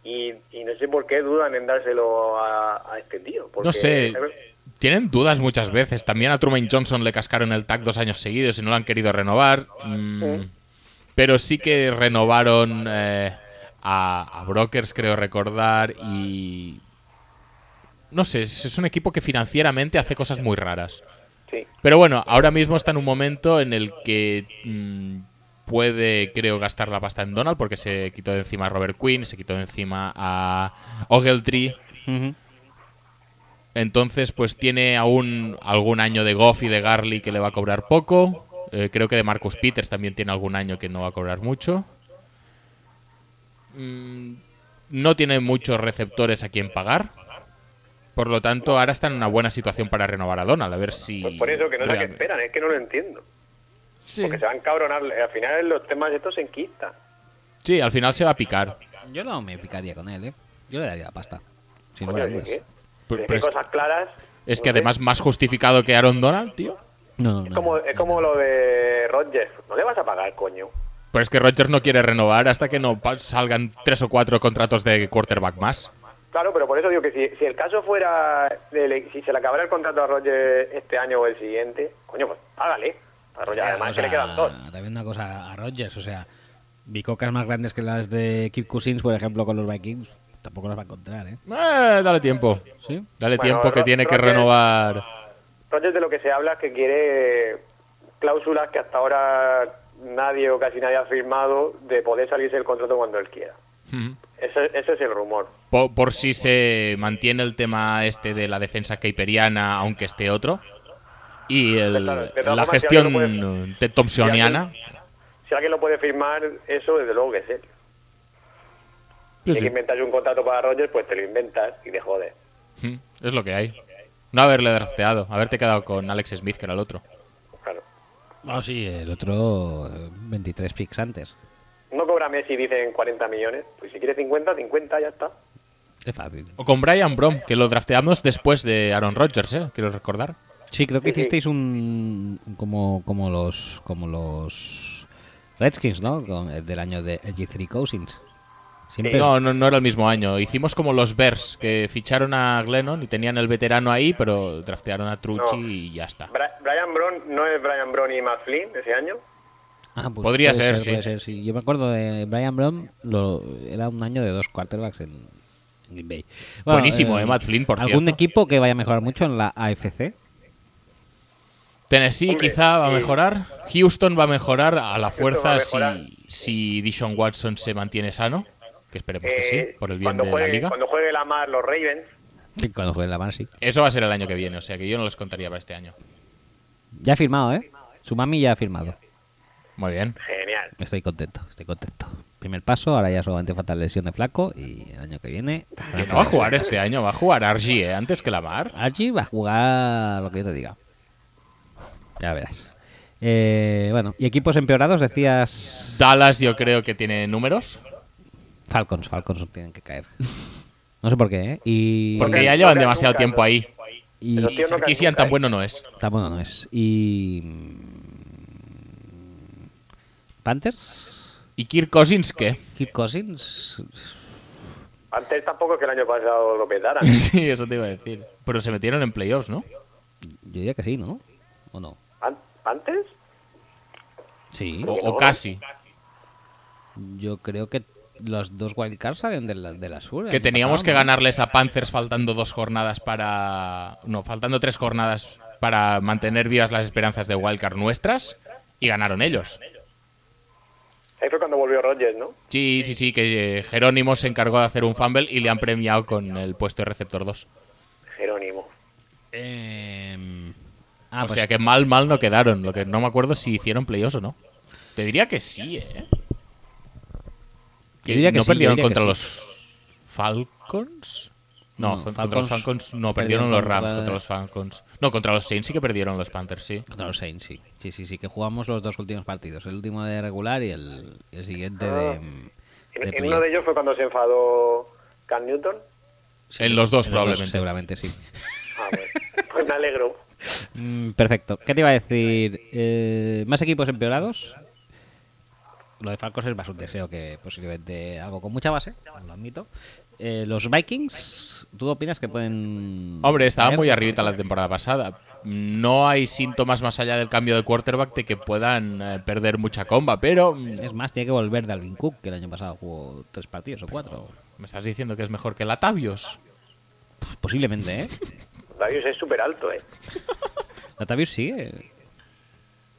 [SPEAKER 3] Y, y no sé por qué dudan en dárselo a, a este tío. Porque,
[SPEAKER 2] No sé. Tienen dudas muchas veces. También a Truman Johnson le cascaron el tag dos años seguidos y no lo han querido renovar. Mm, pero sí que renovaron eh, a, a Brokers, creo recordar. Y. No sé, es es un equipo que financieramente hace cosas muy raras.
[SPEAKER 3] Sí.
[SPEAKER 2] Pero bueno, ahora mismo está en un momento en el que mm, puede, creo, gastar la pasta en Donald porque se quitó de encima a Robert Quinn, se quitó de encima a Ogletree.
[SPEAKER 1] Ujú.
[SPEAKER 2] Entonces, pues tiene aún algún año de Goff y de Garley que le va a cobrar poco. Eh, creo que de Marcus Peters también tiene algún año que no va a cobrar mucho. Mm, no tiene muchos receptores a quien pagar. Por lo tanto, ahora está en una buena situación para renovar a Donald. A ver si.
[SPEAKER 3] Pues por eso que no sé a qué
[SPEAKER 2] realmente-
[SPEAKER 3] esperan, es que no lo entiendo.
[SPEAKER 2] Sí.
[SPEAKER 3] Porque se van a encabronar, al final los temas estos se enquistan.
[SPEAKER 2] Sí, al final se va a picar.
[SPEAKER 1] Yo no me picaría con él, ¿eh? Yo le daría la pasta. Sin
[SPEAKER 3] Coño,
[SPEAKER 1] lugar a
[SPEAKER 3] ¿de
[SPEAKER 1] dudas.
[SPEAKER 3] qué?
[SPEAKER 2] Pero-
[SPEAKER 3] ¿De qué
[SPEAKER 2] Pues, pero es-
[SPEAKER 3] cosas claras.
[SPEAKER 2] Es
[SPEAKER 3] no
[SPEAKER 2] que
[SPEAKER 3] sé.
[SPEAKER 2] además, más justificado que Aaron Donald, tío.
[SPEAKER 1] No, no,
[SPEAKER 3] Es
[SPEAKER 1] no,
[SPEAKER 3] como, eh,
[SPEAKER 1] no,
[SPEAKER 3] es
[SPEAKER 1] no,
[SPEAKER 3] como
[SPEAKER 1] no.
[SPEAKER 3] lo de Rodgers. No le vas a pagar, coño.
[SPEAKER 2] Pero es que Rodgers no quiere renovar hasta que no pa- salgan tres o cuatro contratos de quarterback más.
[SPEAKER 3] Claro, pero por eso digo que si, si el caso fuera. del- si se le acabara el contrato a Rodgers este año o el siguiente, coño, pues págale. A Rodgers, además,
[SPEAKER 1] O
[SPEAKER 3] que le
[SPEAKER 1] sea,
[SPEAKER 3] quedan dos.
[SPEAKER 1] También una cosa a Rodgers, o sea, bicocas más grandes que las de Kirk Cousins, por ejemplo, con los Vikings, tampoco las va a encontrar, ¿eh?
[SPEAKER 2] Eh, dale tiempo.
[SPEAKER 1] ¿Sí?
[SPEAKER 2] Dale
[SPEAKER 3] Bueno,
[SPEAKER 2] tiempo que
[SPEAKER 3] Ro-
[SPEAKER 2] tiene que
[SPEAKER 3] Rodgers-
[SPEAKER 2] renovar.
[SPEAKER 3] Rodgers de lo que se habla es que quiere cláusulas que hasta ahora nadie o casi nadie ha firmado de poder salirse del contrato cuando él quiera.
[SPEAKER 2] Ujú.
[SPEAKER 3] Ese, ese es el rumor.
[SPEAKER 2] Po- Por, si se mantiene el tema este de la defensa keiperiana, aunque esté otro. Y el-
[SPEAKER 3] Claro, de todas
[SPEAKER 2] la
[SPEAKER 3] formas, si alguien
[SPEAKER 2] gestión
[SPEAKER 3] no puede-
[SPEAKER 2] eh, te- thompsoniana.
[SPEAKER 3] Si alguien lo puede firmar, eso desde luego que es él.
[SPEAKER 2] Sí,
[SPEAKER 1] Pues
[SPEAKER 3] Si hay
[SPEAKER 2] sí.
[SPEAKER 3] que inventarse un contrato para Rodgers, pues te lo inventas y te jodes.
[SPEAKER 2] Ujú. Es lo que hay. No haberle drafteado, haberte quedado con Alex Smith, que era el otro.
[SPEAKER 3] Claro.
[SPEAKER 1] Ah, sí, el otro eh, 23 picks antes.
[SPEAKER 3] No cobra Messi, dicen 40 millones. Pues si quiere 50, 50, ya está.
[SPEAKER 1] Es fácil.
[SPEAKER 2] O con Brian Brom, que lo drafteamos después de Aaron Rodgers, ¿eh? quiero recordar.
[SPEAKER 1] Sí, creo que
[SPEAKER 3] Sí, sí.
[SPEAKER 1] hicisteis un como como los como los Redskins, ¿no? Con- eh, del año de G3 Cousins. Siempre
[SPEAKER 2] No, no, no era el mismo año. Hicimos como los Bears, que ficharon a Glennon y tenían el veterano ahí, pero draftearon a Trucci
[SPEAKER 3] No.
[SPEAKER 2] y ya está.
[SPEAKER 3] Bra- Brian Brown no es Brian Brown y Matt Flynn ese año.
[SPEAKER 1] Ah, pues
[SPEAKER 2] Podría
[SPEAKER 1] puede
[SPEAKER 2] ser, sí.
[SPEAKER 1] puede sí. Yo me acuerdo de Brian Brown, lo, era un año de dos quarterbacks en, en Green Bay.
[SPEAKER 2] Buenísimo, eh, Matt Flynn, por
[SPEAKER 1] ¿Algún
[SPEAKER 2] cierto.
[SPEAKER 1] equipo que vaya a mejorar mucho en la AFC?
[SPEAKER 2] Tennessee
[SPEAKER 3] Hombre,
[SPEAKER 2] quizá va a
[SPEAKER 3] sí.
[SPEAKER 2] mejorar. Houston va a mejorar a la
[SPEAKER 3] va
[SPEAKER 2] fuerza
[SPEAKER 3] a
[SPEAKER 2] si,
[SPEAKER 3] mejorar.
[SPEAKER 2] si Dishon Watson se mantiene sano. Que esperemos que sí,
[SPEAKER 3] Eh,
[SPEAKER 2] por el bien
[SPEAKER 3] cuando,
[SPEAKER 2] de la
[SPEAKER 3] juegue,
[SPEAKER 2] liga.
[SPEAKER 3] cuando juegue la mar los Ravens,
[SPEAKER 1] Sí, Cuando juegue en la mano, sí.
[SPEAKER 2] Eso va a ser el año que viene, o sea que yo no los contaría para este año.
[SPEAKER 1] Ya ha firmado, ¿eh? Su mami ya ha firmado.
[SPEAKER 2] Muy bien.
[SPEAKER 3] genial.
[SPEAKER 1] Estoy contento, estoy contento. Primer paso, ahora ya solamente falta la lesión de Flaco y el año que viene...
[SPEAKER 2] Que no va a jugar este año, va a jugar Argy, ¿eh? antes que la Mar.
[SPEAKER 1] Archie va a jugar lo que yo te diga. Ya verás. Eh, bueno, ¿y equipos empeorados? Decías
[SPEAKER 2] Dallas yo creo que tiene números.
[SPEAKER 1] Falcons, Falcons tienen que caer. No sé por qué, ¿eh? Y.
[SPEAKER 2] Porque
[SPEAKER 3] Porque
[SPEAKER 2] ya
[SPEAKER 3] no
[SPEAKER 2] llevan
[SPEAKER 3] caen
[SPEAKER 2] demasiado
[SPEAKER 3] nunca,
[SPEAKER 2] tiempo
[SPEAKER 3] ¿no?
[SPEAKER 2] ahí.
[SPEAKER 1] y
[SPEAKER 3] Pero
[SPEAKER 2] Y
[SPEAKER 3] tío, no caen
[SPEAKER 2] Sarkisian
[SPEAKER 3] nunca,
[SPEAKER 2] tan
[SPEAKER 3] ¿eh?
[SPEAKER 2] bueno no es.
[SPEAKER 1] tan bueno no es. Y. mm, Panthers,
[SPEAKER 2] ¿Y Kirk Cousins qué?
[SPEAKER 1] Kirk Cousins.
[SPEAKER 3] Antes tampoco es que el año pasado lo petaran.
[SPEAKER 2] sí, eso te iba a decir. Pero se metieron en playoffs, ¿no?
[SPEAKER 1] Yo diría que sí, ¿no? ¿O no? Oh,
[SPEAKER 3] An- ¿Antes?
[SPEAKER 1] Sí.
[SPEAKER 2] O, o casi.
[SPEAKER 1] Yo creo que los dos wildcards salen de la, de la sur. el
[SPEAKER 2] Que
[SPEAKER 1] año
[SPEAKER 2] teníamos
[SPEAKER 1] pasado,
[SPEAKER 2] que
[SPEAKER 1] ¿no?
[SPEAKER 2] ganarles a Panthers faltando dos jornadas para. No, faltando tres jornadas para mantener vivas las esperanzas de Wildcard nuestras. Y ganaron ellos.
[SPEAKER 3] Ahí fue cuando volvió Rodgers, ¿no?
[SPEAKER 2] Sí, sí, sí, que eh, Jerónimo se encargó de hacer un fumble y le han premiado con el puesto de receptor 2.
[SPEAKER 3] Jerónimo.
[SPEAKER 1] Em, ah,
[SPEAKER 2] o
[SPEAKER 1] pues
[SPEAKER 2] sea que mal, mal no quedaron. Lo que no me acuerdo si hicieron playoffs o no. Te diría que sí, ¿eh?
[SPEAKER 1] Yo diría que
[SPEAKER 2] no
[SPEAKER 1] sí, yo diría
[SPEAKER 2] perdieron
[SPEAKER 1] que
[SPEAKER 2] contra
[SPEAKER 1] sí.
[SPEAKER 2] los Falcons. No,
[SPEAKER 1] No,
[SPEAKER 2] fue- contra los
[SPEAKER 1] Falcons-
[SPEAKER 2] Falcons no,
[SPEAKER 1] perdieron
[SPEAKER 2] perdieron los
[SPEAKER 1] contra-
[SPEAKER 2] Rams contra los Falcons. No, contra los Saints sí que perdieron los Panthers, sí.
[SPEAKER 1] Contra los Saints, sí. Sí, sí, sí, que jugamos los dos últimos partidos. El último de regular y el, y el siguiente de. mm, de
[SPEAKER 3] En, en Ah, uno
[SPEAKER 1] playoff.
[SPEAKER 3] de ellos fue cuando se enfadó Cam Newton.
[SPEAKER 1] Sí,
[SPEAKER 2] en los dos,
[SPEAKER 1] en
[SPEAKER 2] Pues probablemente.
[SPEAKER 1] seguramente, sí.
[SPEAKER 3] Ah, bueno. pues me alegro.
[SPEAKER 1] Mm, perfecto. ¿Qué te iba a decir? Eh, ¿Más equipos empeorados? Lo de Falcons es más un deseo que posiblemente algo con mucha base, lo admito. Eh, los Vikings, ¿tú opinas que pueden.
[SPEAKER 2] Hombre, estaba
[SPEAKER 1] caer?
[SPEAKER 2] muy arribita
[SPEAKER 1] eh.
[SPEAKER 2] la temporada pasada. No hay síntomas más allá del cambio de quarterback de que puedan eh, perder mucha comba, pero mm,
[SPEAKER 1] Es más, tiene que volver Dalvin Cook, que el año pasado jugó tres partidos o cuatro.
[SPEAKER 2] me estás diciendo que es mejor que Latavios.
[SPEAKER 1] Pues posiblemente, ¿eh?
[SPEAKER 3] Davius es súper alto, ¿eh?
[SPEAKER 1] Latavius eh, sigue.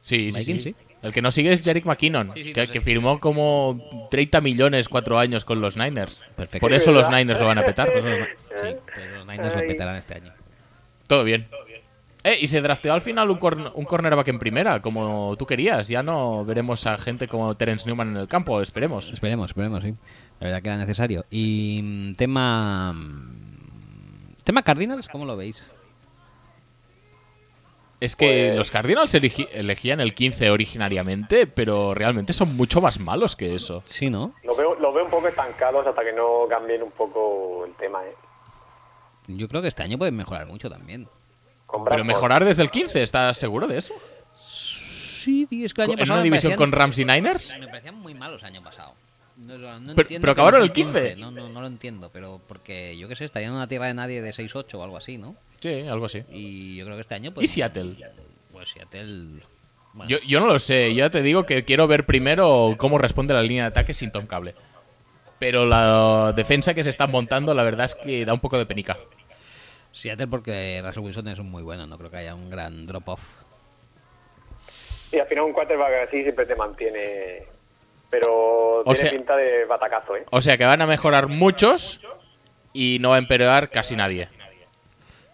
[SPEAKER 2] Sí, sí,
[SPEAKER 1] Vikings,
[SPEAKER 2] sí.
[SPEAKER 1] sí.
[SPEAKER 2] El que no sigue es Jarek McKinnon,
[SPEAKER 1] Sí, sí,
[SPEAKER 2] que,
[SPEAKER 1] lo sé.
[SPEAKER 2] que firmó como 30 millones cuatro años con los Niners.
[SPEAKER 1] Perfecto.
[SPEAKER 2] Por eso los Niners lo van a petar.
[SPEAKER 1] Pues los- sí, pues los Niners lo petarán este año.
[SPEAKER 2] Todo bien. Eh, y se drafteó al final un, corn- un cornerback en primera, como tú querías. Ya no veremos a gente como Terence Newman en el campo, esperemos.
[SPEAKER 1] Esperemos, esperemos, sí. La verdad que era necesario. Y mm, tema. mm, ¿Tema Cardinals? ¿Cómo lo veis?
[SPEAKER 2] Es que los Cardinals elegi- elegían el 15 originariamente, pero realmente son mucho más malos que eso.
[SPEAKER 1] Sí, ¿no?
[SPEAKER 3] Los veo, los veo un poco estancados hasta que no cambien un poco el tema, ¿eh?
[SPEAKER 1] Yo creo que este año pueden mejorar mucho también.
[SPEAKER 3] Con
[SPEAKER 2] Pero
[SPEAKER 3] Bradford.
[SPEAKER 2] mejorar desde el 15, ¿estás seguro de eso?
[SPEAKER 1] Sí, tío, es que el año
[SPEAKER 2] ¿En
[SPEAKER 1] pasado.
[SPEAKER 2] una
[SPEAKER 1] me
[SPEAKER 2] división
[SPEAKER 1] parecían-
[SPEAKER 2] con Rams y Niners?
[SPEAKER 1] Me parecían muy malos el año pasado. No, no- no
[SPEAKER 2] Pero-
[SPEAKER 1] entiendo
[SPEAKER 2] pero
[SPEAKER 1] que
[SPEAKER 2] acabaron
[SPEAKER 1] no
[SPEAKER 2] el
[SPEAKER 1] sean
[SPEAKER 2] 15.
[SPEAKER 1] No, no, no lo entiendo, pero porque yo qué sé, estarían en una tierra de nadie de 6-8 o algo así, ¿no?
[SPEAKER 2] Sí, algo así.
[SPEAKER 1] Y yo creo que este año. Pues,
[SPEAKER 2] ¿Y Seattle?
[SPEAKER 1] Pues Seattle. Bueno,
[SPEAKER 2] Yo, yo no lo sé, ya te digo que quiero ver primero cómo responde la línea de ataque sin Tom Cable. Pero la defensa que se está montando, la verdad es que da un poco de penica.
[SPEAKER 1] Seattle porque Russell Wilson es un muy bueno, no creo que haya un gran drop-off.
[SPEAKER 3] Y al final un quarterback así siempre te mantiene... Pero
[SPEAKER 2] O
[SPEAKER 3] tiene
[SPEAKER 2] sea-
[SPEAKER 3] pinta de batacazo, ¿eh?
[SPEAKER 2] O sea que van a mejorar muchos y no va a empeorar casi nadie.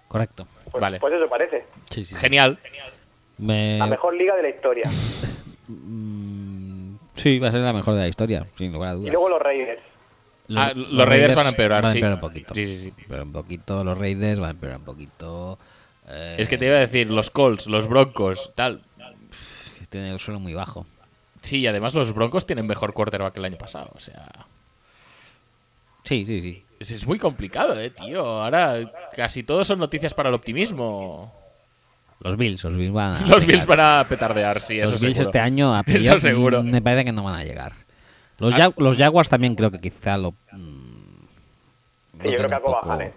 [SPEAKER 1] Correcto.
[SPEAKER 3] Pues,
[SPEAKER 2] Vale.
[SPEAKER 3] pues eso parece.
[SPEAKER 1] Sí, sí.
[SPEAKER 2] Genial.
[SPEAKER 3] La
[SPEAKER 1] Eh,
[SPEAKER 3] mejor liga de la historia.
[SPEAKER 1] Mm, Sí, va a ser la mejor de la historia, sin lugar a
[SPEAKER 3] Y
[SPEAKER 1] dudas.
[SPEAKER 3] luego los Raiders.
[SPEAKER 1] Lo-
[SPEAKER 2] Ah, los Raiders van a empeorar,
[SPEAKER 1] van
[SPEAKER 2] sí.
[SPEAKER 1] un poquito.
[SPEAKER 2] Sí, sí, sí.
[SPEAKER 1] Pero un poquito, los Raiders van a empeorar un poquito. eh,
[SPEAKER 2] Es que te iba a decir, los Colts, los Broncos, tal.
[SPEAKER 1] que Tienen el suelo muy bajo.
[SPEAKER 2] Sí, y además los Broncos tienen mejor quarterback que el año pasado. O sea,
[SPEAKER 1] Sí, sí, sí.
[SPEAKER 2] es, es muy complicado, eh, tío. Ahora casi todo son noticias para el optimismo.
[SPEAKER 1] Los Bills, los Bills van a
[SPEAKER 2] Los
[SPEAKER 1] llegar.
[SPEAKER 2] Bills van a petardear, sí, eso
[SPEAKER 1] Ah, Los Bills
[SPEAKER 2] seguro.
[SPEAKER 1] este año a
[SPEAKER 2] Eso
[SPEAKER 1] playoff,
[SPEAKER 2] seguro.
[SPEAKER 1] mm, me parece que no van a llegar. Los,
[SPEAKER 2] Ah.
[SPEAKER 1] Jag- los Jaguars también creo que quizá lo... mm, lo
[SPEAKER 3] Sí,
[SPEAKER 1] tengo
[SPEAKER 3] yo creo que
[SPEAKER 1] un poco-
[SPEAKER 3] acobajan, ¿eh?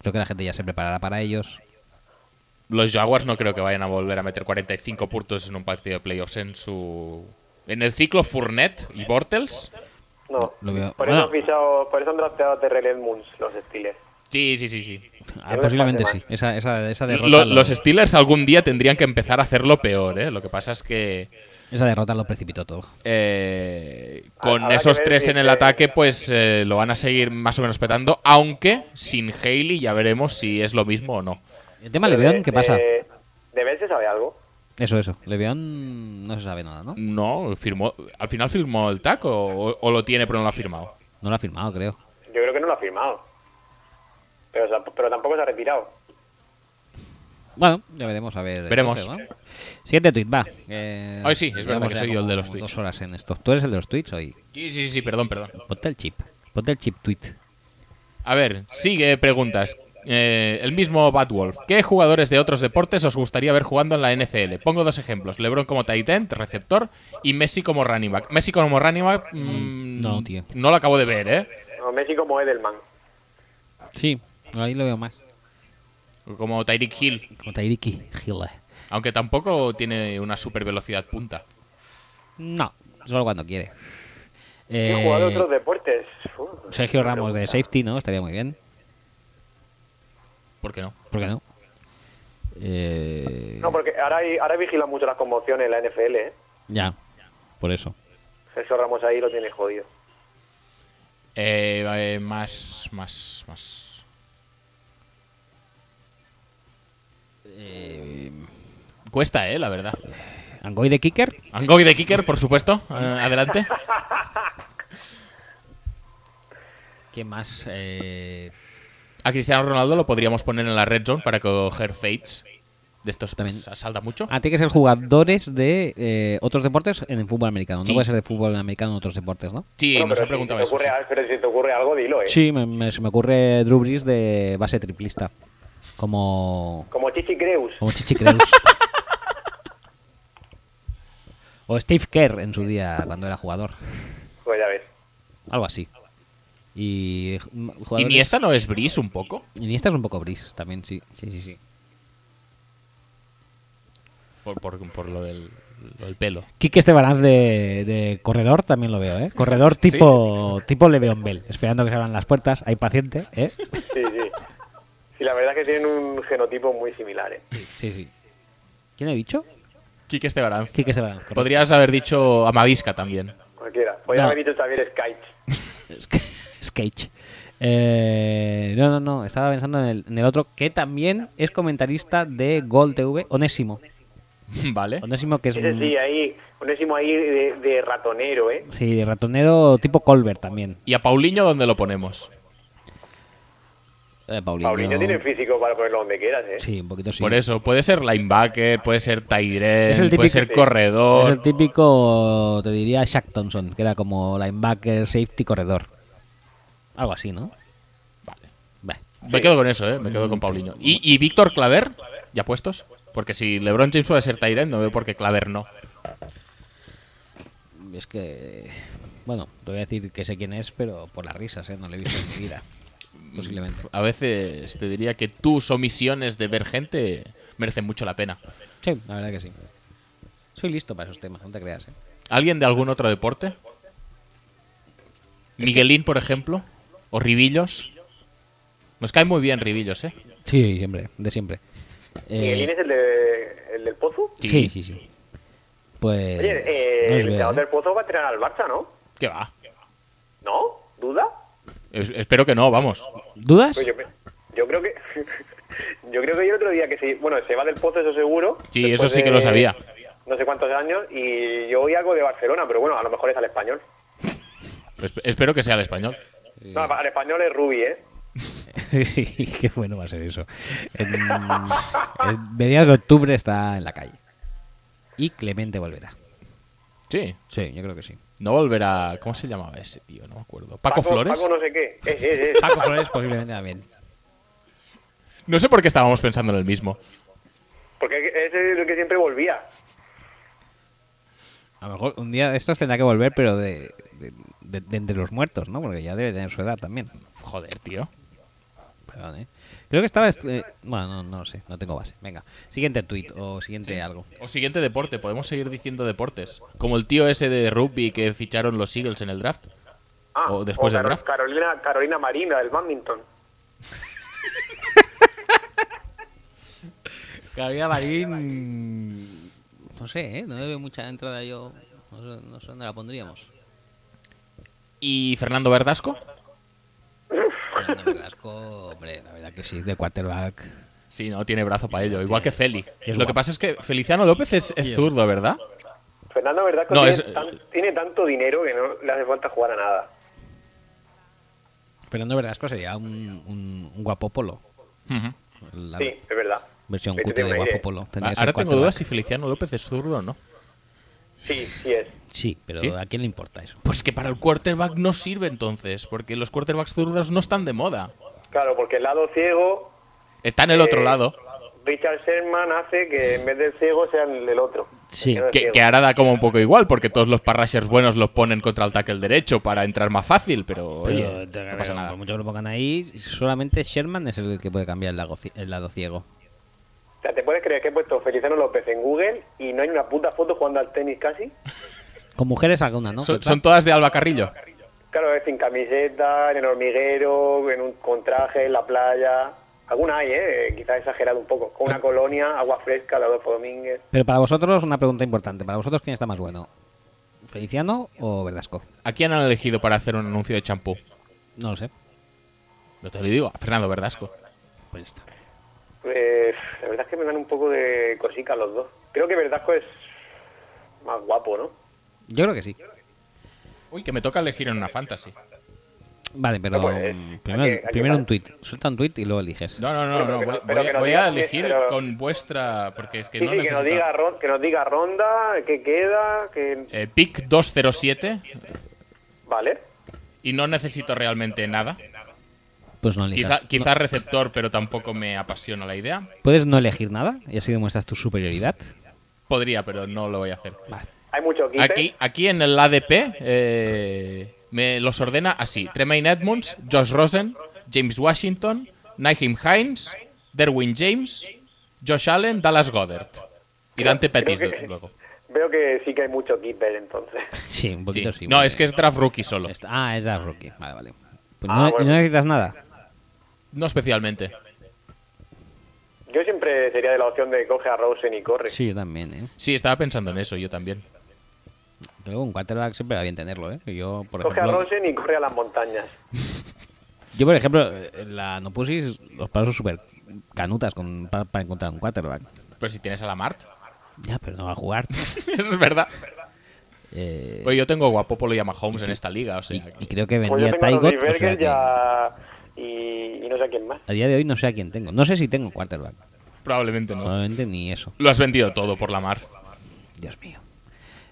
[SPEAKER 1] Creo que la gente ya se preparará para ellos.
[SPEAKER 2] Los Jaguars no creo que vayan a volver a meter 45 puntos en un partido de playoffs en su... En el ciclo Fournette y Bortles.
[SPEAKER 3] No.
[SPEAKER 1] Lo veo-
[SPEAKER 3] Por,
[SPEAKER 1] bueno.
[SPEAKER 3] eso han fichado, por eso han drafteado a Terrell Edmunds, los Steelers.
[SPEAKER 2] Sí, sí, sí, sí.
[SPEAKER 1] Ah,
[SPEAKER 3] Yo creo que
[SPEAKER 1] posiblemente
[SPEAKER 3] parte
[SPEAKER 1] sí. Esa, esa, esa derrota
[SPEAKER 2] Lo-
[SPEAKER 1] lo-
[SPEAKER 2] los Steelers algún día tendrían que empezar a hacerlo peor, ¿eh? Lo que pasa es que
[SPEAKER 1] esa derrota lo precipitó todo.
[SPEAKER 2] eh, con
[SPEAKER 3] Habrá que
[SPEAKER 2] esos
[SPEAKER 3] ver
[SPEAKER 2] tres
[SPEAKER 3] si
[SPEAKER 2] en el
[SPEAKER 3] se-
[SPEAKER 2] ataque, pues eh, lo van a seguir más o menos petando, aunque sin Haley ya veremos si es lo mismo o no.
[SPEAKER 1] El tema Leveón, ¿qué pasa?
[SPEAKER 3] De, de Ben se sabe algo.
[SPEAKER 1] Eso, eso. Leveón no se sabe nada, ¿no?
[SPEAKER 2] No, firmó, al final firmó el taco o, o lo tiene pero no lo ha firmado.
[SPEAKER 1] No lo ha firmado, creo.
[SPEAKER 3] Yo creo que no lo ha firmado. Pero, sa- pero tampoco se ha retirado.
[SPEAKER 1] Bueno, ya veremos, a ver.
[SPEAKER 2] Veremos.
[SPEAKER 1] entonces, ¿no? Siguiente tweet, va. Eh,
[SPEAKER 2] Ay, sí, es verdad
[SPEAKER 1] llevamos
[SPEAKER 2] que
[SPEAKER 1] ya
[SPEAKER 2] soy yo el
[SPEAKER 1] como
[SPEAKER 2] de los tweets.
[SPEAKER 1] Dos horas en esto. Tú eres el de los tweets hoy.
[SPEAKER 2] Sí, sí, sí, perdón, perdón.
[SPEAKER 1] Ponte el chip. Ponte el chip tweet.
[SPEAKER 2] A ver, sigue preguntas. Eh, el mismo Batwolf. ¿Qué jugadores de otros deportes os gustaría ver jugando en la NFL? Pongo dos ejemplos. LeBron como tight end, receptor, y Messi como running back. Messi como running back... mm,
[SPEAKER 1] No, tío.
[SPEAKER 2] No lo acabo de ver, ¿eh?
[SPEAKER 3] No, Messi como Edelman.
[SPEAKER 1] Sí, ahí lo veo más.
[SPEAKER 2] Como Tyreek Hill.
[SPEAKER 1] Como Tairiki Hill.
[SPEAKER 2] Aunque tampoco tiene una super velocidad punta.
[SPEAKER 1] No, solo cuando quiere.
[SPEAKER 3] Y
[SPEAKER 1] Eh,
[SPEAKER 3] He jugado otros deportes. Uf,
[SPEAKER 1] Sergio Ramos de safety, ¿no? Estaría muy bien.
[SPEAKER 2] ¿Por qué no?
[SPEAKER 1] ¿Por qué no? Eh,
[SPEAKER 3] No, porque ahora, hay, ahora vigilan mucho las conmociones en la NFL, ¿eh?
[SPEAKER 1] Ya, por eso.
[SPEAKER 3] Sergio Ramos ahí lo tiene jodido.
[SPEAKER 2] Eh, eh, más, más, más.
[SPEAKER 1] Eh,
[SPEAKER 2] Cuesta, ¿eh? La verdad.
[SPEAKER 1] Angoy de kicker.
[SPEAKER 2] Angoy de Kicker, por supuesto. Eh, adelante.
[SPEAKER 1] ¿Qué más? Eh,
[SPEAKER 2] A Cristiano Ronaldo lo podríamos poner en la red zone para coger fates. De estos
[SPEAKER 1] También.
[SPEAKER 2] también salta mucho.
[SPEAKER 1] Ah, tiene que ser jugadores de eh, otros deportes en el fútbol americano. No
[SPEAKER 2] Sí.
[SPEAKER 1] puede ser de fútbol americano en otros deportes, ¿no?
[SPEAKER 2] Sí,
[SPEAKER 3] Bueno,
[SPEAKER 2] nos
[SPEAKER 3] pero
[SPEAKER 2] ha preguntado
[SPEAKER 3] si te
[SPEAKER 2] eso.
[SPEAKER 3] ocurre
[SPEAKER 2] sí.
[SPEAKER 3] al- Pero si te ocurre algo, dilo, ¿eh?
[SPEAKER 1] Sí, me, me- se me ocurre Drew Brees de base triplista. Como,
[SPEAKER 3] Como Chichi Creus.
[SPEAKER 1] como Chichi Creus. o Steve Kerr en su día, cuando era jugador.
[SPEAKER 3] Pues ya ves.
[SPEAKER 1] Algo así. Y mm,
[SPEAKER 2] ¿Y
[SPEAKER 1] jugadores-
[SPEAKER 2] ni esta no es Breeze un poco?
[SPEAKER 1] Iniesta es un poco Brees también, sí. Sí, sí, sí.
[SPEAKER 2] Por, por- por lo, del, lo del pelo.
[SPEAKER 4] Quique Estebanaz de, de corredor también lo veo, ¿eh? Corredor tipo, tipo Leveon Bell, esperando que se abran las puertas. Hay paciente, ¿eh?
[SPEAKER 3] Sí, sí. Sí, la verdad es que tienen un genotipo muy similar, ¿eh?
[SPEAKER 1] Sí, sí. ¿Quién he dicho?
[SPEAKER 2] Quique Estebarán.
[SPEAKER 4] Quique Esteban. correcto.
[SPEAKER 2] Podrías haber dicho Amavisca también.
[SPEAKER 3] Cualquiera. Pues Podría
[SPEAKER 4] No.
[SPEAKER 3] haber dicho Xavier Skype.
[SPEAKER 4] Sketch.
[SPEAKER 1] Eh, no, no, no. Estaba pensando en el, en el otro que también es comentarista de Gol TV, Onésimo.
[SPEAKER 2] vale.
[SPEAKER 1] Onésimo que es
[SPEAKER 3] Ese
[SPEAKER 1] un-
[SPEAKER 3] sí, ahí, un décimo ahí de, de ratonero, ¿eh?
[SPEAKER 1] sí, ratonero tipo Colbert también.
[SPEAKER 2] ¿Y a Paulinho dónde lo ponemos?
[SPEAKER 1] Eh, Paulinho.
[SPEAKER 3] Paulinho tiene físico para ponerlo donde quieras, ¿eh?
[SPEAKER 1] Sí, un poquito sí.
[SPEAKER 2] Por eso, puede ser linebacker, puede ser
[SPEAKER 1] Es el
[SPEAKER 2] Tyrell, puede
[SPEAKER 1] típico-
[SPEAKER 2] ser
[SPEAKER 1] Es
[SPEAKER 2] corredor.
[SPEAKER 1] el típico, te diría, Shaq Thompson, que era como linebacker, safety, corredor. Algo así, ¿no? Vale.
[SPEAKER 2] Me quedo con eso, ¿eh? Me quedo con Paulinho. ¿Y, y Víctor Claver? ¿Ya puestos? Porque si LeBron James puede ser Tyrell, no veo por qué Claver no.
[SPEAKER 1] Es que. Bueno, te voy a decir que sé quién es, pero por las risas, ¿eh? No le he visto en mi vida. Posiblemente.
[SPEAKER 2] A veces te diría que tus omisiones de ver gente merecen mucho la pena.
[SPEAKER 1] Sí, la verdad que sí. Soy listo para esos temas, no te creas, ¿eh?
[SPEAKER 2] ¿Alguien de algún otro deporte? Miguelín, por ejemplo. ¿O Ribillos? Nos cae muy bien Ribillos, ¿eh?
[SPEAKER 1] Sí, siempre, de siempre. Eh,
[SPEAKER 3] ¿Miguelín es el, de, el del Pozo?
[SPEAKER 1] sí, sí, sí. Pues.
[SPEAKER 3] Oye, eh,
[SPEAKER 1] no os
[SPEAKER 3] el
[SPEAKER 1] veo,
[SPEAKER 3] entrenador
[SPEAKER 1] ¿eh?
[SPEAKER 3] del Pozo va a entrenar al Barça, ¿no?
[SPEAKER 2] ¿Qué va?
[SPEAKER 3] ¿No? ¿Duda?
[SPEAKER 2] Es- espero que no, vamos.
[SPEAKER 1] ¿Dudas?
[SPEAKER 3] Pues yo, yo creo que... yo creo que yo el otro día que sí... Bueno, se va del Pozo, eso seguro.
[SPEAKER 2] Sí,
[SPEAKER 3] después
[SPEAKER 2] eso sí que
[SPEAKER 3] de
[SPEAKER 2] lo sabía.
[SPEAKER 3] No sé cuántos años y yo oí algo de Barcelona, pero bueno, a lo mejor es al español.
[SPEAKER 2] Espe- espero que sea el español.
[SPEAKER 3] No, al español es Rubi, ¿eh?
[SPEAKER 1] sí, sí, qué bueno va a ser eso. En, en mediados de octubre está en la calle. Y Clemente volverá.
[SPEAKER 2] Sí.
[SPEAKER 1] Sí, yo creo que sí.
[SPEAKER 2] No volverá. ¿Cómo se llamaba ese tío? No me acuerdo. ¿Paco, Flores?
[SPEAKER 3] Paco
[SPEAKER 2] no...
[SPEAKER 3] no sé qué. Es, es, es.
[SPEAKER 1] Paco Flores posiblemente también.
[SPEAKER 2] sé por qué estábamos pensando en el mismo.
[SPEAKER 3] Porque ese es el que siempre volvía.
[SPEAKER 1] A lo mejor un día de estos tendrá que volver, pero de, de- de- de entre los muertos, ¿no? Porque ya debe tener su edad también.
[SPEAKER 2] Joder, tío.
[SPEAKER 1] Perdón, ¿eh? Creo que estaba... est- eh, bueno, no, no lo sé, no tengo base. Venga, siguiente tuit o siguiente algo.
[SPEAKER 2] O siguiente deporte. Podemos seguir diciendo deportes. Como el tío ese de rugby que ficharon los Eagles en el draft.
[SPEAKER 3] Ah,
[SPEAKER 2] O Oh, después del
[SPEAKER 3] Caro-
[SPEAKER 2] draft.
[SPEAKER 3] Carolina, Carolina Marina del badminton.
[SPEAKER 1] Carolina Marín... No sé, ¿eh? No le veo mucha entrada yo. No sé, no sé dónde la pondríamos.
[SPEAKER 2] ¿Y Fernando Verdasco?
[SPEAKER 1] Fernando Verdasco, hombre, la verdad que sí, de quarterback.
[SPEAKER 2] Sí, no, tiene brazo para ello. Igual que Feli.
[SPEAKER 1] es
[SPEAKER 2] Lo que
[SPEAKER 1] guapo.
[SPEAKER 2] pasa es que Feliciano López es, es zurdo, ¿verdad?
[SPEAKER 3] Fernando verdad
[SPEAKER 2] No,
[SPEAKER 3] tiene,
[SPEAKER 2] es-
[SPEAKER 3] tan- tiene tanto dinero que no le hace falta jugar a nada.
[SPEAKER 1] Fernando Verdasco sería un, un, un guapopolo.
[SPEAKER 2] Ujú.
[SPEAKER 1] La
[SPEAKER 3] Sí, es verdad.
[SPEAKER 1] versión
[SPEAKER 3] Sí,
[SPEAKER 1] cutre
[SPEAKER 3] tiene
[SPEAKER 1] de
[SPEAKER 3] un aire.
[SPEAKER 1] guapopolo. Tendría que ser
[SPEAKER 2] Ah, Ahora tengo
[SPEAKER 1] quarterback.
[SPEAKER 2] dudas si Feliciano López es zurdo o no.
[SPEAKER 3] Sí, sí es.
[SPEAKER 1] Sí, pero
[SPEAKER 2] ¿Sí?
[SPEAKER 1] ¿a quién le importa eso?
[SPEAKER 2] Pues que para el quarterback no sirve entonces, porque los quarterbacks zurdos no están de moda.
[SPEAKER 3] Claro, porque el lado ciego.
[SPEAKER 2] Está en el otro lado.
[SPEAKER 3] Eh, Richard Sherman hace que en vez del ciego sea el del otro.
[SPEAKER 1] Sí.
[SPEAKER 3] El no es
[SPEAKER 2] Que,
[SPEAKER 3] ciego.
[SPEAKER 2] que ahora da como un poco igual, porque todos los parrashers buenos los ponen contra el tackle derecho para entrar más fácil, pero, oye,
[SPEAKER 1] Pero, te-
[SPEAKER 2] no pasa
[SPEAKER 1] pero
[SPEAKER 2] nada.
[SPEAKER 1] por mucho que lo pongan ahí, solamente Sherman es el que puede cambiar el, lago ci- el lado ciego.
[SPEAKER 3] O sea, ¿te puedes creer que he puesto Feliciano López en Google y no hay una puta foto jugando al tenis casi?
[SPEAKER 1] Con mujeres alguna, ¿no?
[SPEAKER 2] Son,
[SPEAKER 1] Que
[SPEAKER 2] son todas de Alba Carrillo.
[SPEAKER 3] Claro, es sin camiseta, en el hormiguero, en un con traje, en la playa. Alguna hay, ¿eh? Quizás exagerado un poco.
[SPEAKER 2] Ah.
[SPEAKER 3] Con una colonia, agua fresca de Adolfo Domínguez.
[SPEAKER 1] Pero para vosotros, una pregunta importante. ¿Para vosotros quién está más bueno? ¿Feliciano o Verdasco?
[SPEAKER 2] ¿A quién han elegido para hacer un anuncio de champú?
[SPEAKER 1] No lo sé.
[SPEAKER 2] No te lo digo, a Fernando Verdasco.
[SPEAKER 1] Pues ya está.
[SPEAKER 3] Eh, la verdad es que me dan un poco de cosica los dos. Creo que Verdasco es más guapo, ¿no?
[SPEAKER 1] Yo creo que sí.
[SPEAKER 2] Uy, que me toca elegir en una fantasy.
[SPEAKER 1] Vale, pero
[SPEAKER 3] No, pues,
[SPEAKER 1] mm,
[SPEAKER 3] hay
[SPEAKER 1] primero,
[SPEAKER 3] que- hay que
[SPEAKER 1] primero un
[SPEAKER 3] parar.
[SPEAKER 1] tuit. Suelta un tuit y luego eliges.
[SPEAKER 2] No, no, no,
[SPEAKER 3] Pero-
[SPEAKER 2] no.
[SPEAKER 3] pero-
[SPEAKER 2] Voy,
[SPEAKER 3] pero
[SPEAKER 2] voy
[SPEAKER 3] que
[SPEAKER 2] a,
[SPEAKER 3] nos
[SPEAKER 2] voy a
[SPEAKER 3] diga-
[SPEAKER 2] elegir
[SPEAKER 3] pero-
[SPEAKER 2] con vuestra, porque es que
[SPEAKER 3] Sí,
[SPEAKER 2] no
[SPEAKER 3] sí, que, nos diga,
[SPEAKER 2] necesito.
[SPEAKER 3] ron- que nos diga ronda, que queda, que...
[SPEAKER 2] Eh, pick 207
[SPEAKER 3] Vale.
[SPEAKER 2] y no necesito realmente nada.
[SPEAKER 1] Pues no elijas.
[SPEAKER 2] Quizá, quizá receptor, pero tampoco me apasiona la idea.
[SPEAKER 1] ¿Puedes no elegir nada y así demuestras tu superioridad?
[SPEAKER 2] Podría, pero no lo voy a hacer.
[SPEAKER 3] Hay mucho quite.
[SPEAKER 2] Aquí, aquí en el ADP eh, me los ordena así: Tremaine Edmonds, Josh Rosen, James Washington, Naheem Hines, Derwin James, Josh Allen, Dallas Goddard y Dante Pettis
[SPEAKER 3] Creo que-
[SPEAKER 2] luego.
[SPEAKER 3] Veo que sí que hay mucho keeper, entonces.
[SPEAKER 1] Sí, un
[SPEAKER 2] Sí.
[SPEAKER 1] poquito sí.
[SPEAKER 2] No,
[SPEAKER 1] porque-
[SPEAKER 2] es que es draft rookie solo,
[SPEAKER 1] Está- Ah, es la rookie. Vale, vale. Pues
[SPEAKER 3] Ah,
[SPEAKER 1] no,
[SPEAKER 3] bueno.
[SPEAKER 1] no necesitas nada.
[SPEAKER 2] no especialmente.
[SPEAKER 3] Yo siempre sería de la opción de coge a Rosen y corre.
[SPEAKER 1] Sí, yo también, ¿eh?
[SPEAKER 2] Sí, estaba pensando en eso, yo también.
[SPEAKER 1] Luego un quarterback siempre va bien tenerlo, ¿eh? Que Yo, por
[SPEAKER 3] Coge a
[SPEAKER 1] ejemplo,
[SPEAKER 3] Rosen y corre a las montañas.
[SPEAKER 1] yo, por ejemplo, eh, en la no pusis los pasos súper canutas con, pa- para, encontrar un quarterback.
[SPEAKER 2] Pero si tienes a la Mart,
[SPEAKER 1] Ya, pero no va a jugar.
[SPEAKER 2] eso es verdad.
[SPEAKER 1] Eh,
[SPEAKER 2] Oye, yo tengo a Guapopolo y a Mahomes en esta liga, o sea.
[SPEAKER 1] y creo que
[SPEAKER 3] Pues yo
[SPEAKER 1] vendía
[SPEAKER 3] tengo a
[SPEAKER 1] Taigot.
[SPEAKER 3] Rodri
[SPEAKER 1] o sea
[SPEAKER 3] Berger
[SPEAKER 1] que
[SPEAKER 3] y,
[SPEAKER 1] a
[SPEAKER 3] a- y, y no sé a quién más.
[SPEAKER 1] día de hoy no sé a quién tengo. No sé si tengo quarterback.
[SPEAKER 2] Probablemente no.
[SPEAKER 1] Probablemente ni eso.
[SPEAKER 2] Lo has vendido todo por la mar.
[SPEAKER 1] Dios mío.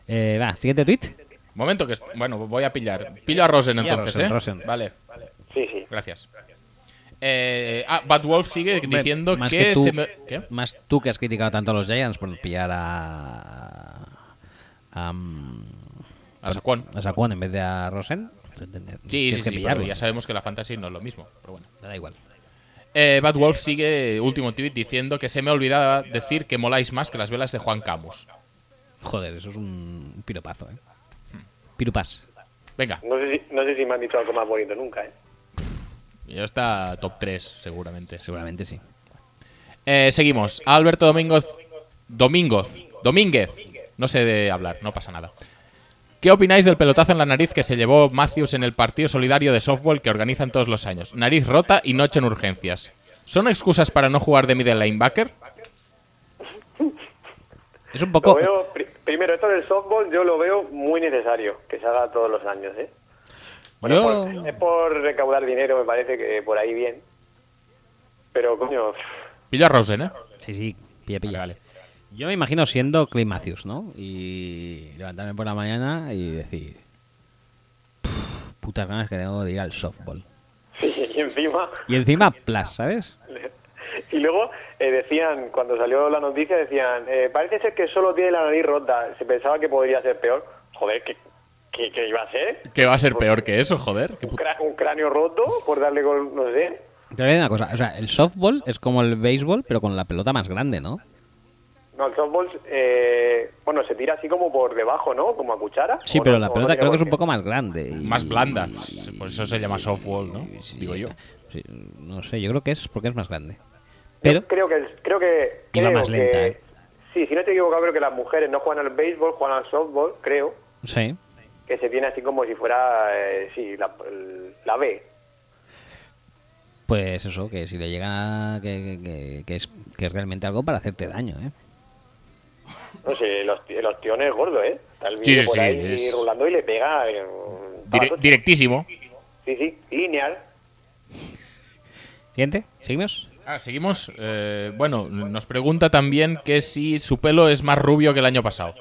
[SPEAKER 1] Eh, va, siguiente tweet.
[SPEAKER 2] Momento que. est- Bueno, voy a pillar. Pillo a Rosen
[SPEAKER 1] Pilla a
[SPEAKER 2] entonces,
[SPEAKER 1] Rosen,
[SPEAKER 2] ¿eh?
[SPEAKER 1] Rosen.
[SPEAKER 2] Vale,
[SPEAKER 3] Sí, sí.
[SPEAKER 2] gracias. Eh, ah, Bad Wolf sigue diciendo
[SPEAKER 1] más
[SPEAKER 2] que,
[SPEAKER 1] tú,
[SPEAKER 2] se me- ¿Qué?
[SPEAKER 1] Más tú que has criticado tanto a los Giants por pillar a. a, mm,
[SPEAKER 2] A Saquon.
[SPEAKER 1] a Saquon en vez de a Rosen. pues Tienes
[SPEAKER 2] Sí,
[SPEAKER 1] que
[SPEAKER 2] sí, sí, pero
[SPEAKER 1] pillarlo.
[SPEAKER 2] ya sabemos que la fantasy no es lo mismo, pero bueno.
[SPEAKER 1] Me da igual.
[SPEAKER 2] Eh, Bad Wolf sigue, último tweet, diciendo que se me olvidaba decir que moláis más que las velas de Juan Camus.
[SPEAKER 1] Joder, eso es un un piropazo, ¿eh? Pirupás.
[SPEAKER 2] Venga,
[SPEAKER 3] No sé, si, no sé si me han dicho algo más bonito nunca, ¿eh?
[SPEAKER 2] ya está top 3, seguramente.
[SPEAKER 1] Seguramente sí.
[SPEAKER 2] Eh, seguimos. Alberto Domingos. Domingos. Domínguez. No sé de hablar, no pasa nada. ¿Qué opináis del pelotazo en la nariz que se llevó Matthews en el partido solidario de softball que organizan todos los años? Nariz rota y noche en urgencias. ¿Son excusas para no jugar de middle linebacker?
[SPEAKER 1] Es un
[SPEAKER 3] Lo
[SPEAKER 1] poco.
[SPEAKER 3] veo, pri- primero, esto del softball yo lo veo muy necesario, que se haga todos los años, ¿eh?
[SPEAKER 1] Yo-
[SPEAKER 3] Por- es por recaudar dinero, me parece que por ahí bien. Pero, coño,
[SPEAKER 2] Pilla a Rosen, ¿eh?
[SPEAKER 1] Sí, sí, pilla, pilla.
[SPEAKER 2] Vale,
[SPEAKER 1] Yo me imagino siendo Clay Matthews, ¿no? Y levantarme por la mañana y decir. "Puf, Putas ganas que tengo de ir al softball.
[SPEAKER 3] sí, y encima...
[SPEAKER 1] Y encima, plus, ¿sabes?
[SPEAKER 3] Y luego eh, decían, cuando salió la noticia, decían, eh, parece ser que solo tiene la nariz rota. Se pensaba que podría ser peor. Joder, ¿qué, qué, qué iba a ser?
[SPEAKER 2] ¿Qué va a ser peor que eso, joder? ¿Qué
[SPEAKER 3] ¿Un,
[SPEAKER 2] pu-
[SPEAKER 3] cra- un cráneo roto por darle con, no sé?
[SPEAKER 1] Te voy a decir una cosa, o sea, el softball es como el béisbol, pero con la pelota más grande, ¿no?
[SPEAKER 3] No, el softball, eh, bueno, se tira así como por debajo, ¿no? Como a cuchara.
[SPEAKER 1] Sí,
[SPEAKER 3] ¿o no?
[SPEAKER 1] pero
[SPEAKER 3] ¿O
[SPEAKER 1] la
[SPEAKER 3] no
[SPEAKER 1] pelota
[SPEAKER 3] tiene
[SPEAKER 1] creo que es
[SPEAKER 3] por
[SPEAKER 1] un
[SPEAKER 3] qué?
[SPEAKER 1] poco más grande. y-
[SPEAKER 2] Más blanda. Por eso se llama softball, ¿no?
[SPEAKER 1] Sí,
[SPEAKER 2] Digo yo.
[SPEAKER 1] sí, no sé, yo creo que es porque es más grande. Pero,
[SPEAKER 3] Yo creo que... Creo que
[SPEAKER 1] Iba
[SPEAKER 3] creo
[SPEAKER 1] más lenta,
[SPEAKER 3] que-
[SPEAKER 1] ¿eh?
[SPEAKER 3] Sí, si no te equivoco, creo que las mujeres no juegan al béisbol, juegan al softball, creo.
[SPEAKER 1] sí.
[SPEAKER 3] Que se tiene así como si fuera, eh, sí, la, el- la B.
[SPEAKER 1] Pues eso, que si le llega. que, que- que- que es, que es realmente algo para hacerte daño, ¿eh?
[SPEAKER 3] No sé, los, los tiones es gordo, ¿eh? Está el
[SPEAKER 2] Sí,
[SPEAKER 3] vídeo
[SPEAKER 2] sí,
[SPEAKER 3] por
[SPEAKER 2] sí,
[SPEAKER 3] ahí
[SPEAKER 2] es-
[SPEAKER 3] rulando y le pega. eh,
[SPEAKER 2] Dire-
[SPEAKER 3] pasos.
[SPEAKER 2] directísimo.
[SPEAKER 3] sí, sí, lineal.
[SPEAKER 1] Siguiente, ¿seguimos?
[SPEAKER 2] Ah, seguimos. Eh, bueno, nos pregunta también que si su pelo es más rubio que el año pasado.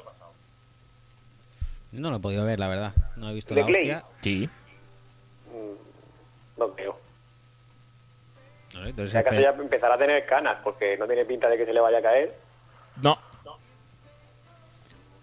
[SPEAKER 1] No lo he podido ver, la verdad. No he visto
[SPEAKER 3] De
[SPEAKER 1] la
[SPEAKER 3] Clay.
[SPEAKER 1] hostia.
[SPEAKER 2] Sí.
[SPEAKER 3] No creo.
[SPEAKER 1] No sé, entonces
[SPEAKER 3] Si acaso
[SPEAKER 1] espe-
[SPEAKER 3] ya empezará a tener canas porque no tiene pinta de que se le vaya a caer.
[SPEAKER 2] No.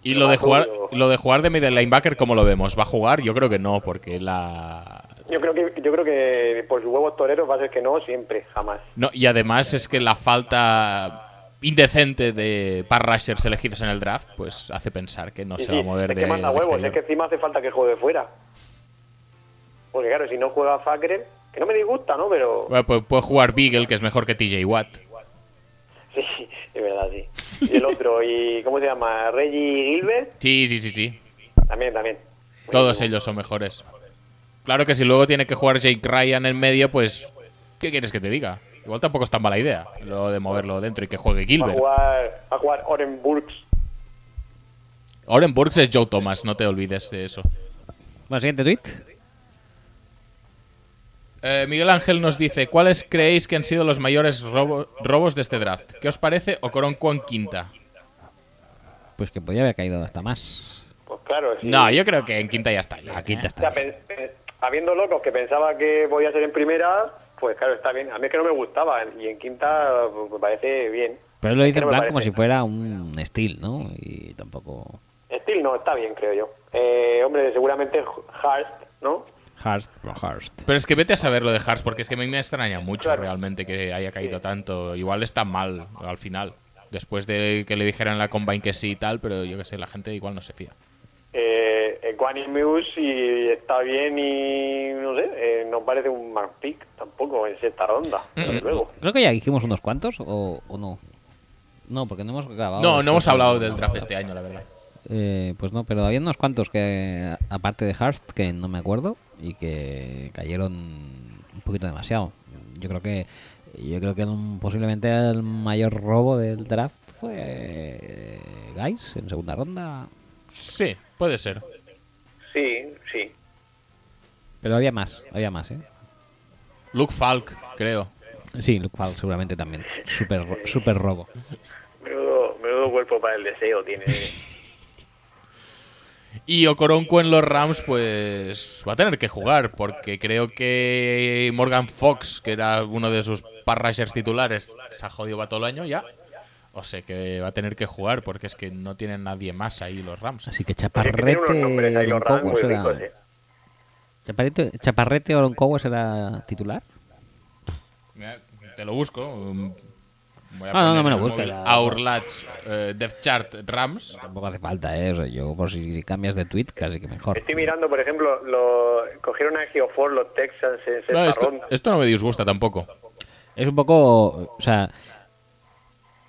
[SPEAKER 2] Y lo de jugar, lo de jugar de middle linebacker, ¿cómo lo vemos? ¿Va a jugar? Yo creo que no, porque la.
[SPEAKER 3] Yo creo que yo creo que por sus huevos toreros va a ser que no siempre, jamás.
[SPEAKER 2] No, y además es que la falta indecente de pass rushers elegidos en el draft, pues hace pensar que no
[SPEAKER 3] Sí,
[SPEAKER 2] se va a
[SPEAKER 3] sí,
[SPEAKER 2] mover
[SPEAKER 3] es
[SPEAKER 2] de.
[SPEAKER 3] que manda
[SPEAKER 2] del
[SPEAKER 3] huevos,
[SPEAKER 2] exterior.
[SPEAKER 3] es que encima hace falta que juegue fuera. Porque claro, si no juega Fakrer, que no me disgusta, ¿no? Pero
[SPEAKER 2] Bueno, pues puede jugar Beagle, que es mejor que TJ Watt.
[SPEAKER 3] sí, es verdad, sí. Y el otro, y ¿cómo se llama? Reggie Gilbert,
[SPEAKER 2] Sí, sí, sí, sí.
[SPEAKER 3] también, también.
[SPEAKER 2] Todos ellos son mejores. Claro que si luego tiene que jugar Jake Ryan en medio, pues. ¿Qué quieres que te diga? Igual tampoco es tan mala idea lo de moverlo dentro y que juegue
[SPEAKER 3] Va a
[SPEAKER 2] Gilbert.
[SPEAKER 3] jugar, va a jugar Oren Burks.
[SPEAKER 2] Oren Burks es Joe Thomas, no te olvides de eso.
[SPEAKER 1] Bueno, siguiente tweet.
[SPEAKER 2] Eh, Miguel Ángel nos dice: ¿Cuáles creéis que han sido los mayores robo- robos de este draft? ¿Qué os parece Okoronkwon quinta?
[SPEAKER 1] Pues que podía haber caído hasta más.
[SPEAKER 3] Pues claro, sí.
[SPEAKER 2] No, yo creo que en quinta ya ¿eh? está.
[SPEAKER 1] La quinta
[SPEAKER 3] O
[SPEAKER 1] está.
[SPEAKER 3] sea,
[SPEAKER 1] bien.
[SPEAKER 3] pen- pen- habiendo locos que pensaba que podía ser en primera, pues claro, está bien. A mí es que no me gustaba y en quinta pues, me parece bien.
[SPEAKER 1] Pero él lo dice
[SPEAKER 3] no
[SPEAKER 1] en
[SPEAKER 3] me
[SPEAKER 1] plan como
[SPEAKER 3] parece.
[SPEAKER 1] si fuera un steel, ¿no? Y tampoco.
[SPEAKER 3] Steel no, está bien, creo yo. Eh, hombre, seguramente Hart, ¿no?
[SPEAKER 1] Hurst, no Hurst.
[SPEAKER 2] Pero es que vete a saber lo de Hars, porque es que a mí me extraña mucho
[SPEAKER 3] Claro.
[SPEAKER 2] realmente que haya caído tanto. Igual está mal al final. Después de que le dijeran en la Combine que sí y tal, pero yo qué sé, la gente igual no se fía.
[SPEAKER 3] Eh, eh, Quanimius y está bien y no sé, eh, no parece un mal pick tampoco en sexta ronda, desde luego.
[SPEAKER 1] Creo que ya dijimos unos cuantos o, o no. No, porque no hemos grabado.
[SPEAKER 2] No,
[SPEAKER 1] los
[SPEAKER 2] no hemos
[SPEAKER 1] podcasts.
[SPEAKER 2] hablado del draft de este año, la verdad.
[SPEAKER 1] Eh, pues no, pero había unos cuantos que, aparte de Hearst, que no me acuerdo y que cayeron un poquito demasiado. Yo creo que yo creo que un- posiblemente el mayor robo del draft fue eh, Guys en segunda ronda.
[SPEAKER 2] Sí, puede ser.
[SPEAKER 3] Sí, sí.
[SPEAKER 1] Pero había más, había más, ¿eh?
[SPEAKER 2] Luke Falk, creo.
[SPEAKER 1] Sí, Luke Falk seguramente también. Super, ro- super robo.
[SPEAKER 3] Menudo, menudo cuerpo para el deseo tiene.
[SPEAKER 2] Y Okoronko en los Rams, pues va a tener que jugar, porque creo que Morgan Fox, que era uno de sus parrashers titulares, se ha jodido va todo el año ya. O sea que va a tener que jugar, porque es que no tienen nadie más ahí los Rams.
[SPEAKER 1] Así que
[SPEAKER 3] Oye, que tiene unos nombres ahí
[SPEAKER 1] Chaparrete
[SPEAKER 3] los Rams
[SPEAKER 1] Oroncobo
[SPEAKER 3] muy
[SPEAKER 1] será-
[SPEAKER 3] ricos, eh.
[SPEAKER 1] Chaparrete, Chaparrete Oroncobo será titular.
[SPEAKER 2] Mira, Te lo busco. um, Voy
[SPEAKER 1] Ah, no, no me lo
[SPEAKER 2] poner
[SPEAKER 1] busca,
[SPEAKER 2] en el
[SPEAKER 1] ya.
[SPEAKER 2] móvil Outlatch, eh, Depth Chart Rams.
[SPEAKER 1] Tampoco hace falta, ¿eh? O sea, yo, por si cambias de tweet, casi que mejor.
[SPEAKER 3] Estoy mirando, por ejemplo, lo- cogieron a Geofor los Texans en sexta
[SPEAKER 2] No, esto,
[SPEAKER 3] ronda.
[SPEAKER 2] esto no me disgusta tampoco.
[SPEAKER 1] Es un poco. O sea.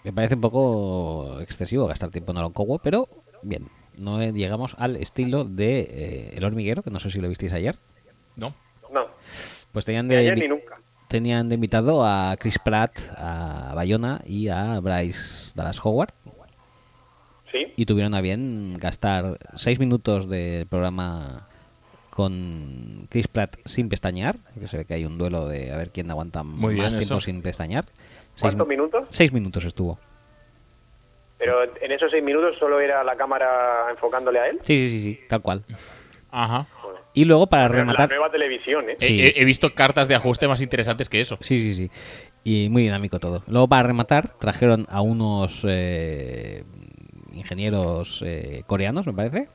[SPEAKER 1] Me parece un poco excesivo gastar tiempo en Oroncobo, pero bien. No eh, llegamos al estilo de eh, El Hormiguero, que no sé si lo visteis ayer.
[SPEAKER 2] No.
[SPEAKER 3] No,
[SPEAKER 1] Pues tenían
[SPEAKER 3] ni
[SPEAKER 1] de.
[SPEAKER 3] ayer
[SPEAKER 1] invi-
[SPEAKER 3] ni nunca.
[SPEAKER 1] tenían de invitado a Chris Pratt, a Bayona y a Bryce Dallas Howard.
[SPEAKER 3] Sí,
[SPEAKER 1] Y tuvieron a bien gastar seis minutos del programa con Chris Pratt sin pestañear. Que se ve que hay un duelo de a ver quién aguanta
[SPEAKER 2] Muy bien
[SPEAKER 1] más tiempo
[SPEAKER 2] eso.
[SPEAKER 1] sin pestañear. Seis
[SPEAKER 3] ¿cuántos
[SPEAKER 1] mi-
[SPEAKER 3] minutos?
[SPEAKER 1] Seis minutos estuvo.
[SPEAKER 3] Pero en esos seis minutos solo era la cámara enfocándole a él.
[SPEAKER 1] Sí, sí, sí, sí, tal cual.
[SPEAKER 2] Ajá.
[SPEAKER 1] Y luego para
[SPEAKER 3] La
[SPEAKER 1] rematar.
[SPEAKER 3] nueva televisión, ¿eh?
[SPEAKER 2] He-
[SPEAKER 1] Sí.
[SPEAKER 2] He, he visto cartas de ajuste más interesantes que eso.
[SPEAKER 1] Sí, sí, sí. Y muy dinámico todo. Luego, para rematar, trajeron a unos eh, ingenieros eh, coreanos, me parece,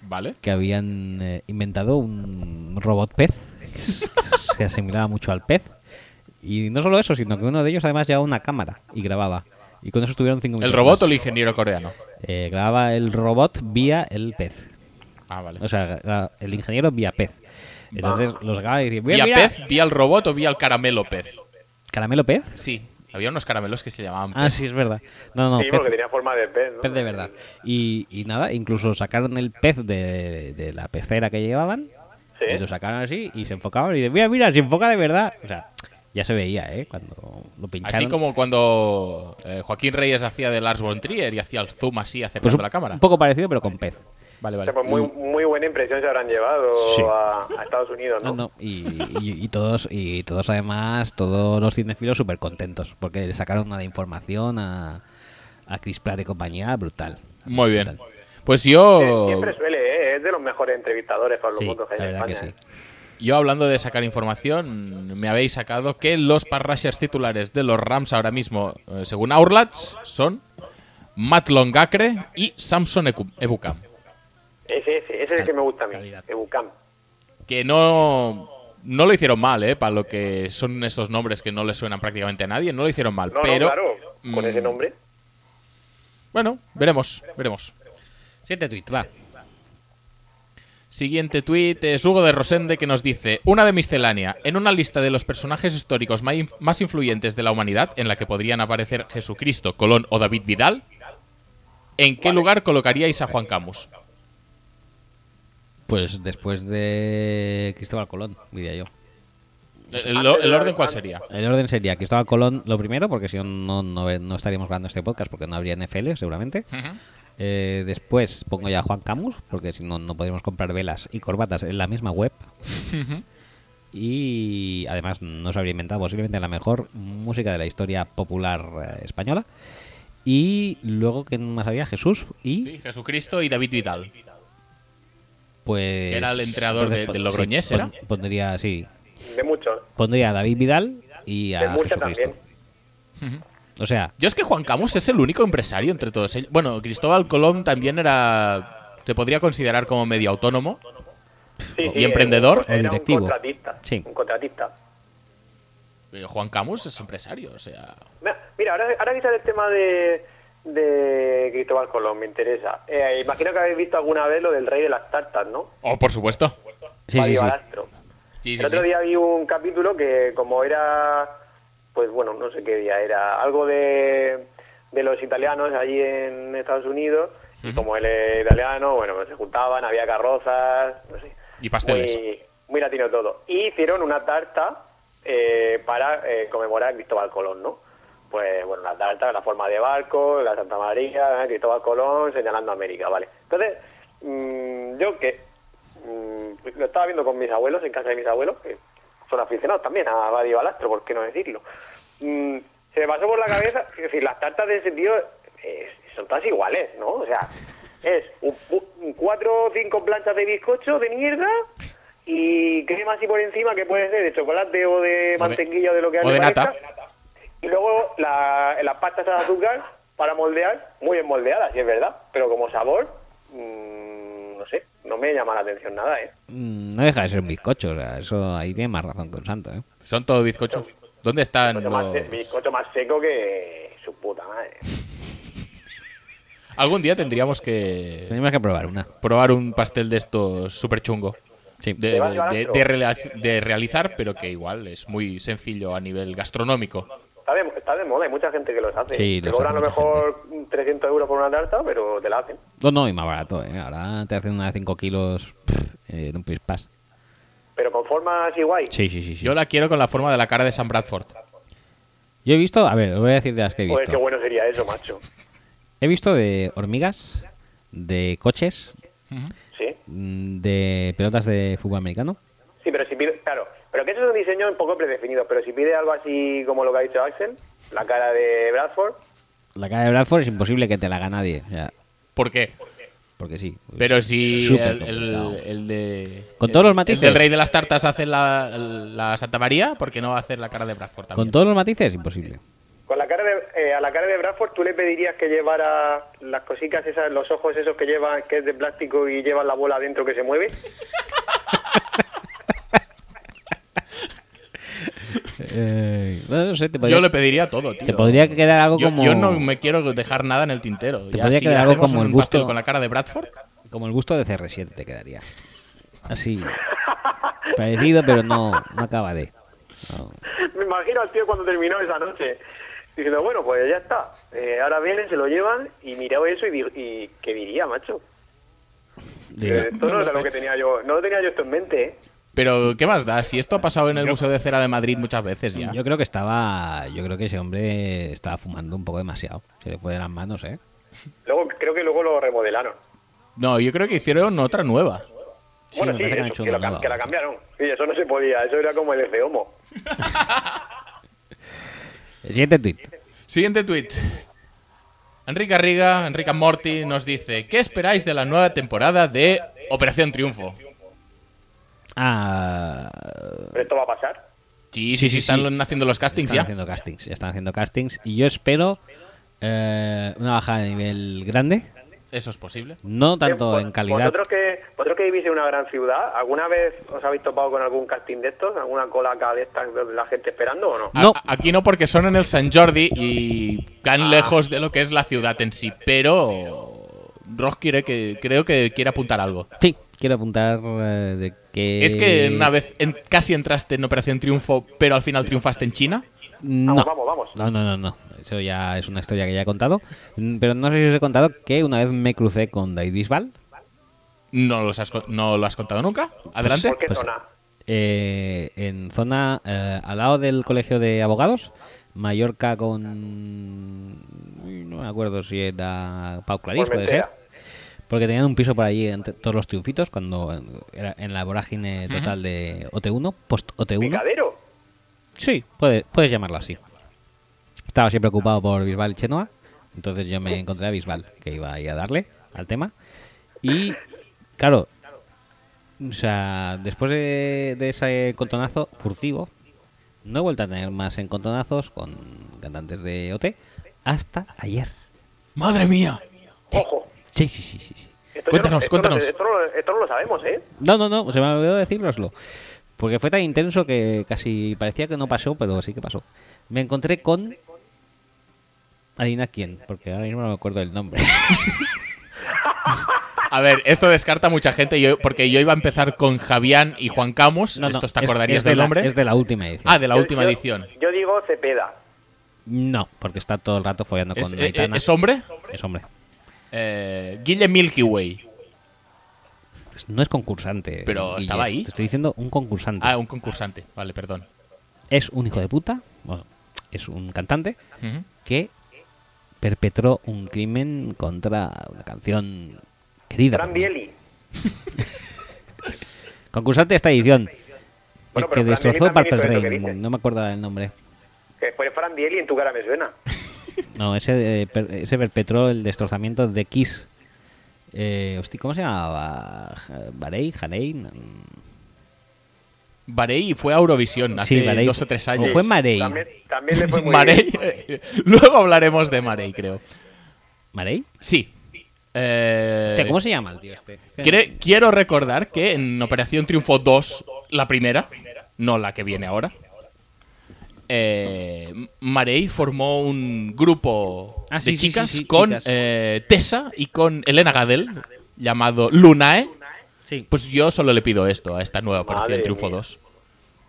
[SPEAKER 2] ¿Vale?
[SPEAKER 1] que habían eh, inventado un robot pez que se asimilaba mucho al pez. Y no solo eso, sino que uno de ellos además llevaba una cámara y grababa. Y con eso estuvieron cinco minutos.
[SPEAKER 2] ¿El robot o
[SPEAKER 1] más.
[SPEAKER 2] el ingeniero coreano?
[SPEAKER 1] Eh, grababa el robot vía el pez.
[SPEAKER 2] Ah, vale.
[SPEAKER 1] O sea, gra- el ingeniero vía pez. Entonces los grababa y decía, mira,
[SPEAKER 2] ¿Vía
[SPEAKER 1] mira,
[SPEAKER 2] pez, vía el robot o vía el caramelo pez?
[SPEAKER 1] ¿Caramelo pez?
[SPEAKER 2] Sí, había unos caramelos que se llamaban
[SPEAKER 1] Ah,
[SPEAKER 2] pez.
[SPEAKER 1] sí, es verdad. No, no,
[SPEAKER 3] sí,
[SPEAKER 1] pez,
[SPEAKER 3] porque tenía forma de pez, ¿no?
[SPEAKER 1] pez de verdad. Y, y nada, incluso sacaron el pez de, de la pecera que llevaban
[SPEAKER 3] Sí.
[SPEAKER 1] Y lo sacaron así y se enfocaban y de mira, mira, se enfoca de verdad. O sea, ya se veía, ¿eh? Cuando lo pincharon.
[SPEAKER 2] Así como cuando eh, Joaquín Reyes hacía de Lars von Trier y hacía el zoom así acercando
[SPEAKER 1] Pues un,
[SPEAKER 2] la cámara.
[SPEAKER 1] un poco parecido, pero con pez.
[SPEAKER 2] Vale,
[SPEAKER 3] O sea,
[SPEAKER 2] vale.
[SPEAKER 3] pues muy, muy buena impresión se habrán llevado
[SPEAKER 1] Sí.
[SPEAKER 3] a, a Estados Unidos, Ah, ¿no?
[SPEAKER 1] No, no, Y, y- y todos, y todos además, todos los cinefilos súper contentos, porque le sacaron una de información a, a Chris Pratt y compañía brutal.
[SPEAKER 2] Muy bien.
[SPEAKER 1] Brutal.
[SPEAKER 2] Pues
[SPEAKER 3] Eh,
[SPEAKER 2] yo,
[SPEAKER 3] Siempre suele, ¿eh? Es de los mejores entrevistadores para los
[SPEAKER 1] Sí,
[SPEAKER 3] votos que
[SPEAKER 1] la
[SPEAKER 3] hay en
[SPEAKER 1] verdad que
[SPEAKER 3] España.
[SPEAKER 1] sí.
[SPEAKER 3] ¿eh?
[SPEAKER 2] yo hablando de sacar información, me habéis sacado que los parrashers titulares de los Rams ahora mismo, eh, según Aurlats, son Matt Longacre y Samson Eku- Ebukam.
[SPEAKER 3] ¿eh? Ese, ese, ese es el que me gusta a mí,
[SPEAKER 1] Calidad.
[SPEAKER 3] Ebucam.
[SPEAKER 2] que no, no lo hicieron mal, ¿eh? Para lo que son estos nombres que no le suenan prácticamente a nadie, no lo hicieron mal.
[SPEAKER 3] No,
[SPEAKER 2] pero,
[SPEAKER 3] no, claro, con
[SPEAKER 2] mm,
[SPEAKER 3] ese nombre.
[SPEAKER 2] Bueno, veremos, veremos.
[SPEAKER 1] Siete tweets, va.
[SPEAKER 2] Siguiente tuit es Hugo de Rosende que nos dice, una de miscelánea, en una lista de los personajes históricos ma- más influyentes de la humanidad, en la que podrían aparecer Jesucristo, Colón o David Vidal, ¿en qué lugar colocaríais a Juan Camus?
[SPEAKER 1] Pues después de Cristóbal Colón, diría yo.
[SPEAKER 2] ¿El, el- el orden cuál sería?
[SPEAKER 1] El orden sería Cristóbal Colón lo primero, porque si no, no, no, no estaríamos grabando este podcast, porque no habría NFL seguramente.
[SPEAKER 2] Ujú.
[SPEAKER 1] Eh, después pongo ya a Juan Camus, porque si no, no podríamos comprar velas y corbatas en la misma web. y además no se habría inventado posiblemente la mejor música de la historia popular eh, española. Y luego, que más había? Jesús y
[SPEAKER 2] Sí, Jesucristo y David Vidal.
[SPEAKER 1] pues...
[SPEAKER 2] Que era el entrenador
[SPEAKER 1] entonces
[SPEAKER 2] de-
[SPEAKER 1] pon-
[SPEAKER 2] del Logroñés,
[SPEAKER 1] sí,
[SPEAKER 2] ¿era?
[SPEAKER 1] pon- Pondría, sí,
[SPEAKER 3] De mucho.
[SPEAKER 1] pondría a David Vidal y
[SPEAKER 3] De
[SPEAKER 1] a
[SPEAKER 3] mucha
[SPEAKER 1] Jesucristo.
[SPEAKER 3] también.
[SPEAKER 1] O sea,
[SPEAKER 2] Yo es que Juan Camus es el único empresario entre todos ellos. Bueno, Cristóbal Colón también era. Se podría considerar como medio autónomo.
[SPEAKER 3] Sí,
[SPEAKER 2] ¿Y
[SPEAKER 3] sí,
[SPEAKER 2] emprendedor?
[SPEAKER 3] era
[SPEAKER 1] O directivo.
[SPEAKER 3] Un contratista.
[SPEAKER 1] Sí.
[SPEAKER 3] Un contratista.
[SPEAKER 2] Eh, Juan Camus es empresario, o sea.
[SPEAKER 3] Mira, Mira, ahora, ahora que sale el tema de, de Cristóbal Colón, me interesa. Eh, imagino que habéis visto alguna vez lo del rey de las tartas, ¿no?
[SPEAKER 2] Oh, por supuesto.
[SPEAKER 1] Sí, sí,
[SPEAKER 3] Fabio
[SPEAKER 1] sí.
[SPEAKER 3] Balastro.
[SPEAKER 2] Sí, sí,
[SPEAKER 3] El otro
[SPEAKER 2] sí.
[SPEAKER 3] día vi un capítulo que como era, pues bueno, no sé qué día era, algo de, de los italianos allí en Estados Unidos, y como él es italiano, bueno, pues se juntaban, había carrozas, no sé.
[SPEAKER 2] Y pasteles.
[SPEAKER 3] Muy, Eh, muy latino todo. Y hicieron una tarta eh, para eh, conmemorar a Cristóbal Colón, ¿no? Pues bueno, la tarta en la forma de barco, la Santa María, eh, Cristóbal Colón, señalando América, ¿vale? Entonces, mm, yo que mm, lo estaba viendo con mis abuelos, en casa de mis abuelos, que son aficionados también a Badi Balastro, ¿por qué no decirlo? Mm, se me pasó por la cabeza, es decir, las tartas de ese tío eh, son todas iguales, ¿no? O sea, es un- un- cuatro o cinco planchas de bizcocho de mierda y crema así por encima que puede ser de chocolate o de mantequilla o de lo que
[SPEAKER 2] o
[SPEAKER 3] haya
[SPEAKER 2] de
[SPEAKER 3] parezca.
[SPEAKER 2] nata.
[SPEAKER 3] Y luego la, las pastas de azúcar para moldear, muy bien moldeadas, sí es verdad, pero como sabor, mm, no sé, no me llama la atención nada, ¿eh?
[SPEAKER 1] Mm, No deja de ser un bizcocho, o sea, eso ahí tiene más razón que un santo, ¿eh?
[SPEAKER 2] Son todos bizcochos. ¿Dónde están
[SPEAKER 3] Bizcocho más, se-
[SPEAKER 2] los...?
[SPEAKER 3] bizcocho más seco que su puta madre.
[SPEAKER 2] Algún día tendríamos que
[SPEAKER 1] Tenemos que probar una.
[SPEAKER 2] probar un pastel de estos súper chungo.
[SPEAKER 1] Sí.
[SPEAKER 2] De, de- de rela- de realizar, pero que igual es muy sencillo a nivel gastronómico.
[SPEAKER 3] Está de, está de moda, hay mucha gente que los hace.
[SPEAKER 1] Sí,
[SPEAKER 3] Te
[SPEAKER 1] los
[SPEAKER 3] cobran a
[SPEAKER 1] hace
[SPEAKER 3] lo
[SPEAKER 1] mucha
[SPEAKER 3] mejor 300 euros por una tarta, pero te la hacen.
[SPEAKER 1] No, no, y más barato, ¿eh? Ahora te hacen una de 5 kilos pff, eh, en un pispás.
[SPEAKER 3] Pero con forma así guay.
[SPEAKER 1] Sí, sí, sí. sí.
[SPEAKER 2] Yo la quiero con la forma de la cara de San Bradford.
[SPEAKER 1] Yo he visto, a ver, os voy a decir de las que he
[SPEAKER 3] Joder, qué
[SPEAKER 1] visto.
[SPEAKER 3] bueno sería eso, macho.
[SPEAKER 1] He visto de hormigas, de coches,
[SPEAKER 3] Sí.
[SPEAKER 1] mm, de pelotas de fútbol americano.
[SPEAKER 3] Sí, pero si pide, claro, pero que eso es un diseño un poco predefinido, pero si pide algo así como lo que ha dicho Axel, la cara de Bradford,
[SPEAKER 1] La cara de Bradford es imposible que te la haga nadie, o sea,
[SPEAKER 2] ¿Por qué?
[SPEAKER 1] porque sí. pues, es
[SPEAKER 2] Pero si
[SPEAKER 1] súper
[SPEAKER 2] el, el-
[SPEAKER 1] complicado.
[SPEAKER 2] el de.
[SPEAKER 1] Con todos los
[SPEAKER 2] el-
[SPEAKER 1] matices.
[SPEAKER 2] El del rey de las tartas hace la, la Santa María, porque no va a hacer la cara de Bradford también?
[SPEAKER 1] Con todos los matices, imposible.
[SPEAKER 3] con la cara de, eh, a la cara de Bradford tú le pedirías que llevara las cositas esas, los ojos esos que llevan, que es de plástico y llevan la bola adentro que se mueve.
[SPEAKER 1] Eh, no, no sé, te podría,
[SPEAKER 2] Yo le pediría todo, tío.
[SPEAKER 1] te podría quedar algo
[SPEAKER 2] yo,
[SPEAKER 1] como,
[SPEAKER 2] yo no me quiero dejar nada en el tintero.
[SPEAKER 1] Te
[SPEAKER 2] Ya
[SPEAKER 1] podría
[SPEAKER 2] si
[SPEAKER 1] quedar algo
[SPEAKER 2] hacemos
[SPEAKER 1] como
[SPEAKER 2] un
[SPEAKER 1] el gusto-
[SPEAKER 2] pastel con la cara de Bradford.
[SPEAKER 1] como el gusto de CR7 te quedaría. Así. Parecido, pero no, no acaba de. No.
[SPEAKER 3] Me imagino al tío cuando terminó esa noche, diciendo, bueno, pues ya está, Eh, ahora vienen, se lo llevan y mirado eso y, di- y ¿qué diría, macho? Eh,
[SPEAKER 1] Diga,
[SPEAKER 3] esto no,
[SPEAKER 2] No lo
[SPEAKER 3] era lo
[SPEAKER 2] sé.
[SPEAKER 3] que tenía yo, no lo tenía yo esto en mente, ¿eh?
[SPEAKER 2] Pero, ¿qué más da? Si esto ha pasado en el Museo de Cera de Madrid muchas veces ya.
[SPEAKER 1] Yo creo que estaba. Yo creo que ese hombre estaba fumando un poco demasiado. Se le fue de las manos, ¿eh?
[SPEAKER 3] Luego creo que luego lo remodelaron.
[SPEAKER 2] No, yo creo que hicieron otra nueva.
[SPEAKER 1] Sí,
[SPEAKER 3] bueno,
[SPEAKER 1] me
[SPEAKER 3] sí,
[SPEAKER 1] parece que han
[SPEAKER 3] eso,
[SPEAKER 1] hecho
[SPEAKER 3] que,
[SPEAKER 1] una
[SPEAKER 3] lo cam-
[SPEAKER 1] nueva.
[SPEAKER 3] que la cambiaron. Sí, eso no se podía, eso era como el de Homo.
[SPEAKER 1] El siguiente tweet.
[SPEAKER 2] Siguiente tweet. Enrique Arriga, Enrique Morty nos dice: ¿Qué esperáis de la nueva temporada de Operación Triunfo?
[SPEAKER 1] Ah.
[SPEAKER 3] Pero esto va a pasar.
[SPEAKER 2] Sí, sí, sí,
[SPEAKER 1] sí,
[SPEAKER 2] están
[SPEAKER 1] sí.
[SPEAKER 2] haciendo los castings
[SPEAKER 1] Están
[SPEAKER 2] ya.
[SPEAKER 1] haciendo castings. ya Están haciendo castings. Y yo espero. eh, una bajada de nivel grande.
[SPEAKER 2] Eso es posible.
[SPEAKER 1] No
[SPEAKER 3] Eh,
[SPEAKER 1] tanto
[SPEAKER 3] vos-
[SPEAKER 1] en calidad.
[SPEAKER 3] Vosotros que, vosotros que vivís en una gran ciudad, ¿alguna vez os habéis topado con algún casting de estos? ¿Alguna colaca de estas de la gente esperando o no?
[SPEAKER 2] A-
[SPEAKER 1] No.
[SPEAKER 2] a- aquí no porque son en el San Jordi y
[SPEAKER 3] Ah.
[SPEAKER 2] tan lejos de lo que es la ciudad en sí, pero Ross quiere que creo que quiere apuntar algo.
[SPEAKER 1] Sí, quiero apuntar eh, de que.
[SPEAKER 2] Es que una vez en- casi entraste en Operación Triunfo, pero al final triunfaste en China.
[SPEAKER 1] No.
[SPEAKER 3] Vamos, vamos, vamos.
[SPEAKER 1] No, no, no, no. Eso ya es una historia que ya he contado. Mm, Pero no sé si os he contado que una vez me crucé con David Bisbal.
[SPEAKER 2] No, los has co- no lo has contado nunca. Adelante.
[SPEAKER 3] ¿Por qué
[SPEAKER 1] pues-
[SPEAKER 3] zona?
[SPEAKER 1] eh, en zona eh, al lado del colegio de abogados, Mallorca con. uy, No me acuerdo si era Pau Clarís, puede ser.
[SPEAKER 3] Formentera.
[SPEAKER 1] Porque tenían un piso por allí entre todos los triunfitos cuando era en la vorágine total de OT1, post OT1.
[SPEAKER 3] ¿Picadero?
[SPEAKER 1] Sí, puede- puedes llamarlo así. Estaba siempre ocupado por Bisbal y Chenoa, entonces yo me encontré a Bisbal, que iba ahí a darle al tema. Y, claro, o sea, después de, de ese encontronazo furtivo, no he vuelto a tener más encontronazos con cantantes de OT hasta ayer.
[SPEAKER 2] Madre mía.
[SPEAKER 3] Ojo.
[SPEAKER 1] Sí, sí, sí, sí. sí.
[SPEAKER 3] Esto yo
[SPEAKER 2] Cuéntanos,
[SPEAKER 3] no- esto no-
[SPEAKER 2] cuéntanos.
[SPEAKER 3] esto, no, esto no lo sabemos, ¿eh?
[SPEAKER 1] No, no, no, se me olvidó decíroslo. Porque fue tan intenso que casi parecía que no pasó, pero sí que pasó. Me encontré con Adivina quién, porque ahora mismo no me acuerdo del nombre.
[SPEAKER 2] A ver, esto descarta mucha gente yo, porque yo iba a empezar con Javián y Juan Camus.
[SPEAKER 1] No, no,
[SPEAKER 2] ¿Estos te
[SPEAKER 1] es-
[SPEAKER 2] acordarías
[SPEAKER 1] es de
[SPEAKER 2] del
[SPEAKER 1] la-
[SPEAKER 2] nombre?
[SPEAKER 1] Es de la última edición.
[SPEAKER 2] Ah, de la última
[SPEAKER 3] Yo- yo-
[SPEAKER 2] edición.
[SPEAKER 3] Yo digo Cepeda.
[SPEAKER 1] No, porque está todo el rato follando
[SPEAKER 2] ¿Es,
[SPEAKER 1] con
[SPEAKER 2] eh,
[SPEAKER 1] Aitana.
[SPEAKER 2] ¿es hombre?
[SPEAKER 1] Es hombre.
[SPEAKER 2] Eh, Guille Milky Way.
[SPEAKER 1] No es concursante.
[SPEAKER 2] Pero
[SPEAKER 1] Guille.
[SPEAKER 2] estaba ahí.
[SPEAKER 1] Te estoy diciendo un concursante.
[SPEAKER 2] Ah, un concursante. Vale, perdón.
[SPEAKER 1] Es un hijo de puta. Bueno, es un cantante
[SPEAKER 2] Ujú.
[SPEAKER 1] que perpetró un crimen contra una canción querida.
[SPEAKER 3] Fran
[SPEAKER 1] por mí.
[SPEAKER 3] Bieli.
[SPEAKER 1] Concursante de esta edición.
[SPEAKER 3] Bueno, pero
[SPEAKER 1] el que
[SPEAKER 3] Fran
[SPEAKER 1] destrozó
[SPEAKER 3] Bieli también
[SPEAKER 1] Purple
[SPEAKER 3] hizo eso que
[SPEAKER 1] Rain.
[SPEAKER 3] dices.
[SPEAKER 1] No me acuerdo el nombre.
[SPEAKER 3] Que después Fran Bieli en tu cara me suena.
[SPEAKER 1] No, ese, eh, per- ese perpetró el destrozamiento de Kiss. Eh, hosti, ¿Cómo se llamaba? Ja- ¿Barei? ¿Jarei? Mm,
[SPEAKER 2] Varey fue a Eurovisión hace
[SPEAKER 1] Varey.
[SPEAKER 2] dos o tres
[SPEAKER 1] O
[SPEAKER 2] años.
[SPEAKER 1] fue Marey.
[SPEAKER 3] También, también le fue muy
[SPEAKER 2] Marey.
[SPEAKER 3] bien.
[SPEAKER 2] Luego hablaremos de Marey, creo.
[SPEAKER 1] ¿Marey?
[SPEAKER 2] Sí. Eh,
[SPEAKER 1] Hostia, ¿Cómo se llama el tío este?
[SPEAKER 2] quiere- quiero recordar que en Operación Triunfo 2, la primera, no la que viene ahora, eh, Marey formó un grupo
[SPEAKER 1] Ah,
[SPEAKER 2] de
[SPEAKER 1] sí, sí,
[SPEAKER 2] chicas
[SPEAKER 1] sí, sí,
[SPEAKER 2] con
[SPEAKER 1] chicas.
[SPEAKER 2] eh, Tessa y con Elena Gadel, llamado Lunae.
[SPEAKER 1] Sí.
[SPEAKER 2] Pues yo solo le pido esto a esta nueva Operación
[SPEAKER 3] Madre
[SPEAKER 2] Triunfo
[SPEAKER 3] mía.
[SPEAKER 2] 2.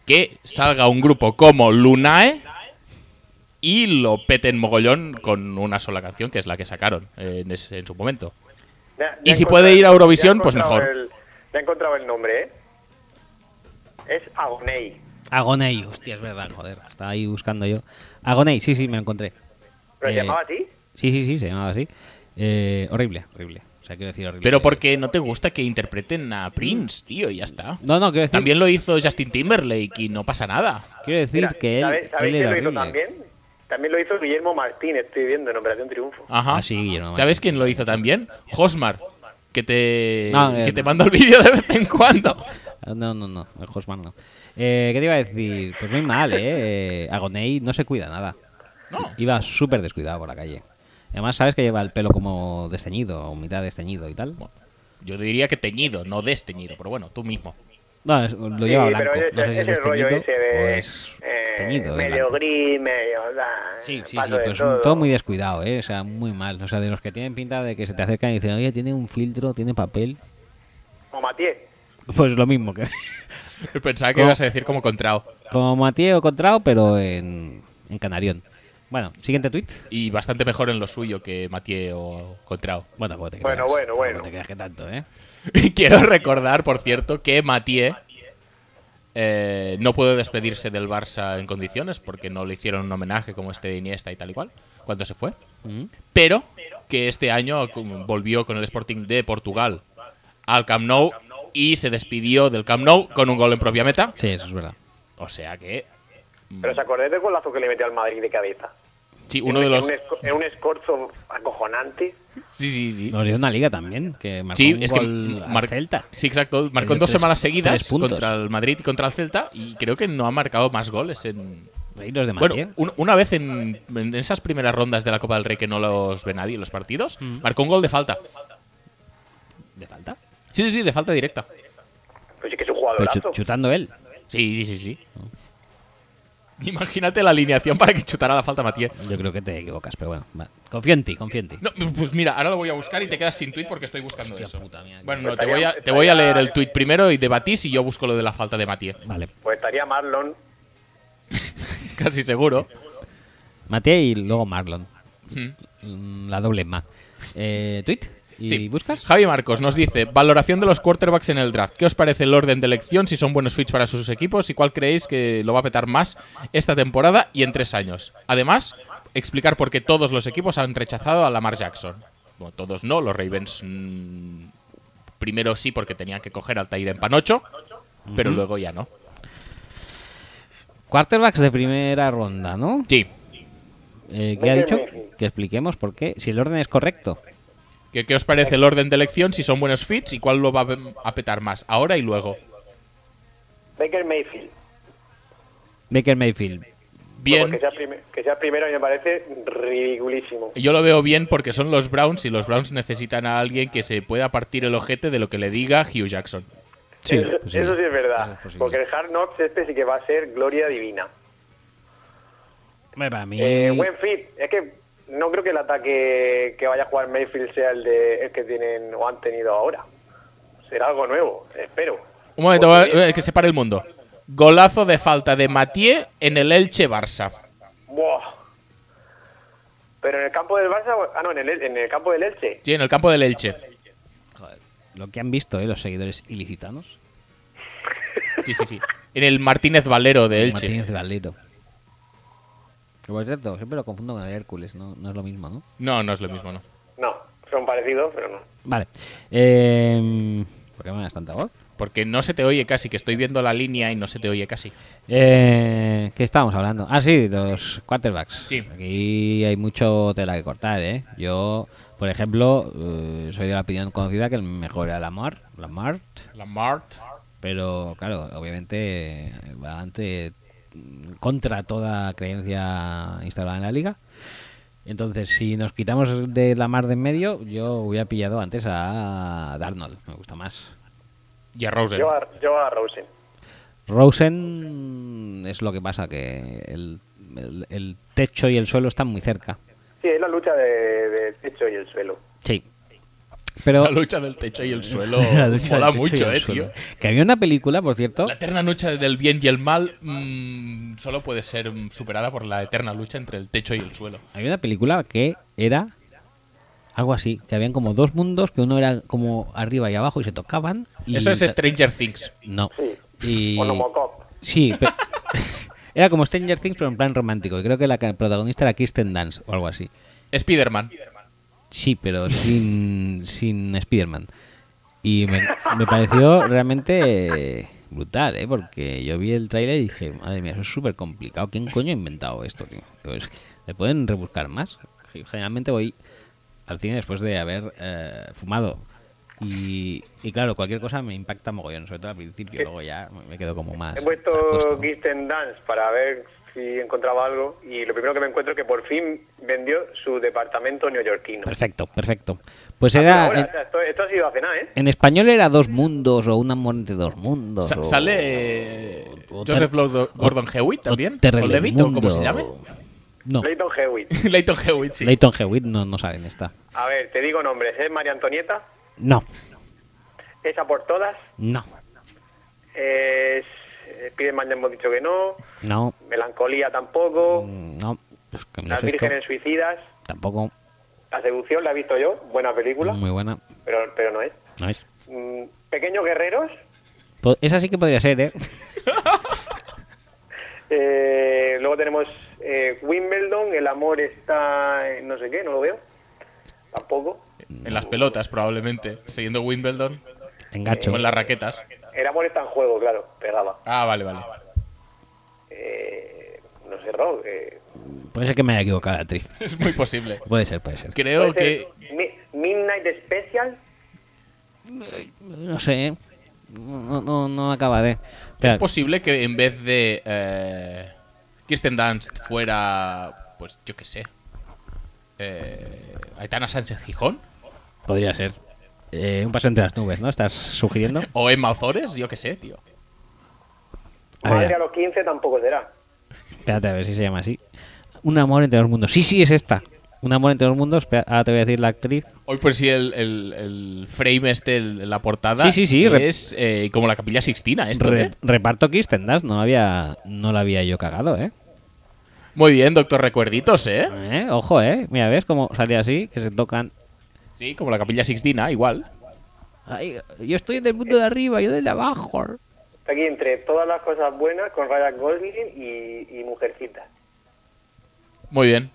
[SPEAKER 2] Que salga un grupo como Lunae y lo peten mogollón con una sola canción, que es la que sacaron eh, en, ese- en su momento.
[SPEAKER 3] Ya- ya
[SPEAKER 2] Y
[SPEAKER 3] he
[SPEAKER 2] si
[SPEAKER 3] encontrado-
[SPEAKER 2] puede ir a Eurovisión,
[SPEAKER 3] ya he
[SPEAKER 2] pues
[SPEAKER 3] encontrado
[SPEAKER 2] mejor.
[SPEAKER 3] el- ya he encontrado el nombre, ¿eh? Es Agonei.
[SPEAKER 1] Agonei. Hostia, es verdad, joder. Estaba ahí buscando yo. Agonei, sí, sí, me lo encontré.
[SPEAKER 3] ¿Lo
[SPEAKER 1] Eh,
[SPEAKER 3] llamaba así?
[SPEAKER 1] Sí, sí, sí, se llamaba así. Eh, horrible, horrible. O sea, quiero decir horrible.
[SPEAKER 2] Pero porque no te gusta que interpreten a Prince, tío, y ya está.
[SPEAKER 1] No, no, quiero decir,
[SPEAKER 2] También lo hizo Justin Timberlake y no pasa nada.
[SPEAKER 1] quiero decir
[SPEAKER 3] Mira,
[SPEAKER 1] que él,
[SPEAKER 3] ¿sabe- ¿Sabéis
[SPEAKER 1] él
[SPEAKER 3] quién
[SPEAKER 1] era
[SPEAKER 3] lo hizo
[SPEAKER 1] horrible.
[SPEAKER 3] también? También lo hizo Guillermo Martín, estoy viendo en Operación Triunfo.
[SPEAKER 2] Ajá.
[SPEAKER 1] Ah, sí, Guillermo
[SPEAKER 2] ¿Sabes quién lo hizo también? Hosmar, que te,
[SPEAKER 1] Ah, eh,
[SPEAKER 2] que te manda el vídeo de vez en cuando.
[SPEAKER 1] Ah, No, no, no, el Hosman no. Eh, ¿Qué te iba a decir? Pues muy mal, ¿eh? Eh, Agonei no se cuida nada.
[SPEAKER 2] No.
[SPEAKER 1] Iba súper descuidado por la calle. Y Además, sabes que lleva el pelo como desteñido, o mitad desteñido y tal.
[SPEAKER 2] Yo diría que teñido, no desteñido, pero bueno, tú mismo.
[SPEAKER 1] No, es- lo lleva
[SPEAKER 3] Sí,
[SPEAKER 1] blanco.
[SPEAKER 3] pero
[SPEAKER 1] no sé si es
[SPEAKER 3] el rollo
[SPEAKER 1] desteñido
[SPEAKER 3] ese de.
[SPEAKER 1] o es
[SPEAKER 3] eh,
[SPEAKER 1] teñido. de
[SPEAKER 3] medio
[SPEAKER 1] blanco.
[SPEAKER 3] gris, medio. da,
[SPEAKER 1] Sí, sí, sí,
[SPEAKER 3] paso de
[SPEAKER 1] pero es un- todo muy descuidado, ¿eh? O sea, muy mal. O sea, de los que tienen pinta de que se te acercan y dicen, oye, tiene un filtro, tiene papel.
[SPEAKER 3] Como Matías.
[SPEAKER 1] Pues lo mismo que.
[SPEAKER 2] Pensaba que
[SPEAKER 1] No.
[SPEAKER 2] ibas a decir como contrao.
[SPEAKER 1] Como Mateo Contrao, pero en, en Canarión. Bueno, siguiente tuit.
[SPEAKER 2] Y bastante mejor en lo suyo que Mathieu o Contrao.
[SPEAKER 1] Bueno, tampoco te creas.
[SPEAKER 3] Bueno, bueno, bueno.
[SPEAKER 1] tampoco te creas que tanto, ¿eh?
[SPEAKER 2] Y quiero recordar, por cierto, que Mathieu eh, no pudo despedirse del Barça en condiciones porque no le hicieron un homenaje como este de Iniesta y tal y cual cuando se fue.
[SPEAKER 1] Mm.
[SPEAKER 2] Pero que este año cum- volvió con el Sporting de Portugal al Camp Nou y se despidió del Camp Nou con un gol en propia meta.
[SPEAKER 1] Sí, eso es verdad.
[SPEAKER 2] O sea que,
[SPEAKER 3] Pero os acordáis del golazo que le metió al Madrid de cabeza.
[SPEAKER 2] sí, uno de
[SPEAKER 3] En
[SPEAKER 2] los...
[SPEAKER 3] un esco- En un escorzo acojonante.
[SPEAKER 2] Sí, sí, sí.
[SPEAKER 1] Nos dio una liga también, que marcó
[SPEAKER 2] Sí,
[SPEAKER 1] un
[SPEAKER 2] es que
[SPEAKER 1] gol al
[SPEAKER 2] mar-
[SPEAKER 1] Celta.
[SPEAKER 2] Sí, exacto. Marcó en
[SPEAKER 1] dio
[SPEAKER 2] dos
[SPEAKER 1] tres-
[SPEAKER 2] semanas
[SPEAKER 1] tres
[SPEAKER 2] seguidas
[SPEAKER 1] puntos.
[SPEAKER 2] contra el Madrid y contra el Celta y creo que no ha marcado más goles en...
[SPEAKER 1] Reíros de Mateo.
[SPEAKER 2] Bueno, un- una vez en, en esas primeras rondas de la Copa del Rey que no los ve nadie los partidos, marcó un gol de falta.
[SPEAKER 1] ¿De falta?
[SPEAKER 2] Sí, sí, sí, de falta directa.
[SPEAKER 3] Pues sí que es
[SPEAKER 1] Pero
[SPEAKER 3] un jugadorazo.
[SPEAKER 1] chu- chutando él.
[SPEAKER 2] Sí, sí, sí. sí.
[SPEAKER 1] Oh.
[SPEAKER 2] Imagínate la alineación para que chutara la falta Matías.
[SPEAKER 1] Yo creo que te equivocas, pero bueno. va. Confío en ti, confío en ti.
[SPEAKER 2] No, pues mira, ahora lo voy a buscar y te quedas sin tuit porque estoy buscando eso.
[SPEAKER 1] puta mía.
[SPEAKER 2] Bueno, no, te voy, a, te voy a leer el tuit primero y debatís y yo busco lo de la falta de Matías.
[SPEAKER 1] Vale.
[SPEAKER 3] Pues estaría Marlon.
[SPEAKER 2] Casi seguro.
[SPEAKER 1] Mateo y luego Marlon.
[SPEAKER 2] Mm.
[SPEAKER 1] Mm, La doble ma. Eh, ¿Tweet? ¿Y
[SPEAKER 2] Sí.
[SPEAKER 1] buscas?
[SPEAKER 2] Javi Marcos nos dice, valoración de los quarterbacks en el draft. ¿Qué os parece el orden de elección? Si son buenos fits para sus equipos y cuál creéis que lo va a petar más esta temporada y en tres años. Además, explicar por qué todos los equipos han rechazado a Lamar Jackson. Bueno, todos no, los Ravens mm, primero sí porque tenían que coger al Tair en Panocho, pero luego ya no.
[SPEAKER 1] Quarterbacks de primera ronda, ¿no?
[SPEAKER 2] Sí,
[SPEAKER 1] Eh, ¿Qué ha dicho? Que expliquemos por qué. Si el orden es correcto.
[SPEAKER 2] ¿Qué, qué os parece el orden de elección? Si son buenos fits y cuál lo va a- a petar más, ahora y luego.
[SPEAKER 3] Baker Mayfield.
[SPEAKER 1] Baker Mayfield.
[SPEAKER 2] Bien.
[SPEAKER 3] Que sea, prim- que sea primero me parece ridiculísimo.
[SPEAKER 2] Yo lo veo bien porque son los Browns y los Browns necesitan a alguien que se pueda partir el ojete de lo que le diga Hugh Jackson.
[SPEAKER 1] Sí,
[SPEAKER 3] eso,
[SPEAKER 1] posible.
[SPEAKER 3] eso sí es verdad.
[SPEAKER 1] Eso es posible.
[SPEAKER 3] porque el Hard Knocks este sí que va a ser gloria divina.
[SPEAKER 1] Hombre, para mí. eh,
[SPEAKER 3] Eh, buen fit. Es que no creo que el ataque que vaya a jugar Mayfield sea el, de, el que tienen o han tenido ahora. Será algo nuevo, espero.
[SPEAKER 2] Un momento,
[SPEAKER 3] Porque-
[SPEAKER 2] va- eh, que se pare el mundo. Golazo de falta de Mathieu en el Elche Barça.
[SPEAKER 3] Buah. Pero en el campo del Barça, ah, no, en el, en el campo del Elche.
[SPEAKER 2] Sí, en el campo del Elche.
[SPEAKER 1] Lo que han visto, ¿eh? Los seguidores ilicitanos.
[SPEAKER 2] Sí, sí, sí. En el Martínez Valero de Elche.
[SPEAKER 1] Martínez Valero. Que por cierto, siempre lo confundo con el Hércules, ¿no? No es lo mismo, ¿no?
[SPEAKER 2] No, no es lo mismo, no.
[SPEAKER 3] No, son parecidos, pero no.
[SPEAKER 1] Vale. Eh, ¿Por qué me das tanta voz?
[SPEAKER 2] Porque no se te oye casi, que estoy viendo la línea y no se te oye casi.
[SPEAKER 1] Eh, ¿Qué estábamos hablando? Ah, sí, los quarterbacks.
[SPEAKER 2] Sí.
[SPEAKER 1] Aquí hay mucho tela que cortar, ¿eh? Yo, por ejemplo, eh, soy de la opinión conocida que el mejor era Lamar, Lamar,
[SPEAKER 2] Lamart.
[SPEAKER 1] pero claro, obviamente eh, va ante contra toda creencia instalada en la liga. Entonces, si nos quitamos de Lamar de en medio, yo hubiera pillado antes a Darnold, me gusta más.
[SPEAKER 2] Y a Rosen.
[SPEAKER 3] Yo a, yo a Rosen.
[SPEAKER 1] Rosen es lo que pasa, que el, el- el techo y el suelo están muy cerca.
[SPEAKER 3] Sí, es la lucha de, del techo y el suelo.
[SPEAKER 1] Sí. Pero
[SPEAKER 2] La lucha del techo y el suelo
[SPEAKER 1] La lucha del
[SPEAKER 2] mola
[SPEAKER 1] techo y
[SPEAKER 2] mucho,
[SPEAKER 1] el
[SPEAKER 2] eh,
[SPEAKER 1] suelo.
[SPEAKER 2] tío.
[SPEAKER 1] Que había una película, por cierto.
[SPEAKER 2] La eterna lucha del bien y el mal mm, solo puede ser mm, superada por la eterna lucha entre el techo y el suelo.
[SPEAKER 1] Había una película que era algo así, que habían como dos mundos, que uno era como arriba y abajo y se tocaban. y-
[SPEAKER 2] Eso es este. Stranger Things.
[SPEAKER 1] No.
[SPEAKER 3] Sí.
[SPEAKER 1] Y...
[SPEAKER 3] O Nomocop.
[SPEAKER 1] Sí, pe- era como Stranger Things, pero en plan romántico. Y creo que la ca- protagonista era Kirsten Dance o algo así.
[SPEAKER 2] Spider-Man.
[SPEAKER 1] Sí, pero sin, sin Spider-Man. Y me, me pareció realmente brutal, ¿eh? Porque yo vi el tráiler y dije, madre mía, eso es súper complicado. ¿Quién coño ha inventado esto, tío? Pues, ¿Le pueden rebuscar más? Generalmente voy al cine después de haber eh, fumado. Y, y claro, cualquier cosa me impacta mogollón, sobre todo al principio. Luego ya me quedo como más...
[SPEAKER 3] He puesto
[SPEAKER 1] traspuesto.
[SPEAKER 3] Kirsten Dance para ver si encontraba algo y lo primero que me encuentro es que por fin vendió su departamento neoyorquino.
[SPEAKER 1] Perfecto, perfecto. Pues
[SPEAKER 3] Ah, Pero
[SPEAKER 1] era...
[SPEAKER 3] ahora,
[SPEAKER 1] en-
[SPEAKER 3] o sea, esto, esto ha sido hace nada, ¿eh?
[SPEAKER 1] En español era dos mundos o un amor entre dos mundos.
[SPEAKER 2] Sa-
[SPEAKER 1] o-
[SPEAKER 2] sale eh,
[SPEAKER 1] o
[SPEAKER 2] Joseph
[SPEAKER 1] Ter-
[SPEAKER 2] Lord- Gordon Hewitt también.
[SPEAKER 1] Terrell
[SPEAKER 2] O Levitt, o como
[SPEAKER 1] Edmundo.
[SPEAKER 2] se llame.
[SPEAKER 1] No,
[SPEAKER 3] Leighton Hewitt.
[SPEAKER 2] Leighton Hewitt, sí.
[SPEAKER 1] Leighton Hewitt no, no saben esta.
[SPEAKER 3] A ver, te digo nombres. Es María Antonieta.
[SPEAKER 1] No,
[SPEAKER 3] Esa por todas.
[SPEAKER 1] no,
[SPEAKER 3] Es... Spiderman ya hemos dicho que no.
[SPEAKER 1] no,
[SPEAKER 3] Melancolía tampoco.
[SPEAKER 1] no. Pues que no
[SPEAKER 3] Las
[SPEAKER 1] es esto.
[SPEAKER 3] vírgenes suicidas.
[SPEAKER 1] Tampoco
[SPEAKER 3] La seducción la he visto yo. Buena película.
[SPEAKER 1] muy buena.
[SPEAKER 3] Pero, pero no es.
[SPEAKER 1] No es.
[SPEAKER 3] Mm, Pequeños guerreros.
[SPEAKER 1] Po- Pues, Esa sí que podría ser, ¿eh?
[SPEAKER 3] Eh, luego tenemos eh, Wimbledon, el amor está en no sé qué, no lo veo. Tampoco.
[SPEAKER 2] En las pelotas, probablemente. Siguiendo Wimbledon.
[SPEAKER 1] Engacho.
[SPEAKER 2] O en las raquetas.
[SPEAKER 3] El amor está en juego, claro, pegaba.
[SPEAKER 2] Ah, vale, vale.
[SPEAKER 3] Eh, no sé, Rob. eh,
[SPEAKER 1] Puede ser que me haya equivocado de actriz.
[SPEAKER 2] Es muy posible.
[SPEAKER 1] Puede ser, puede ser.
[SPEAKER 2] Creo
[SPEAKER 3] puede
[SPEAKER 2] que.
[SPEAKER 3] ser Mi- Midnight Special.
[SPEAKER 1] No sé, ¿eh? No, no, no acaba de.
[SPEAKER 2] Es
[SPEAKER 1] Espera,
[SPEAKER 2] posible que en vez de. eh, Kirsten Dunst fuera. Pues yo qué sé. eh, Aitana Sánchez Gijón.
[SPEAKER 1] podría ser. Eh, un paso entre las nubes, ¿no? ¿Estás sugiriendo?
[SPEAKER 2] O Emma Ozores, yo qué sé, tío.
[SPEAKER 1] A
[SPEAKER 3] Madre
[SPEAKER 1] ver.
[SPEAKER 3] a los 15 tampoco será.
[SPEAKER 1] Espérate a ver si se llama así. Un amor entre dos mundos. Sí, sí, es esta. Un amor entre dos mundos. Espera, ahora te voy a decir la actriz.
[SPEAKER 2] Hoy por si el, el- el frame este, el- la portada,
[SPEAKER 1] Sí, sí, sí, rep-
[SPEAKER 2] es eh, como la capilla sixtina, esto,
[SPEAKER 1] Re-
[SPEAKER 2] ¿eh?
[SPEAKER 1] Reparto Kirsten Dunst. No la había, no la había yo cagado, ¿eh?
[SPEAKER 2] Muy bien, doctor Recuerditos, ¿eh?
[SPEAKER 1] ¿Eh? Ojo, ¿eh? Mira, ¿ves cómo sale así? Que se tocan.
[SPEAKER 2] Sí, como la capilla sixtina, igual.
[SPEAKER 1] Ay, yo estoy del mundo de arriba, yo del de abajo.
[SPEAKER 3] Está aquí entre todas las cosas buenas con Ryan Gosling y, y Mujercita.
[SPEAKER 2] Muy bien.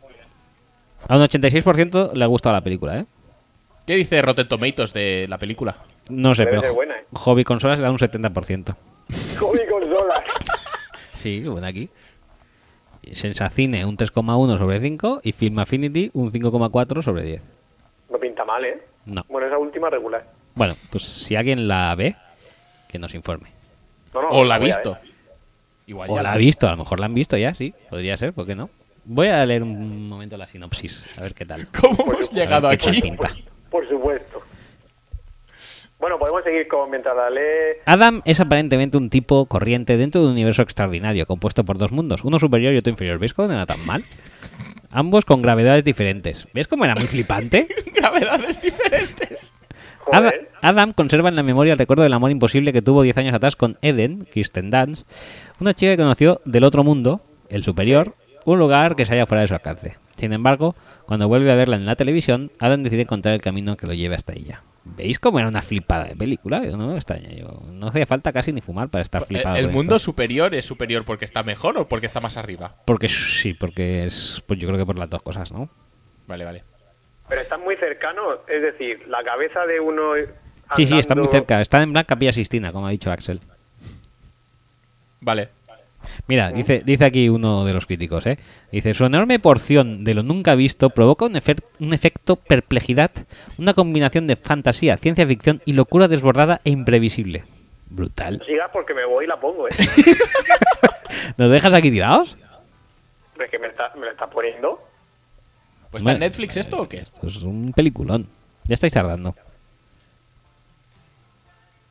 [SPEAKER 1] A un 86% le ha gustado la película, ¿eh?
[SPEAKER 2] ¿Qué dice Rotten Tomatoes de la película?
[SPEAKER 1] No sé,
[SPEAKER 3] Debe
[SPEAKER 1] pero
[SPEAKER 3] ser
[SPEAKER 1] jo-
[SPEAKER 3] buena, ¿eh?
[SPEAKER 1] Hobby Consolas le da un 70%.
[SPEAKER 3] Hobby consolas.
[SPEAKER 1] Sí, bueno, aquí. Sensacine un 3,1 sobre 5 y Film Affinity un 5,4 sobre 10.
[SPEAKER 3] No pinta mal, ¿eh?
[SPEAKER 1] No.
[SPEAKER 3] Bueno, esa última regular.
[SPEAKER 1] Bueno, pues si alguien la ve, que nos informe.
[SPEAKER 3] No, ¿eh? no,
[SPEAKER 2] ¿O la ha
[SPEAKER 3] voy a
[SPEAKER 2] visto?
[SPEAKER 3] ver.
[SPEAKER 2] Igual
[SPEAKER 1] O
[SPEAKER 2] ya
[SPEAKER 1] la ha visto, a lo mejor la han visto ya, sí. Podría ser, ¿por qué no? Voy a leer un momento la sinopsis, a ver qué tal.
[SPEAKER 2] ¿Cómo hemos llegado
[SPEAKER 1] A ver qué tal
[SPEAKER 2] aquí?
[SPEAKER 1] pinta.
[SPEAKER 3] Por supuesto. Bueno, podemos seguir con mientras la lee.
[SPEAKER 1] Adam es aparentemente un tipo corriente dentro de un universo extraordinario, compuesto por dos mundos, uno superior y otro inferior. ¿Veis cómo no era tan mal? ambos con gravedades diferentes. ¿Ves cómo era muy flipante?
[SPEAKER 2] Gravedades diferentes.
[SPEAKER 1] Ada-
[SPEAKER 3] Joder.
[SPEAKER 1] Adam conserva en la memoria el recuerdo del amor imposible que tuvo 10 años atrás con Eden, Kirsten Dance, una chica que conoció del otro mundo, el superior, un lugar que se halla fuera de su alcance. Sin embargo, cuando vuelve a verla en la televisión, Adam decide encontrar el camino que lo lleve hasta ella. ¿Veis cómo era una flipada de película? Yo no me extraña. Yo, no hacía falta casi ni fumar para estar Eh, flipado.
[SPEAKER 2] Eh, el
[SPEAKER 1] con
[SPEAKER 2] mundo
[SPEAKER 1] esto.
[SPEAKER 2] superior es superior porque está mejor o porque está más arriba.
[SPEAKER 1] Porque sí, porque es. Pues yo creo que por las dos cosas, ¿no?
[SPEAKER 2] Vale, vale.
[SPEAKER 3] Pero están muy cercanos, es decir, la cabeza de uno.
[SPEAKER 1] Sí, sí, está
[SPEAKER 3] andando-
[SPEAKER 1] muy cerca. Está en Blanca Capilla Sistina, como ha dicho Axel.
[SPEAKER 2] Vale.
[SPEAKER 1] Mira, dice, dice aquí uno de los críticos, ¿eh? Dice, su enorme porción de lo nunca visto provoca un, efer- un efecto perplejidad, una combinación de fantasía, ciencia ficción y locura desbordada e imprevisible. Brutal.
[SPEAKER 3] Sigas porque me voy y la pongo, ¿eh?
[SPEAKER 1] ¿Nos dejas aquí tirados?
[SPEAKER 3] Pero es que me, está, me la está poniendo.
[SPEAKER 2] Pues está
[SPEAKER 1] Bueno,
[SPEAKER 2] en Netflix esto o qué?
[SPEAKER 1] Esto es un peliculón. Ya estáis tardando.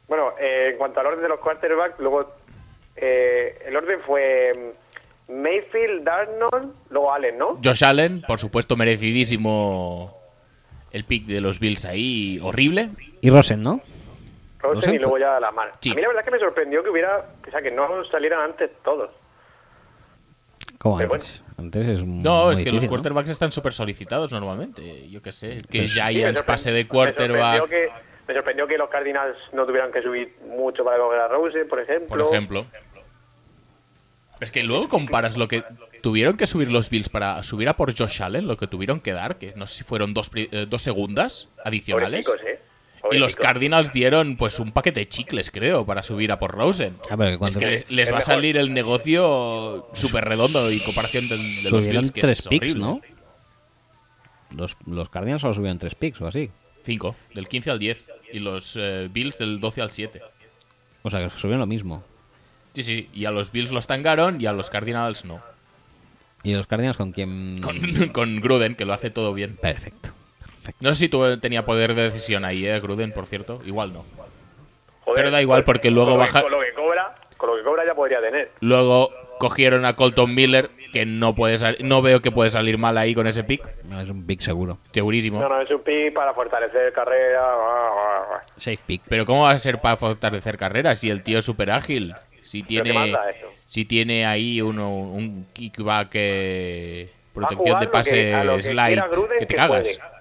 [SPEAKER 3] Bueno, eh, en cuanto al orden de los quarterbacks, luego. eh, el orden fue. mm, Mayfield, Darnold, luego Allen, ¿no?
[SPEAKER 2] Josh Allen, por supuesto, merecidísimo el pick de los Bills ahí, horrible.
[SPEAKER 1] Y Rosen, ¿no?
[SPEAKER 3] Rosen y
[SPEAKER 1] siento.
[SPEAKER 3] luego ya Lamar.
[SPEAKER 2] Sí.
[SPEAKER 3] A mí la verdad es que me sorprendió que hubiera. O sea, que no salieran antes todos.
[SPEAKER 1] Como
[SPEAKER 3] Pero
[SPEAKER 1] antes. Antes es un-
[SPEAKER 2] No,
[SPEAKER 1] muy
[SPEAKER 2] es que los
[SPEAKER 1] difícil, ¿no?
[SPEAKER 2] quarterbacks están súper solicitados normalmente. Yo qué sé, que
[SPEAKER 1] Pues
[SPEAKER 3] Sí, me
[SPEAKER 2] Giants
[SPEAKER 3] sorpre-
[SPEAKER 2] pase de
[SPEAKER 3] Me
[SPEAKER 2] quarterback,
[SPEAKER 3] sorprendió, que, me sorprendió que los Cardinals no tuvieran que subir mucho para coger a Rose, por ejemplo.
[SPEAKER 2] por ejemplo. Es que luego comparas lo que tuvieron que subir los Bills para subir a por Josh Allen, lo que tuvieron que dar, que no sé si fueron dos, pri- eh, dos segundas adicionales.
[SPEAKER 3] Pobrecicos, ¿eh?
[SPEAKER 2] Y los
[SPEAKER 3] Pobrecicos.
[SPEAKER 2] Cardinals dieron pues un paquete de chicles, creo, para subir a por Rosen.
[SPEAKER 1] Ah, pero que
[SPEAKER 2] es
[SPEAKER 1] cuando-
[SPEAKER 2] que les, les
[SPEAKER 3] Es
[SPEAKER 2] va a
[SPEAKER 3] mejor.
[SPEAKER 2] salir el negocio súper redondo y comparación del- de, los
[SPEAKER 1] Subieron
[SPEAKER 2] Bills, que
[SPEAKER 1] tres
[SPEAKER 2] es
[SPEAKER 1] picks,
[SPEAKER 2] horrible.
[SPEAKER 1] ¿no? Los, los Cardinals solo subieron tres picks o así.
[SPEAKER 2] Cinco, del 15 al 10. Y los eh, Bills del 12 al 7.
[SPEAKER 1] O sea, que subieron lo mismo.
[SPEAKER 2] Sí, sí, y a los Bills los tangaron y a los Cardinals no.
[SPEAKER 1] ¿Y los Cardinals con quién?
[SPEAKER 2] Con, con Gruden, que lo hace todo bien.
[SPEAKER 1] Perfecto. Perfecto.
[SPEAKER 2] No sé si tú tenía poder de decisión ahí, ¿eh, Gruden, por cierto? Igual no.
[SPEAKER 3] Joder,
[SPEAKER 2] Pero da igual, porque luego
[SPEAKER 3] con lo que-
[SPEAKER 2] baja-
[SPEAKER 3] con lo que cobra, con lo que cobra ya podría tener.
[SPEAKER 2] Luego cogieron a Colton Miller, que no puede sal- no veo que puede salir mal ahí con ese pick.
[SPEAKER 1] No, es un pick seguro.
[SPEAKER 2] Segurísimo.
[SPEAKER 3] No, no, es un pick para fortalecer carrera.
[SPEAKER 1] Safe pick.
[SPEAKER 2] Pero ¿cómo va a ser para fortalecer carrera si el tío es súper ágil? Si
[SPEAKER 3] qué más
[SPEAKER 2] tiene,
[SPEAKER 3] da eso?
[SPEAKER 2] si tiene ahí uno, un kickback, eh,
[SPEAKER 3] Va a
[SPEAKER 2] protección
[SPEAKER 3] jugar
[SPEAKER 2] de
[SPEAKER 3] lo que- a lo
[SPEAKER 2] pase
[SPEAKER 3] que
[SPEAKER 2] slide,
[SPEAKER 3] quiera Gruden
[SPEAKER 2] que te
[SPEAKER 3] que
[SPEAKER 2] cagas. ¿eh?
[SPEAKER 3] juegue.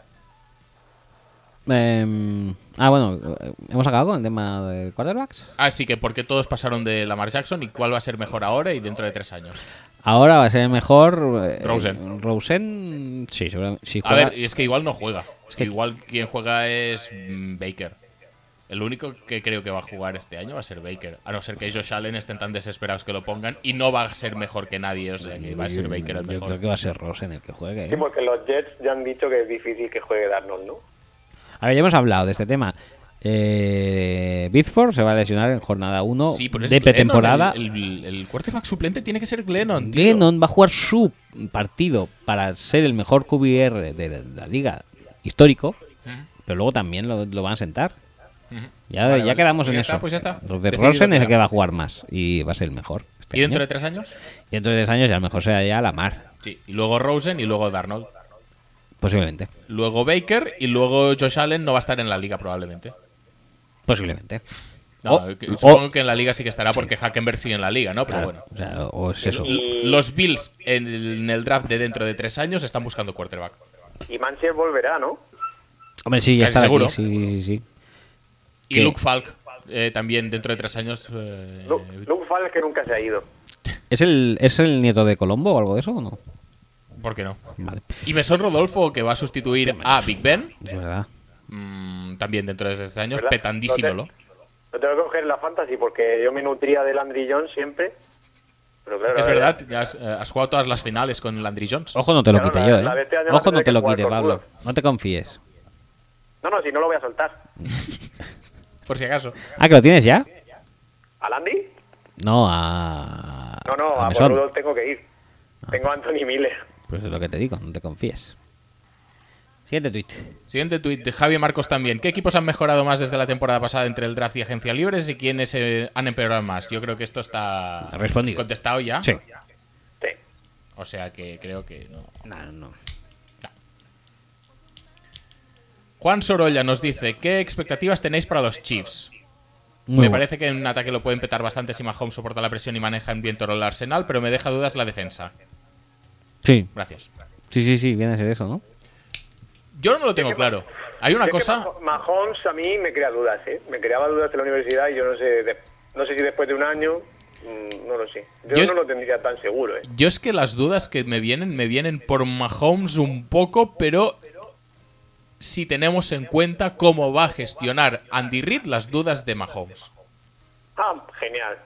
[SPEAKER 1] Em, ah, bueno, eh, hemos acabado con el tema de quarterbacks.
[SPEAKER 2] Así Ah, que porque todos pasaron de Lamar Jackson y cuál va a ser mejor ahora y dentro de tres años.
[SPEAKER 1] Ahora va a ser mejor. eh,
[SPEAKER 2] Rosen.
[SPEAKER 1] Rosen, sí, seguramente. Si
[SPEAKER 2] A
[SPEAKER 1] juega-
[SPEAKER 2] ver, es que igual no juega.
[SPEAKER 1] que-
[SPEAKER 2] Igual quien juega es mm, Baker. El único que creo que va a jugar este año va a ser Baker. A no ser que Josh Allen estén tan desesperados que lo pongan y no va a ser mejor que nadie. O sea que va a ser Baker el
[SPEAKER 1] Yo creo
[SPEAKER 2] mejor.
[SPEAKER 1] que va a ser Rosen el que juegue. ¿eh?
[SPEAKER 3] Sí, porque los Jets ya han dicho que es difícil que juegue Darnold, ¿no?
[SPEAKER 1] A ver, ya hemos hablado de este tema. Eh, Bitford se va a lesionar en jornada 1
[SPEAKER 2] Sí, pero es
[SPEAKER 1] de
[SPEAKER 2] Glennon,
[SPEAKER 1] pretemporada.
[SPEAKER 2] El, el, el quarterback suplente tiene que ser Glennon. tío.
[SPEAKER 1] Glennon va a jugar su partido para ser el mejor QBR de la, la liga histórico, pero luego también lo, lo van a sentar. Ya,
[SPEAKER 2] Vale,
[SPEAKER 1] ya
[SPEAKER 2] vale.
[SPEAKER 1] quedamos
[SPEAKER 2] Pues
[SPEAKER 1] en
[SPEAKER 2] ya
[SPEAKER 1] eso.
[SPEAKER 2] está, pues ya está.
[SPEAKER 1] Entonces,
[SPEAKER 2] Decidido
[SPEAKER 1] Rosen es el
[SPEAKER 2] queda.
[SPEAKER 1] que va a jugar más y va a ser el mejor. este
[SPEAKER 2] ¿Y dentro de
[SPEAKER 1] año.
[SPEAKER 2] tres años?
[SPEAKER 1] Y dentro de tres años ya a lo mejor será ya la mar,
[SPEAKER 2] Sí. Y luego Rosen y luego Darnold.
[SPEAKER 1] posiblemente.
[SPEAKER 2] Luego Baker y luego Josh Allen no va a estar en la liga probablemente.
[SPEAKER 1] Posiblemente.
[SPEAKER 2] No,
[SPEAKER 1] O-
[SPEAKER 2] que-
[SPEAKER 1] o-
[SPEAKER 2] supongo que en la liga sí que estará porque Hackenberg sigue en la liga, ¿no? Pero
[SPEAKER 1] Oh, claro,
[SPEAKER 2] bueno.
[SPEAKER 1] o sea, o es eso.
[SPEAKER 3] Y,
[SPEAKER 2] Los Bills en el, en el draft de dentro de tres años están buscando quarterback.
[SPEAKER 3] y Manchester volverá, ¿no?
[SPEAKER 1] Hombre, sí, ya
[SPEAKER 2] casi
[SPEAKER 1] está aquí.
[SPEAKER 2] seguro.
[SPEAKER 1] Sí, sí, sí, sí.
[SPEAKER 2] Y
[SPEAKER 1] ¿Qué?
[SPEAKER 2] Luke Falk eh, también dentro de tres años. eh,
[SPEAKER 3] Lu- Luke Falk que nunca se ha ido.
[SPEAKER 1] ¿Es el, ¿Es el nieto de Colombo o algo de eso o no?
[SPEAKER 2] ¿Por qué no?
[SPEAKER 1] Vale,
[SPEAKER 2] Y Mesón Rodolfo, que va a sustituir a Big Ben,
[SPEAKER 1] es verdad.
[SPEAKER 2] mm, también dentro de tres años,
[SPEAKER 3] ¿Verdad?
[SPEAKER 2] petandísimo,
[SPEAKER 3] Lo
[SPEAKER 2] ¿no?
[SPEAKER 3] te- Lo tengo que coger en la fantasy porque yo me nutría de Landry Jones siempre. Pero claro,
[SPEAKER 2] Es
[SPEAKER 3] la
[SPEAKER 2] verdad, ya has, eh, has jugado todas las finales con Landry Jones.
[SPEAKER 1] Ojo, no te lo
[SPEAKER 3] Claro,
[SPEAKER 1] quite
[SPEAKER 3] la-
[SPEAKER 1] yo,
[SPEAKER 3] la de
[SPEAKER 1] ¿eh?
[SPEAKER 3] este año
[SPEAKER 1] Ojo,
[SPEAKER 3] va a
[SPEAKER 1] no te
[SPEAKER 3] tener
[SPEAKER 1] lo
[SPEAKER 3] que
[SPEAKER 1] quite,
[SPEAKER 3] jugar
[SPEAKER 1] Pablo.
[SPEAKER 3] con
[SPEAKER 1] No te confíes.
[SPEAKER 3] No, no, si no lo voy a soltar.
[SPEAKER 2] Por si acaso.
[SPEAKER 1] Ah, que lo tienes ya.
[SPEAKER 3] ¿A Landry?
[SPEAKER 1] No, a.
[SPEAKER 3] No, no,
[SPEAKER 1] a
[SPEAKER 3] a,
[SPEAKER 1] Mesón.
[SPEAKER 3] por Rudolph tengo que ir.
[SPEAKER 2] Ah.
[SPEAKER 3] Tengo a Anthony Miller.
[SPEAKER 1] Pues es lo que te digo, no te confíes. Siguiente tweet.
[SPEAKER 2] Siguiente tuit de Javi Marcos también. ¿Qué equipos han mejorado más desde la temporada pasada entre el draft y agencia libres y quiénes eh, han empeorado más? Yo creo que esto está
[SPEAKER 1] Respondido.
[SPEAKER 2] contestado ya.
[SPEAKER 1] Sí.
[SPEAKER 3] Sí.
[SPEAKER 2] O sea que creo que no.
[SPEAKER 1] No, no, no.
[SPEAKER 2] Juan Sorolla nos dice, ¿qué expectativas tenéis para los Chiefs?
[SPEAKER 1] Muy
[SPEAKER 2] me
[SPEAKER 1] bueno.
[SPEAKER 2] parece que en un ataque lo pueden petar bastante si Mahomes soporta la presión y maneja en bien toro el arsenal, pero me deja dudas la defensa.
[SPEAKER 1] Sí,
[SPEAKER 2] Gracias.
[SPEAKER 1] sí, sí, sí, viene a ser eso, ¿no?
[SPEAKER 2] Yo no lo tengo claro. Hay una
[SPEAKER 3] Es que
[SPEAKER 2] cosa...
[SPEAKER 3] Mah- Mahomes a mí me crea dudas, ¿eh? Me creaba dudas en la universidad y yo no sé, de- no sé si después de un año, mm, no lo sé. Yo,
[SPEAKER 2] Yo es-
[SPEAKER 3] no lo tendría tan seguro, ¿eh?
[SPEAKER 2] Yo es que las dudas que me vienen, me vienen por Mahomes un poco, pero si tenemos en cuenta cómo va a gestionar Andy Reid las dudas de Mahomes.
[SPEAKER 3] Ah, genial.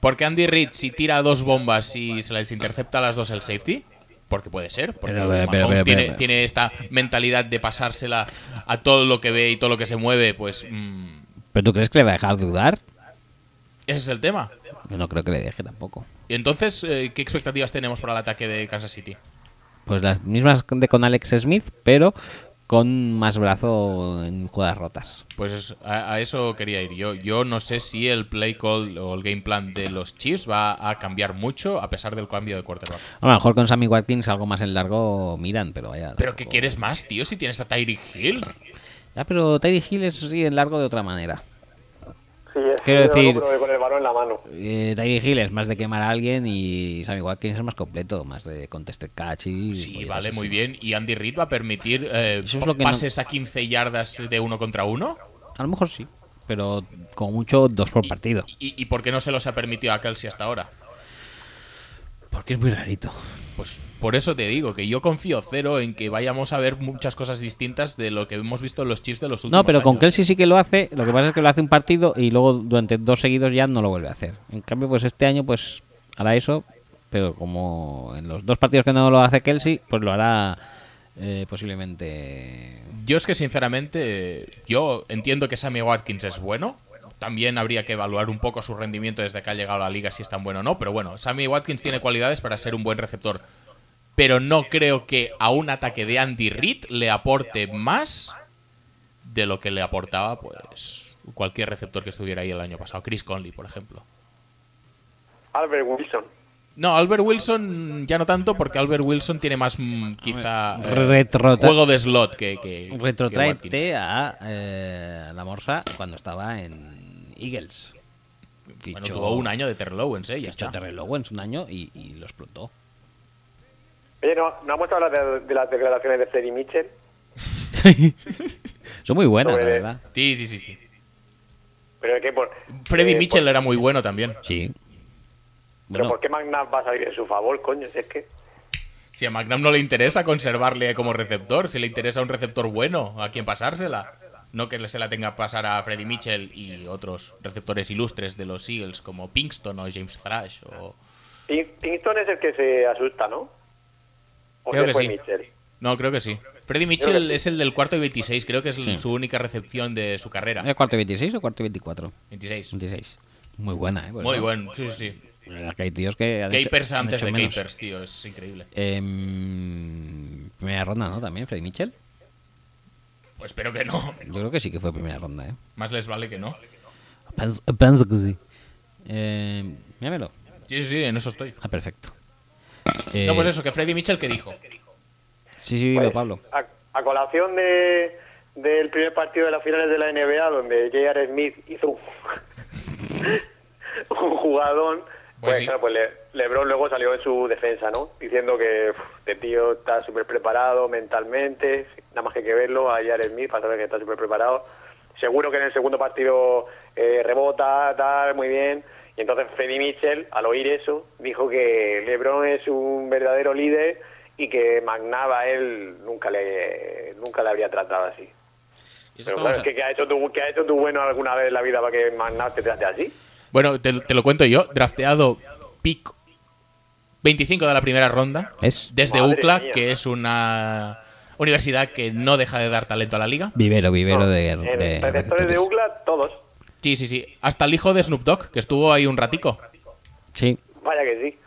[SPEAKER 2] Porque Andy Reid si tira dos bombas y se les intercepta a las dos el safety, porque puede ser, porque
[SPEAKER 1] Pero, pero,
[SPEAKER 2] Mahomes
[SPEAKER 1] pero, pero,
[SPEAKER 2] tiene,
[SPEAKER 1] pero.
[SPEAKER 2] tiene esta mentalidad de pasársela a todo lo que ve y todo lo que se mueve, pues mm,
[SPEAKER 1] ¿Pero tú crees que le va a dejar dudar?
[SPEAKER 2] ese es el tema.
[SPEAKER 1] Yo no creo que le deje tampoco.
[SPEAKER 2] Y entonces, eh, ¿qué expectativas tenemos para el ataque de Kansas City?
[SPEAKER 1] Pues las mismas de con Alex Smith, pero con más brazo en jugadas rotas.
[SPEAKER 2] Pues es- a, a eso quería ir. Yo, yo no sé si el play call o el game plan de los Chiefs va a cambiar mucho a pesar del cambio de quarterback.
[SPEAKER 1] A lo mejor con Sammy Watkins algo más en largo miran, pero vaya.
[SPEAKER 2] Pero ¿qué
[SPEAKER 1] tampoco-
[SPEAKER 2] quieres más, tío? Si tienes a Tyreek Hill.
[SPEAKER 1] Ya, pero Tyree Hill es sí en largo de otra manera.
[SPEAKER 3] Sí, es
[SPEAKER 1] Quiero
[SPEAKER 3] yo no
[SPEAKER 1] decir-
[SPEAKER 3] creo que con el balón en la mano.
[SPEAKER 1] Eh, Tyree Hill es más de quemar a alguien y Sammy Watkins es más completo, más de contested catch y.
[SPEAKER 2] Sí,
[SPEAKER 1] polletas
[SPEAKER 2] vale,
[SPEAKER 1] así.
[SPEAKER 2] muy bien. ¿Y Andy Reid va a permitir eh,
[SPEAKER 1] pues Eso es lo que no-
[SPEAKER 2] pases a 15 yardas de uno contra uno?
[SPEAKER 1] A lo mejor sí, pero con mucho dos por
[SPEAKER 2] Y-
[SPEAKER 1] partido.
[SPEAKER 2] Y, y por qué no se los ha permitido a Kelsey hasta ahora?
[SPEAKER 1] Porque es muy rarito.
[SPEAKER 2] Pues por eso te digo que yo confío cero en que vayamos a ver muchas cosas distintas de lo que hemos visto en los Chiefs de los últimos
[SPEAKER 1] No, pero con
[SPEAKER 2] años.
[SPEAKER 1] Kelsey sí que lo hace. Lo que pasa es que lo hace un partido y luego durante dos seguidos ya no lo vuelve a hacer. En cambio, pues este año pues hará eso, pero como en los dos partidos que no lo hace Kelsey, pues lo hará eh, posiblemente.
[SPEAKER 2] Yo es que sinceramente, yo entiendo que Sammy Watkins es bueno. También habría que evaluar un poco su rendimiento desde que ha llegado a la liga, si es tan bueno o no. Pero bueno, Sammy Watkins tiene cualidades para ser un buen receptor. Pero no creo que a un ataque de Andy Reid le aporte más de lo que le aportaba pues cualquier receptor que estuviera ahí el año pasado. Chris Conley, por ejemplo.
[SPEAKER 3] Albert Wilson.
[SPEAKER 2] No, Albert Wilson ya no tanto, porque Albert Wilson tiene más mm, quizá eh,
[SPEAKER 1] Retrota-
[SPEAKER 2] juego de slot que, que, que Watkins.
[SPEAKER 1] Retrotráete a eh, la morsa cuando estaba en Eagles.
[SPEAKER 2] Bueno, tuvo un año de Terrell Owens, ¿eh? Ya
[SPEAKER 1] fichó
[SPEAKER 2] está.
[SPEAKER 1] Terrell Owens un año y, y lo explotó.
[SPEAKER 3] Oye, ¿no, no hemos hablado de, de las declaraciones de Freddie Mitchell?
[SPEAKER 1] Son muy buenas, la
[SPEAKER 3] Sobre-
[SPEAKER 1] verdad.
[SPEAKER 2] Sí, sí, sí. sí.
[SPEAKER 3] Pero es que por...
[SPEAKER 2] Freddy
[SPEAKER 3] eh,
[SPEAKER 2] Mitchell
[SPEAKER 3] por-
[SPEAKER 2] era muy bueno también.
[SPEAKER 1] Sí.
[SPEAKER 3] Pero
[SPEAKER 1] Bueno,
[SPEAKER 3] ¿por qué McNabb va a salir en su favor, coño? Si es que...
[SPEAKER 2] Si a McNam no le interesa conservarle como receptor, si le interesa un receptor bueno, a quien pasársela. No que se la tenga que pasar a Freddy Mitchell y otros receptores ilustres de los Eagles como Pinkston o James Thrash o...
[SPEAKER 3] Pin- Pinkston es el que se asusta, ¿no? ¿O
[SPEAKER 2] Creo
[SPEAKER 3] se
[SPEAKER 2] que
[SPEAKER 3] fue
[SPEAKER 2] sí.
[SPEAKER 3] Mitchell?
[SPEAKER 2] No, creo que sí. Freddy
[SPEAKER 3] Creo que
[SPEAKER 2] Mitchell
[SPEAKER 3] sí.
[SPEAKER 2] es el del cuarto y 26, creo que es
[SPEAKER 1] Sí.
[SPEAKER 2] su única recepción de su carrera.
[SPEAKER 1] ¿Era cuarto y 26 o cuarto y 24?
[SPEAKER 2] 26.
[SPEAKER 1] 26. Muy buena, ¿eh? Pues,
[SPEAKER 2] Muy
[SPEAKER 1] ¿no?
[SPEAKER 2] bueno, sí, sí, sí.
[SPEAKER 1] La verdad es que hay tíos que. han hecho-
[SPEAKER 2] Capers
[SPEAKER 1] han
[SPEAKER 2] antes
[SPEAKER 1] hecho
[SPEAKER 2] de
[SPEAKER 1] menos.
[SPEAKER 2] Capers, tío, es increíble.
[SPEAKER 1] Em, primera ronda, ¿no? También, Freddy Mitchell.
[SPEAKER 2] Pues espero que no.
[SPEAKER 1] Yo creo que sí que fue primera ronda, ¿eh?
[SPEAKER 2] Más les vale que no.
[SPEAKER 1] Pienso, pienso que sí. Em, míramelo.
[SPEAKER 2] Sí, sí, sí, en eso estoy.
[SPEAKER 1] Ah, perfecto.
[SPEAKER 2] No, pues
[SPEAKER 1] Eh,
[SPEAKER 2] eso, que Freddy Mitchell que dijo.
[SPEAKER 1] Sí, sí, dilo,
[SPEAKER 3] Pues,
[SPEAKER 1] Pablo.
[SPEAKER 3] A, a colación de, del primer partido de las finales de la NBA, donde J.R. Smith hizo un, un jugadón, pues,
[SPEAKER 2] Pues sí.
[SPEAKER 3] claro, pues Le- LeBron luego salió en su defensa, ¿no? Diciendo que "Uf, este tío está súper preparado mentalmente, nada más que, hay que verlo a J.R. Smith para saber que está súper preparado. Seguro que en el segundo partido eh, rebota, tal, muy bien. Y entonces Freddy Mitchell, al oír eso, dijo que LeBron es un verdadero líder y que Magnaba él nunca le nunca le habría tratado así. Pero claro, es que ¿qué ha, hecho tu, qué ha hecho tu bueno alguna vez en la vida para que Magnaba te trate así?
[SPEAKER 2] Bueno, te, te lo cuento yo. Drafteado pick 25 de la primera ronda.
[SPEAKER 1] ¿Ves?
[SPEAKER 2] Desde
[SPEAKER 3] Madre
[SPEAKER 2] UCLA,
[SPEAKER 3] mía.
[SPEAKER 2] que es una universidad que no deja de dar talento a la liga.
[SPEAKER 1] Vivero, vivero
[SPEAKER 3] No,
[SPEAKER 1] de,
[SPEAKER 3] en
[SPEAKER 1] de
[SPEAKER 3] receptores de UCLA, todos.
[SPEAKER 2] Sí, sí, sí. Hasta el hijo de Snoop Dogg, que estuvo ahí un ratico.
[SPEAKER 1] Sí.
[SPEAKER 3] Vaya que sí.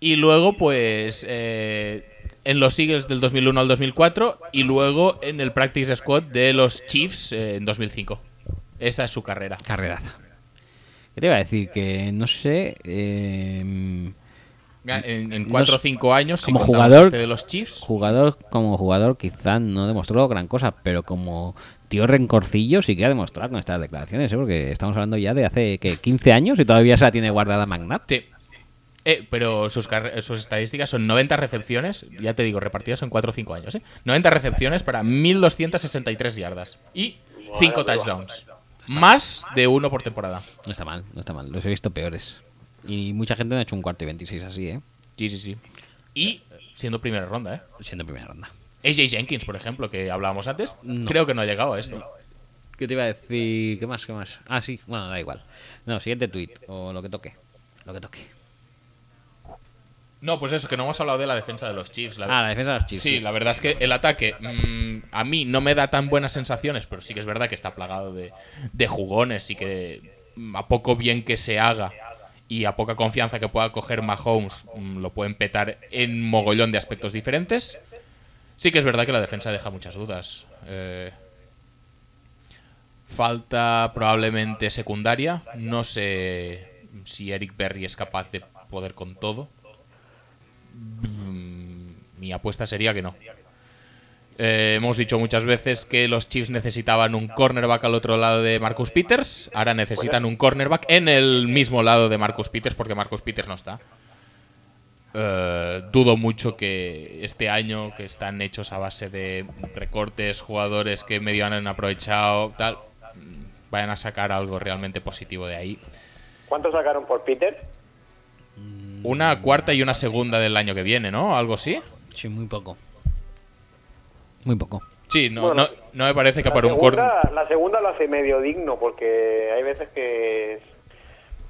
[SPEAKER 2] Y luego, pues, eh, en los Eagles del 2001 al 2004 y luego en el Practice Squad de los Chiefs eh, en 2005. Esa es su carrera.
[SPEAKER 1] Carreraza. ¿Qué te iba a decir? Que no sé. eh,
[SPEAKER 2] En, en
[SPEAKER 1] No
[SPEAKER 2] cuatro o
[SPEAKER 1] es-
[SPEAKER 2] cinco años, si
[SPEAKER 1] como
[SPEAKER 2] contamos
[SPEAKER 1] jugador-
[SPEAKER 2] este de los Chiefs,
[SPEAKER 1] Jugador como jugador quizás no demostró gran cosa, pero como tío rencorcillo sí que ha demostrado con estas declaraciones, ¿eh? porque estamos hablando ya de hace ¿qué? 15 años y todavía se la tiene guardada Magnat.
[SPEAKER 2] Sí. Eh, pero sus, carre- sus estadísticas son 90 recepciones, ya te digo, repartidas en 4 o 5 años. ¿eh? 90 recepciones para 1.263 yardas y 5 touchdowns. Más de uno por temporada.
[SPEAKER 1] No está mal, no está mal, los he visto peores. Y mucha gente no ha hecho un cuarto y 26 así, ¿eh?
[SPEAKER 2] Sí, sí, sí. Y siendo primera ronda, ¿eh?
[SPEAKER 1] siendo primera ronda.
[SPEAKER 2] AJ Jenkins, por ejemplo, que hablábamos antes,
[SPEAKER 1] No.
[SPEAKER 2] creo que no ha llegado a esto.
[SPEAKER 1] ¿Qué te iba a decir? ¿Qué más? ¿Qué más? Ah, sí, bueno, da igual. No, siguiente tweet o lo que toque. Lo que toque.
[SPEAKER 2] No, pues eso, que no hemos hablado de la defensa de los Chiefs. La
[SPEAKER 1] Ah, la defensa de los Chiefs.
[SPEAKER 2] Sí, la verdad es que el ataque mm, a mí no me da tan buenas sensaciones, pero sí que es verdad que está plagado de, de jugones y que mm, a poco bien que se haga y a poca confianza que pueda coger Mahomes mm, lo pueden petar en mogollón de aspectos diferentes. Sí que es verdad que la defensa deja muchas dudas. Eh, falta probablemente secundaria. No sé si Eric Berry es capaz de poder con todo. Mm, Mi apuesta sería que no. Eh, hemos dicho muchas veces que los Chiefs necesitaban un cornerback al otro lado de Marcus Peters. Ahora necesitan un cornerback en el mismo lado de Marcus Peters porque Marcus Peters no está. Eh, dudo mucho que este año, que están hechos a base de recortes, jugadores que medio han aprovechado, tal, mm, vayan a sacar algo realmente positivo de ahí.
[SPEAKER 3] ¿Cuánto sacaron por Peter?
[SPEAKER 2] Una cuarta y una segunda del año que viene, ¿no? Algo así.
[SPEAKER 1] Sí, muy poco. Muy poco.
[SPEAKER 2] Sí, no,
[SPEAKER 3] Bueno,
[SPEAKER 2] no, no me parece que
[SPEAKER 3] La
[SPEAKER 2] para un corner.
[SPEAKER 3] segunda, la segunda lo hace medio digno porque hay veces que.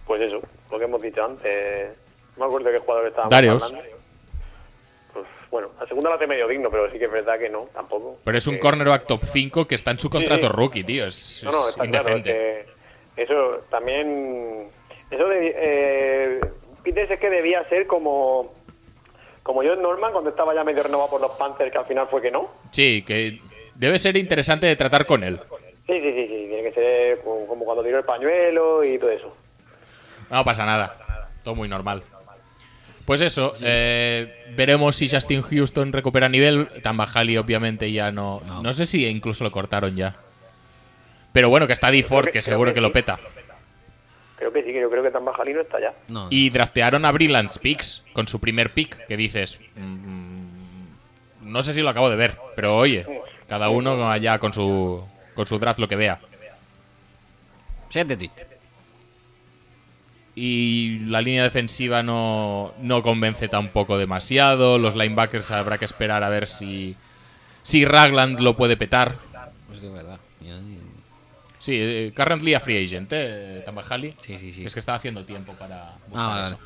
[SPEAKER 3] Pues eso, lo que hemos dicho antes. No me acuerdo de qué jugador estábamos
[SPEAKER 2] Darius.
[SPEAKER 3] hablando. Pues, bueno, la segunda la hace medio digno, pero sí que es verdad que no, tampoco.
[SPEAKER 2] Pero es un
[SPEAKER 3] Que-
[SPEAKER 2] cornerback top 5 que está en su contrato
[SPEAKER 3] Eh, sí.
[SPEAKER 2] rookie, tío. Es,
[SPEAKER 3] No, no,
[SPEAKER 2] es
[SPEAKER 3] está claro.
[SPEAKER 2] indecente.
[SPEAKER 3] que eso también. Eso de. Eh, Peters es que debía ser como. Como yo Norman cuando estaba ya medio renovado por los Panthers, que al final fue que no.
[SPEAKER 2] Sí, que debe ser interesante de tratar con él.
[SPEAKER 3] Sí, sí, sí, sí. Tiene que ser como como cuando tiró el pañuelo y todo eso.
[SPEAKER 2] No pasa nada. Todo muy normal. Pues eso, eh, veremos si Justin Houston recupera nivel. Tambajali, obviamente, ya no, no.
[SPEAKER 1] No.
[SPEAKER 2] sé si incluso lo cortaron ya. Pero bueno, que está D Ford,
[SPEAKER 3] que-
[SPEAKER 2] que
[SPEAKER 3] creo
[SPEAKER 2] seguro
[SPEAKER 3] que
[SPEAKER 2] que lo
[SPEAKER 3] sí.
[SPEAKER 2] peta.
[SPEAKER 3] Creo que sí, que yo creo que tan bajalino está ya.
[SPEAKER 1] No,
[SPEAKER 2] Y draftearon a Brillant Speaks con su primer pick, que dices. mm, no sé si lo acabo de ver, pero oye, cada uno allá con su, con su draft lo que vea.
[SPEAKER 1] Siguiente tweet.
[SPEAKER 2] Y la línea defensiva no, no convence tampoco demasiado. Los linebackers habrá que esperar a ver si, si Ragland lo puede petar.
[SPEAKER 1] Pues de verdad.
[SPEAKER 2] Sí, eh, currently a free agent, ¿eh? Tamajali.
[SPEAKER 1] Sí, sí, sí.
[SPEAKER 2] Es que está haciendo tiempo para buscar
[SPEAKER 1] Ah, vale.
[SPEAKER 2] eso.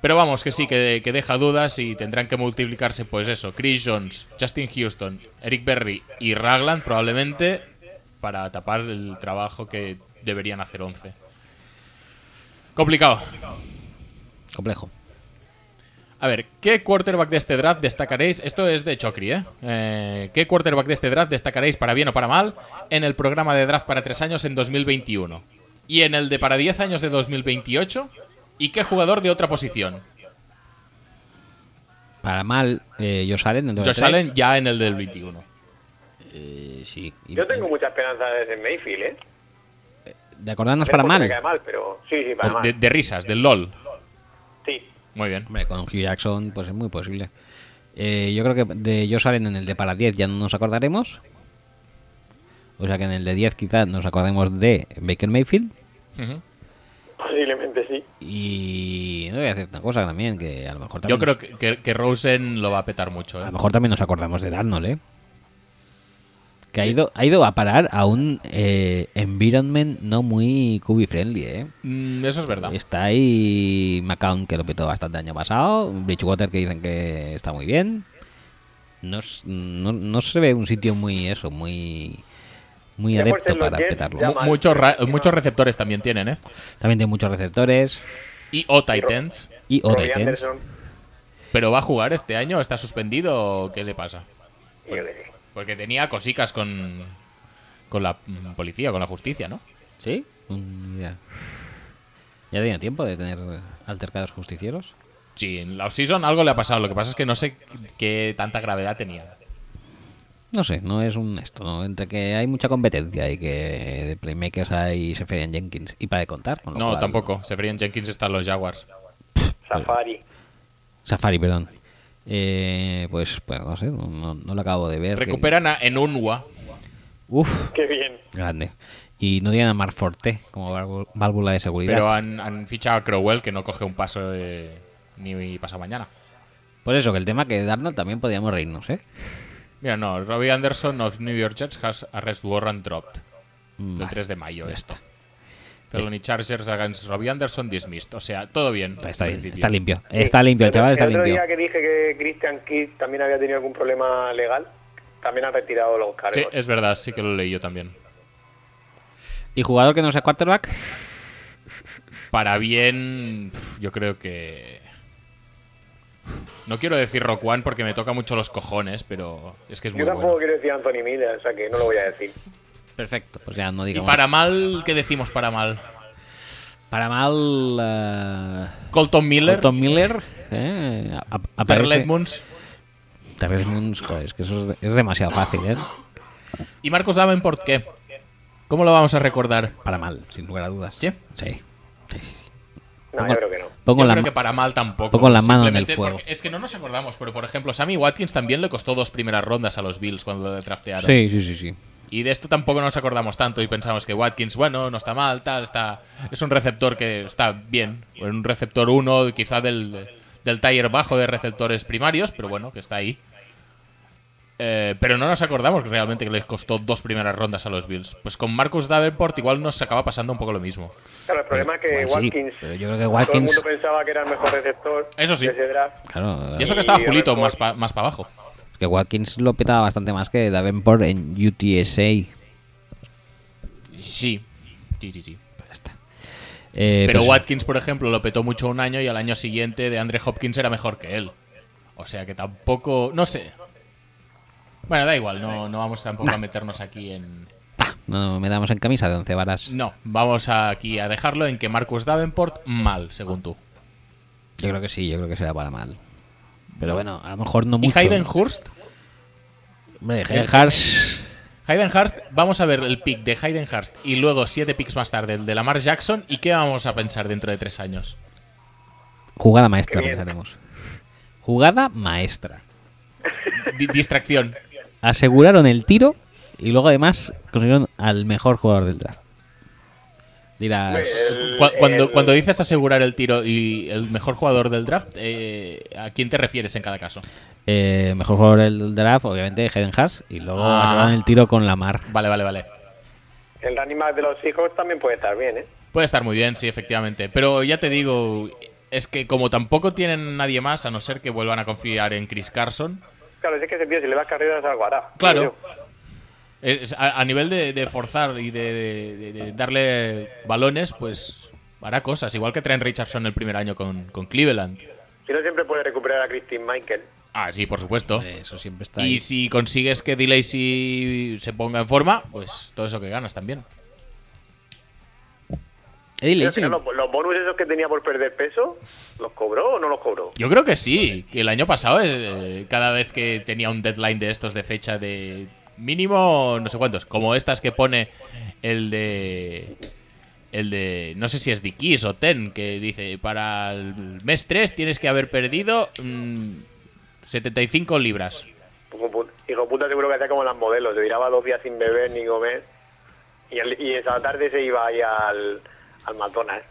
[SPEAKER 2] Pero vamos, que sí, que, que deja dudas y tendrán que multiplicarse, pues eso, Chris Jones, Justin Houston, Eric Berry y Ragland probablemente para tapar el trabajo que deberían hacer 11. Complicado.
[SPEAKER 1] Complejo.
[SPEAKER 2] A ver, ¿qué quarterback de este draft destacaréis? Esto es de Chocri, ¿eh? Eh, ¿Qué quarterback de este draft destacaréis para bien o para mal en el programa de draft para tres años en 2021? Y en el de para 10 años de 2028? ¿Y qué jugador de otra posición?
[SPEAKER 1] Para mal, eh, Josh Allen dentro de
[SPEAKER 2] Josh
[SPEAKER 1] tres.
[SPEAKER 2] Allen ya en el del 21.
[SPEAKER 1] Eh, sí. Y-
[SPEAKER 3] Yo tengo mucha esperanza de ese Mayfield, ¿eh?
[SPEAKER 1] De acordarnos
[SPEAKER 3] Es
[SPEAKER 1] Ah, para
[SPEAKER 3] porque
[SPEAKER 1] mal.
[SPEAKER 3] me cae mal, pero sí, sí, para mal.
[SPEAKER 2] De, de risas, del LOL.
[SPEAKER 3] Sí.
[SPEAKER 2] Muy bien.
[SPEAKER 1] Hombre, con Hugh Jackson, pues es muy posible. Eh, yo creo que de Josh Allen en el de para 10 ya no nos acordaremos. O sea que en el de 10 quizás nos acordemos de Baker Mayfield.
[SPEAKER 2] Ujú.
[SPEAKER 3] Posiblemente sí.
[SPEAKER 1] Y no voy a hacer una cosa también, que a lo mejor también
[SPEAKER 2] Yo creo
[SPEAKER 1] nos-
[SPEAKER 2] que, que- que Rosen lo va a petar mucho.
[SPEAKER 1] a
[SPEAKER 2] ¿eh?
[SPEAKER 1] lo mejor también nos acordamos de Darnold, ¿eh? Que ha ido, ha ido a parar a un eh, environment no muy QB friendly, ¿eh?
[SPEAKER 2] Mm, eso es verdad.
[SPEAKER 1] Está ahí McCown, que lo petó bastante año pasado. Bridgewater, que dicen que está muy bien. No, s- no, no se ve un sitio muy eso, muy muy
[SPEAKER 3] Ya por
[SPEAKER 1] adepto
[SPEAKER 3] ser los
[SPEAKER 1] para
[SPEAKER 3] Jets,
[SPEAKER 1] petarlo.
[SPEAKER 3] ya-
[SPEAKER 2] Mu- Muchos, ra- muchos receptores también tienen, ¿eh?
[SPEAKER 1] También tiene muchos receptores
[SPEAKER 2] Y o tight ends.
[SPEAKER 1] y o
[SPEAKER 3] Robbie
[SPEAKER 1] tight ends.
[SPEAKER 3] Anderson,
[SPEAKER 2] ¿Pero va a jugar este año? ¿Está suspendido o qué le pasa?
[SPEAKER 3] y yo qué sé.
[SPEAKER 2] Porque tenía cosicas con, con la mm, policía, con la justicia, ¿no?
[SPEAKER 1] ¿Sí? Mm, ya. ¿Ya tenía tiempo de tener altercados justicieros?
[SPEAKER 2] Sí, en la offseason algo le ha pasado. Lo que pasa es que no sé qué tanta gravedad tenía.
[SPEAKER 1] No sé, no es un esto, ¿no? Entre que hay mucha competencia y que de playmakers hay Seferian Jenkins y para de contar. con lo
[SPEAKER 2] No,
[SPEAKER 1] cual-
[SPEAKER 2] tampoco. Seferian Jenkins está en los Jaguars.
[SPEAKER 3] Safari.
[SPEAKER 1] Safari, perdón. Eh, pues, bueno, no sé, no, no- no lo acabo de ver. que-
[SPEAKER 2] Recuperan a Enunwa.
[SPEAKER 1] Uf,
[SPEAKER 3] Qué bien.
[SPEAKER 1] grande. Y no tienen a Mark Forte como válvu- válvula de seguridad.
[SPEAKER 2] Pero han, han fichado a Crowell que no coge un paso eh, ni pasa mañana.
[SPEAKER 1] Por eso, que el tema que Darnold también podríamos reírnos, ¿eh?
[SPEAKER 2] Mira, no, Robbie Anderson of New York Jets has arrest warrant dropped. Del
[SPEAKER 1] Vale,
[SPEAKER 2] 3 de mayo
[SPEAKER 1] ya
[SPEAKER 2] esto.
[SPEAKER 1] está.
[SPEAKER 2] Felony Chargers against Robbie Anderson dismissed. O sea, todo bien.
[SPEAKER 1] Está, está
[SPEAKER 2] en
[SPEAKER 1] bien,
[SPEAKER 2] principio.
[SPEAKER 1] está limpio. Está limpio, el chaval está
[SPEAKER 3] El otro
[SPEAKER 1] limpio.
[SPEAKER 3] día que dije que Christian Kidd también había tenido algún problema legal, también ha retirado los
[SPEAKER 2] Sí,
[SPEAKER 3] cargos.
[SPEAKER 2] es verdad, sí que lo leí yo también.
[SPEAKER 1] ¿Y jugador que no sea quarterback?
[SPEAKER 2] Para bien, pf, yo creo que. No quiero decir Rock One porque me toca mucho los cojones, pero es que es muy
[SPEAKER 3] Yo tampoco
[SPEAKER 2] bueno.
[SPEAKER 3] quiero decir Anthony Miller, o sea que no lo voy a decir.
[SPEAKER 1] Perfecto, pues ya no
[SPEAKER 2] Y
[SPEAKER 1] digamos.
[SPEAKER 2] para mal, ¿qué decimos para mal?
[SPEAKER 1] Para mal. eh,
[SPEAKER 2] Colton Miller,
[SPEAKER 1] Colton Miller. ¿eh? A- a- aparece-
[SPEAKER 2] Terrell Edmunds
[SPEAKER 1] Terrell Edmunds, joder, es que eso es, de- es demasiado fácil, ¿eh?
[SPEAKER 2] y Marcos Davenport, ¿qué? ¿Cómo lo vamos a recordar?
[SPEAKER 1] Para mal, sin lugar a dudas.
[SPEAKER 2] ¿Sí?
[SPEAKER 1] Sí. sí, sí, sí.
[SPEAKER 3] No,
[SPEAKER 1] Pongo-
[SPEAKER 3] yo creo que no.
[SPEAKER 1] Pongo
[SPEAKER 2] yo
[SPEAKER 1] la
[SPEAKER 2] creo
[SPEAKER 1] ma-
[SPEAKER 2] que para mal tampoco.
[SPEAKER 1] pongo la mano en
[SPEAKER 2] Simplemente
[SPEAKER 1] el fuego.
[SPEAKER 2] porque- Es que no nos acordamos, pero por ejemplo, Sammy Watkins también le costó dos primeras rondas a los Bills cuando le draftearon.
[SPEAKER 1] Sí, sí, sí, sí.
[SPEAKER 2] Y de esto tampoco nos acordamos tanto y pensamos que Watkins, bueno, no está mal, tal, está es un receptor que está bien, un receptor uno quizá del, del taller bajo de receptores primarios, pero bueno, que está ahí. Eh, pero no nos acordamos realmente que les costó dos primeras rondas a los Bills. Pues con Marcus Davenport igual nos acaba pasando un poco lo mismo.
[SPEAKER 3] Claro, el problema es que
[SPEAKER 1] Igual sí,
[SPEAKER 3] Watkins,
[SPEAKER 1] pero yo creo que
[SPEAKER 3] todo el
[SPEAKER 1] Watkins-
[SPEAKER 3] mundo pensaba que era el mejor receptor
[SPEAKER 2] Eso sí.
[SPEAKER 3] de ese draft.
[SPEAKER 1] Claro,
[SPEAKER 2] Y
[SPEAKER 1] es
[SPEAKER 2] eso que estaba
[SPEAKER 3] Y
[SPEAKER 2] Julito
[SPEAKER 3] Davenport-
[SPEAKER 2] más para más pa abajo.
[SPEAKER 1] que Watkins lo petaba bastante más que Davenport en UTSA.
[SPEAKER 2] Sí. Sí, sí, sí.
[SPEAKER 1] Ya está. Eh,
[SPEAKER 2] Pero
[SPEAKER 1] pues-
[SPEAKER 2] Watkins, por ejemplo, lo petó mucho un año y al año siguiente de Andre Hopkins era mejor que él. O sea que tampoco. No sé. Bueno, da igual, no, no vamos tampoco a meternos aquí en.
[SPEAKER 1] Ah, No, me damos en camisa de once varas.
[SPEAKER 2] No, vamos aquí a dejarlo en que Marcus Davenport, mal, según tú.
[SPEAKER 1] Yo creo que sí, yo creo que será para mal. Pero bueno, a lo mejor no
[SPEAKER 2] ¿Y
[SPEAKER 1] mucho.
[SPEAKER 2] Hayden Hurst?
[SPEAKER 1] Hombre, Hayden Hurst-
[SPEAKER 2] Hayden Hurst, vamos a ver el pick de Hayden Hurst y luego siete picks más tarde el de Lamar Jackson. ¿Y qué vamos a pensar dentro de tres años?
[SPEAKER 1] Jugada maestra,
[SPEAKER 3] Qué bien.
[SPEAKER 1] pensaremos. Jugada maestra.
[SPEAKER 2] Di- distracción.
[SPEAKER 1] Aseguraron el tiro y luego además consiguieron al mejor jugador del draft. Dirás.
[SPEAKER 3] El-
[SPEAKER 2] Cu- cuando,
[SPEAKER 3] el-
[SPEAKER 2] cuando dices asegurar el tiro y el mejor jugador del draft, eh, ¿a quién te refieres en cada caso?
[SPEAKER 1] eh, mejor jugador del draft, obviamente, Hayden Hurst. Y luego
[SPEAKER 2] Ah.
[SPEAKER 1] aseguraron el tiro con Lamar.
[SPEAKER 2] Vale, vale, vale.
[SPEAKER 3] El running back de los hijos también puede estar bien, ¿eh?
[SPEAKER 2] Puede estar muy bien, sí, efectivamente. Pero ya te digo, es que como tampoco tienen nadie más, a no ser que vuelvan a confiar en Chris Carson,
[SPEAKER 3] Claro, es que ese tío, si le das carreras, algo hará.
[SPEAKER 2] Claro.
[SPEAKER 3] Yo-
[SPEAKER 2] es- a, a nivel de, de forzar y de, de- de darle balones, pues hará cosas. Igual que Trent Richardson el primer año con, con Cleveland.
[SPEAKER 3] Si no, siempre puede recuperar a Christine Michael.
[SPEAKER 2] Ah, sí, por supuesto.
[SPEAKER 1] Eh, Eso siempre está ahí.
[SPEAKER 2] Y si consigues que DeLacy se ponga en forma, pues todo eso que ganas también.
[SPEAKER 1] Eddie
[SPEAKER 3] Pero al
[SPEAKER 1] Lacy-
[SPEAKER 3] final, los, los bonus esos que tenía por perder peso, ¿los cobró o no los cobró?
[SPEAKER 2] Yo creo que sí, que el año pasado, eh, cada vez que tenía un deadline de estos de fecha de mínimo no sé cuántos, como estas que pone el de. El de. No sé si es Dikis o Ten, que dice: para el mes 3 tienes que haber perdido mm, 75 libras.
[SPEAKER 3] Como pu- Hijo puta, seguro que hacía como las modelos. Se tiraba dos días sin beber ni comer. Y, al- y esa tarde se iba ahí al, al McDonald's.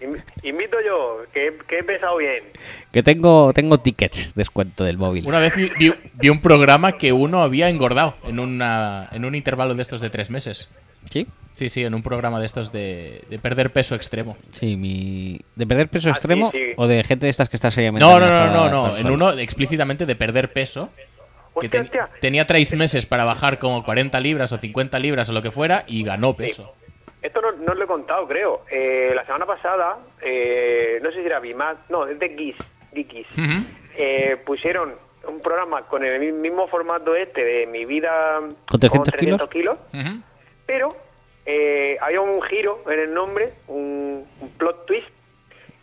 [SPEAKER 3] Invi- Invito yo, que, que he pesado bien.
[SPEAKER 1] Que tengo, tengo tickets descuento del móvil.
[SPEAKER 2] Una vez vi, vi- vi un programa que uno había engordado en, una, en un intervalo de estos de tres meses.
[SPEAKER 1] ¿Sí?
[SPEAKER 2] Sí, sí, en un programa de estos de, de perder peso extremo.
[SPEAKER 1] Sí, mi... ¿De perder peso
[SPEAKER 3] Ah, sí,
[SPEAKER 1] extremo
[SPEAKER 3] sí.
[SPEAKER 1] o de gente de estas que está seriamente...
[SPEAKER 2] No, no, no,
[SPEAKER 1] amenazada por
[SPEAKER 2] no, no. En
[SPEAKER 1] salud?
[SPEAKER 2] uno explícitamente de perder peso. Que
[SPEAKER 3] Hostia,
[SPEAKER 2] ten-
[SPEAKER 3] hostia.
[SPEAKER 2] tenía tres meses para bajar como 40 libras o 50 libras o lo que fuera y ganó peso.
[SPEAKER 3] Esto no, no os lo he contado, creo. Eh, la semana pasada, eh, no sé si era Bimat, no, es de Kiss, de Kiss.
[SPEAKER 2] Ujú.
[SPEAKER 3] Eh, pusieron un programa con el mi- mismo formato este de Mi Vida
[SPEAKER 1] ¿Con 300 kilos?
[SPEAKER 3] kilos,
[SPEAKER 2] Ujú.
[SPEAKER 3] pero eh, había un giro en el nombre, un, un plot twist,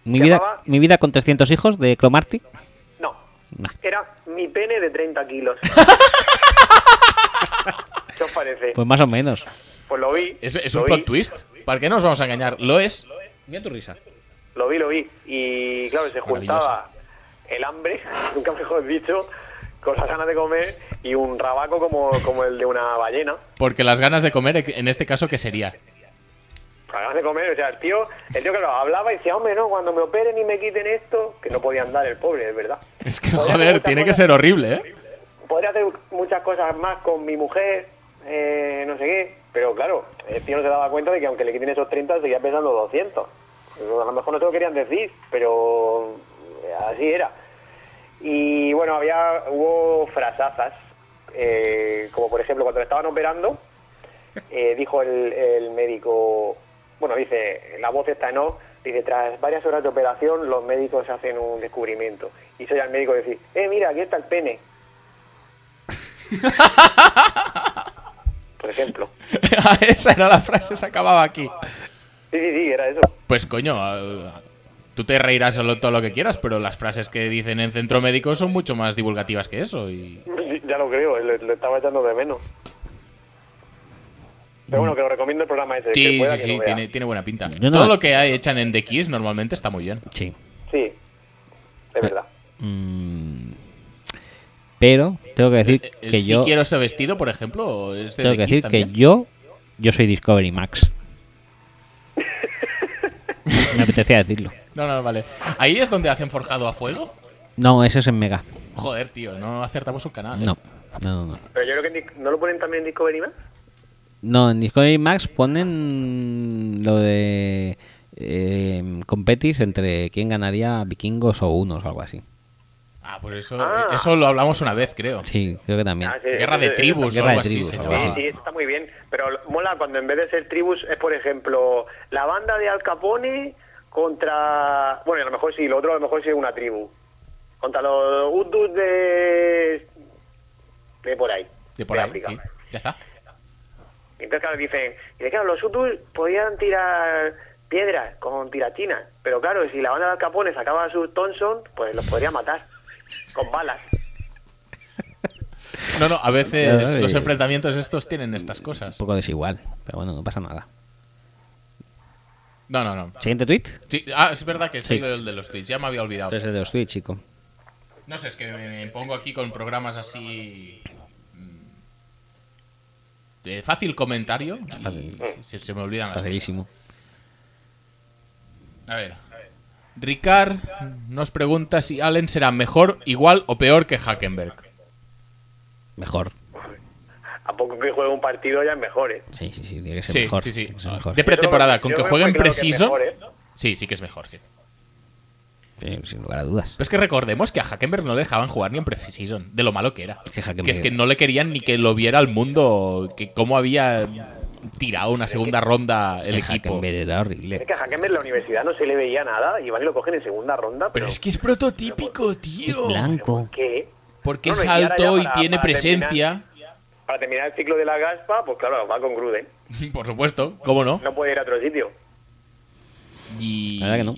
[SPEAKER 1] Mi
[SPEAKER 3] Se
[SPEAKER 1] vida,
[SPEAKER 3] llamaba-
[SPEAKER 1] mi vida con 300 hijos de Cromarty.
[SPEAKER 3] No,
[SPEAKER 1] Nah.
[SPEAKER 3] era mi pene de 30 kilos. ¿Qué os parece? Pues,
[SPEAKER 1] Pues más o menos.
[SPEAKER 3] lo vi.
[SPEAKER 2] ¿Es, es
[SPEAKER 3] lo
[SPEAKER 2] un
[SPEAKER 3] vi,
[SPEAKER 2] plot twist? ¿Para qué nos vamos a engañar? Lo es.
[SPEAKER 1] Mira tu risa.
[SPEAKER 3] Lo vi, lo vi. Y claro, se juntaba el hambre, nunca mejor dicho, con las ganas de comer y un rabaco como, como el de una ballena.
[SPEAKER 2] Porque las ganas de comer, en este caso, ¿qué sería?
[SPEAKER 3] Las ganas de comer, o sea, el tío, el tío que lo hablaba y decía, hombre, no, cuando me operen y me quiten esto, que no podía andar el pobre, es verdad.
[SPEAKER 2] Es que,
[SPEAKER 3] Podría hacer
[SPEAKER 2] joder,
[SPEAKER 3] muchas
[SPEAKER 2] tiene que
[SPEAKER 3] cosas.
[SPEAKER 2] ser horrible, ¿eh?
[SPEAKER 3] podría hacer muchas cosas más con mi mujer, eh, no sé qué, pero claro, el tío no se daba cuenta de que aunque le quiten esos 30, seguía pesando 200. A lo mejor no se lo querían decir, pero eh, así era. Y bueno, había hubo frasazas, eh, como por ejemplo cuando le estaban operando, eh, dijo el, el médico, bueno, dice, la voz está no, dice, tras varias horas de operación los médicos hacen un descubrimiento. Y soy al médico decir, eh, mira, aquí está el pene. por ejemplo.
[SPEAKER 2] Esa era la frase, se acababa aquí.
[SPEAKER 3] Sí, sí, sí, era eso.
[SPEAKER 2] Pues coño, ah, tú te reirás a lo- todo lo que quieras, pero las frases que dicen en centro médico son mucho más divulgativas que eso. Y
[SPEAKER 3] Ya lo creo, le, le estaba echando de menos. Pero bueno, que lo recomiendo el programa ese. que
[SPEAKER 2] sí,
[SPEAKER 3] pueda,
[SPEAKER 2] sí,
[SPEAKER 3] que
[SPEAKER 2] sí,
[SPEAKER 3] lo vea.
[SPEAKER 2] tiene, tiene buena pinta.
[SPEAKER 1] Yo no-
[SPEAKER 2] Todo lo que hay- echan en The Kiss normalmente está muy bien.
[SPEAKER 1] Sí.
[SPEAKER 3] Sí, es verdad.
[SPEAKER 1] Mm. Pero tengo que decir
[SPEAKER 2] Eh, eh,
[SPEAKER 1] que
[SPEAKER 2] si
[SPEAKER 1] yo
[SPEAKER 2] quiero ese vestido, por ejemplo, es de
[SPEAKER 1] tengo
[SPEAKER 2] The
[SPEAKER 1] que
[SPEAKER 2] Kiss
[SPEAKER 1] decir que
[SPEAKER 2] también.
[SPEAKER 1] yo yo soy Discovery Max. Me apetecía decirlo.
[SPEAKER 2] No, no, vale. Ahí es donde hacen forjado a fuego.
[SPEAKER 1] No, ese es en Mega.
[SPEAKER 2] Joder, tío, no acertamos un canal. ¿eh?
[SPEAKER 1] No, no, no. no.
[SPEAKER 3] Pero yo creo que en Dis- no lo ponen también en Discovery Max.
[SPEAKER 1] No, en Discovery Max ponen lo de eh, competis entre quién ganaría vikingos o unos o algo así.
[SPEAKER 2] Ah, pues eso,
[SPEAKER 3] Ah.
[SPEAKER 2] eso lo hablamos una vez, creo.
[SPEAKER 1] Sí, creo que también.
[SPEAKER 3] Ah, sí,
[SPEAKER 2] Guerra de
[SPEAKER 3] ese- ese
[SPEAKER 2] tribus
[SPEAKER 1] Guerra
[SPEAKER 2] o algo
[SPEAKER 1] de tribus,
[SPEAKER 2] así. se
[SPEAKER 1] algo
[SPEAKER 3] Sí,
[SPEAKER 1] así.
[SPEAKER 2] llamaba.
[SPEAKER 3] sí, eso está muy bien. Pero lo- mola cuando en vez de ser tribus es, por ejemplo, la banda de Al Capone contra. Bueno, y a lo mejor sí, lo otro a lo mejor sí es una tribu. Contra los Hutus de. de por ahí.
[SPEAKER 2] De por ahí.
[SPEAKER 3] África.
[SPEAKER 2] sí. Ya está.
[SPEAKER 3] Y Entonces, claro, dicen. Dice, claro, los Hutus podían tirar piedras con tirachinas. Pero claro, si la banda de Al Capone sacaba a sus Thompson, pues los podría matar. Con balas.
[SPEAKER 2] No, no, a
[SPEAKER 1] Ya,
[SPEAKER 2] veces
[SPEAKER 1] ya,
[SPEAKER 2] los
[SPEAKER 1] ya.
[SPEAKER 2] enfrentamientos estos tienen estas
[SPEAKER 1] Un
[SPEAKER 2] cosas.
[SPEAKER 1] poco desigual, pero bueno, no pasa nada.
[SPEAKER 2] No, no, no.
[SPEAKER 1] Siguiente tweet.
[SPEAKER 2] Sí, ah, es verdad que soy
[SPEAKER 1] Sí.
[SPEAKER 2] el de los tweets, ya me había olvidado.
[SPEAKER 1] Tres de los tweets, chico.
[SPEAKER 2] No sé, es que me, me pongo aquí con programas así. mm, De fácil comentario. y
[SPEAKER 1] Fácil.
[SPEAKER 2] Se, se me olvidan las cosas.
[SPEAKER 1] Facilísimo.
[SPEAKER 2] A ver. Ricard nos pregunta si Allen será mejor, igual o peor que Hackenberg.
[SPEAKER 1] Mejor.
[SPEAKER 3] A poco que juegue un partido ya es mejor, ¿eh?
[SPEAKER 1] Sí, sí, sí, tiene que ser
[SPEAKER 2] Sí,
[SPEAKER 1] mejor.
[SPEAKER 2] sí, sí.
[SPEAKER 1] tiene que ser mejor.
[SPEAKER 2] De pretemporada,
[SPEAKER 3] Yo
[SPEAKER 2] con que
[SPEAKER 3] creo muy
[SPEAKER 2] jueguen
[SPEAKER 3] claro que es
[SPEAKER 2] preciso.
[SPEAKER 3] mejor, ¿eh?
[SPEAKER 2] Sí, sí que es mejor, sí.
[SPEAKER 1] Sí, sin lugar a dudas.
[SPEAKER 2] Pero es que recordemos que a Hackenberg no le dejaban jugar ni en preseason, de lo malo que era.
[SPEAKER 1] Que Hackenberg-
[SPEAKER 2] que es que no le querían ni que lo viera al mundo, que cómo había tirado una segunda ronda el equipo.
[SPEAKER 1] Hackenberg era
[SPEAKER 3] Es
[SPEAKER 1] horrible.
[SPEAKER 3] que a Hackenberg en la universidad no se le veía nada y van y lo cogen en segunda ronda, pero,
[SPEAKER 2] Pero es que es prototípico, tío.
[SPEAKER 1] Blanco.
[SPEAKER 3] ¿qué?
[SPEAKER 2] Porque
[SPEAKER 3] No, no,
[SPEAKER 2] es
[SPEAKER 3] y ahora ya
[SPEAKER 2] alto y
[SPEAKER 3] para-
[SPEAKER 2] tiene
[SPEAKER 3] para
[SPEAKER 2] presencia.
[SPEAKER 3] Para terminar el ciclo de la Gaspa, pues claro, va con Gruden.
[SPEAKER 2] Por supuesto, ¿cómo no?
[SPEAKER 3] No puede ir a otro sitio.
[SPEAKER 2] Y
[SPEAKER 1] La verdad que no.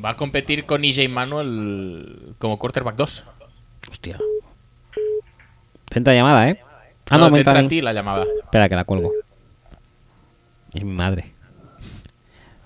[SPEAKER 2] va a competir con EJ Manuel como quarterback 2.
[SPEAKER 1] Hostia. Te entra llamada, ¿eh? Ah, no,
[SPEAKER 2] te
[SPEAKER 1] me entra
[SPEAKER 2] entra
[SPEAKER 1] a
[SPEAKER 2] a
[SPEAKER 1] mí.
[SPEAKER 2] ti la llamada.
[SPEAKER 1] Espera, que la cuelgo. Es mi madre.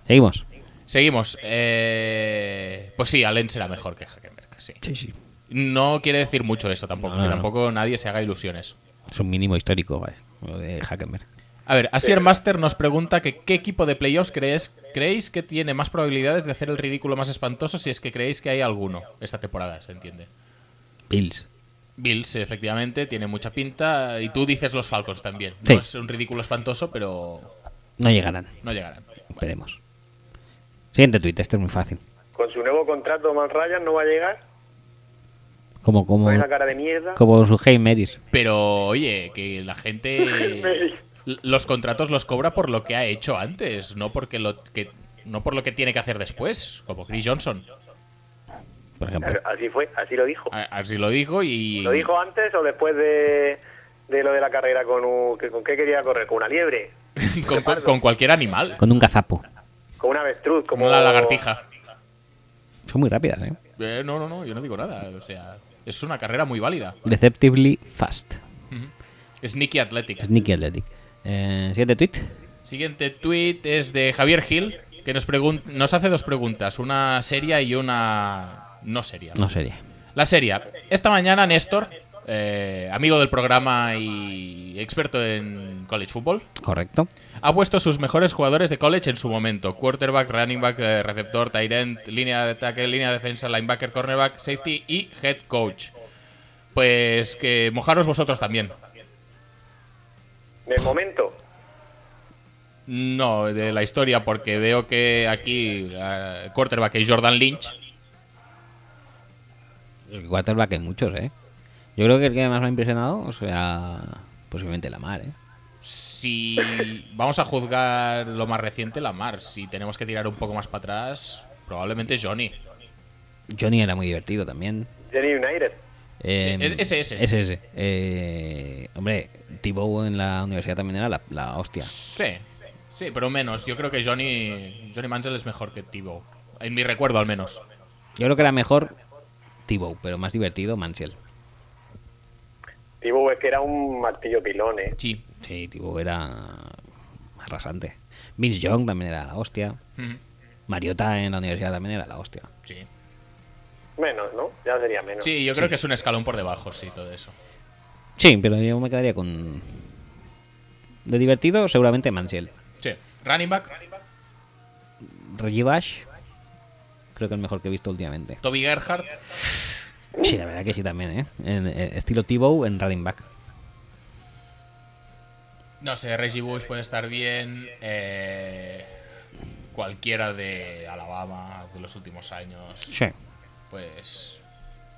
[SPEAKER 1] Seguimos.
[SPEAKER 2] Seguimos. Eh, pues sí, Allen será mejor que Hackenberg, sí.
[SPEAKER 1] Sí, sí.
[SPEAKER 2] No quiere decir mucho eso tampoco,
[SPEAKER 1] No,
[SPEAKER 2] que
[SPEAKER 1] no.
[SPEAKER 2] tampoco nadie se haga ilusiones.
[SPEAKER 1] Es un mínimo histórico, ¿ves? Lo de Hackenberg.
[SPEAKER 2] A ver, Asier Master nos pregunta que qué equipo de playoffs crees, creéis que tiene más probabilidades de hacer el ridículo más espantoso si es que creéis que hay alguno esta temporada, se entiende.
[SPEAKER 1] Bills.
[SPEAKER 2] Bills, efectivamente, tiene mucha pinta y tú dices los Falcons también.
[SPEAKER 1] Sí.
[SPEAKER 2] No es un ridículo espantoso, pero
[SPEAKER 1] No llegarán.
[SPEAKER 2] no llegarán.
[SPEAKER 1] Esperemos. Siguiente tweet, este es muy fácil.
[SPEAKER 3] Con su nuevo contrato, Matt Ryan no va a llegar
[SPEAKER 1] Como, como,
[SPEAKER 3] con esa cara de mierda.
[SPEAKER 1] como su Hey Marys.
[SPEAKER 2] Pero oye, que la gente l- los contratos los cobra por lo que ha hecho antes, no porque lo que no por lo que tiene que hacer después, como Chris Johnson.
[SPEAKER 1] por ejemplo.
[SPEAKER 3] Claro, Así fue, así lo dijo.
[SPEAKER 2] A- Así lo dijo y
[SPEAKER 3] ¿Lo dijo antes o después de, de lo de la carrera con un- que- ¿Con qué quería correr? ¿Con una liebre?
[SPEAKER 2] con, con- con cualquier animal,
[SPEAKER 1] Con un gazapo.
[SPEAKER 3] ¿Con un avestruz?
[SPEAKER 2] como
[SPEAKER 3] Como
[SPEAKER 2] la lagartija.
[SPEAKER 1] Son muy rápidas, ¿eh?
[SPEAKER 2] Eh, no, no, no, yo no digo nada. O sea, es una carrera muy válida.
[SPEAKER 1] Deceptively fast.
[SPEAKER 2] Sneaky Athletic.
[SPEAKER 1] Sneaky Athletic. Eh, Siguiente tweet.
[SPEAKER 2] Siguiente tweet es de Javier Gil, que nos, pregun- nos hace dos preguntas, una seria y una no seria.
[SPEAKER 1] No sería.
[SPEAKER 2] La seria. Esta mañana Néstor, eh, amigo del programa y experto en college football,
[SPEAKER 1] Correcto.
[SPEAKER 2] ha puesto sus mejores jugadores de college en su momento. Quarterback, running back, eh, receptor, tight end, línea de ataque, línea de defensa, linebacker, cornerback, safety y head coach. Pues que mojaros vosotros también.
[SPEAKER 3] De momento,
[SPEAKER 2] No, de la historia, porque veo que aquí eh, quarterback es Jordan Lynch.
[SPEAKER 1] El quarterback hay muchos, ¿eh? Yo creo que el que más me ha impresionado, o sea, posiblemente la mar, ¿eh?
[SPEAKER 2] Si vamos a juzgar lo más reciente, Lamar. Si tenemos que tirar un poco más para atrás, probablemente Johnny.
[SPEAKER 1] Johnny era muy divertido también.
[SPEAKER 3] Jenny United.
[SPEAKER 1] Eh,
[SPEAKER 2] Sí, es- ese, ese.
[SPEAKER 1] ese. Eh, hombre, Tibow en la universidad también era la, la hostia.
[SPEAKER 2] Sí, sí, pero menos. Yo creo que Johnny, Johnny Manziel es mejor que Tibo. En mi recuerdo, al menos.
[SPEAKER 1] Yo creo que era mejor Tibow, pero más divertido Mansell.
[SPEAKER 3] Tibu es que era un martillo pilón, ¿eh?
[SPEAKER 2] Sí.
[SPEAKER 1] Sí, Tibow era arrasante. Vince Young también era la hostia.
[SPEAKER 2] Ujú.
[SPEAKER 1] Mariota en la universidad también era la hostia.
[SPEAKER 2] Sí.
[SPEAKER 3] Menos, ¿no? Ya sería menos.
[SPEAKER 2] Sí, yo creo que es un escalón por debajo, sí, todo eso.
[SPEAKER 1] Sí, pero yo me quedaría con... De divertido, seguramente Mansell.
[SPEAKER 2] Sí. Running back,
[SPEAKER 1] Reggie Bush, creo que el mejor que he visto últimamente.
[SPEAKER 2] Toby Gerhardt,
[SPEAKER 1] Sí, la verdad que sí también, ¿eh? En, eh, estilo T-Bow en running back.
[SPEAKER 2] no sé, Reggie Bush puede estar bien. eh, cualquiera de Alabama de los últimos años,
[SPEAKER 1] Sí.
[SPEAKER 2] pues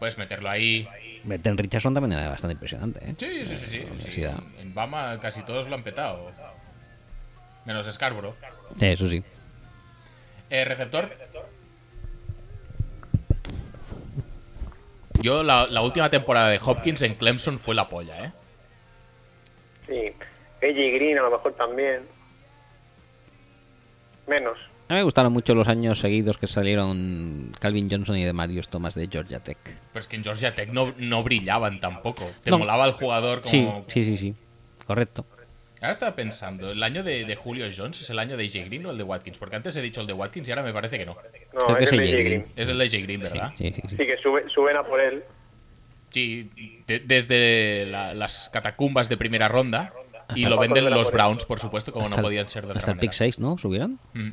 [SPEAKER 2] puedes meterlo ahí.
[SPEAKER 1] Bertrand Richardson también era bastante impresionante, ¿eh?
[SPEAKER 2] Sí, sí, sí, sí. sí.
[SPEAKER 1] Universidad.
[SPEAKER 2] En- En Bama casi todos lo han petado. Menos Scarborough.
[SPEAKER 1] Sí, Eso sí.
[SPEAKER 2] Eh, receptor. Yo la, la última temporada de Hopkins en Clemson fue la polla, ¿eh?
[SPEAKER 3] Sí. AJ Green a lo mejor también. Menos.
[SPEAKER 1] A mí me gustaron mucho los años seguidos que salieron Calvin Johnson y de Marius Thomas de Georgia Tech.
[SPEAKER 2] Pero es que en Georgia Tech no, no brillaban tampoco. Te
[SPEAKER 1] No.
[SPEAKER 2] molaba el jugador
[SPEAKER 1] Sí,
[SPEAKER 2] como...
[SPEAKER 1] sí, sí, sí. Correcto.
[SPEAKER 2] Ahora estaba pensando, ¿el año de, de Julio Jones es el año de AJ Green o el de Watkins? Porque antes he dicho el de Watkins y ahora me parece que no.
[SPEAKER 3] No,
[SPEAKER 1] Creo que
[SPEAKER 3] es el
[SPEAKER 1] es
[SPEAKER 3] AJ
[SPEAKER 1] AJ
[SPEAKER 3] Green.
[SPEAKER 1] Green.
[SPEAKER 2] Es el de AJ Green, ¿verdad?
[SPEAKER 1] Sí, sí, sí.
[SPEAKER 3] Sí, que sube, suben a por él.
[SPEAKER 2] Sí, de- desde la- las catacumbas de primera ronda. y
[SPEAKER 1] Hasta-
[SPEAKER 2] lo venden
[SPEAKER 3] Volver a
[SPEAKER 2] los
[SPEAKER 3] por
[SPEAKER 2] Browns, por supuesto, como no
[SPEAKER 1] el-
[SPEAKER 2] podían ser de otra
[SPEAKER 1] Hasta el pick
[SPEAKER 2] manera.
[SPEAKER 1] 6, ¿no? ¿Subieron?
[SPEAKER 2] Mm.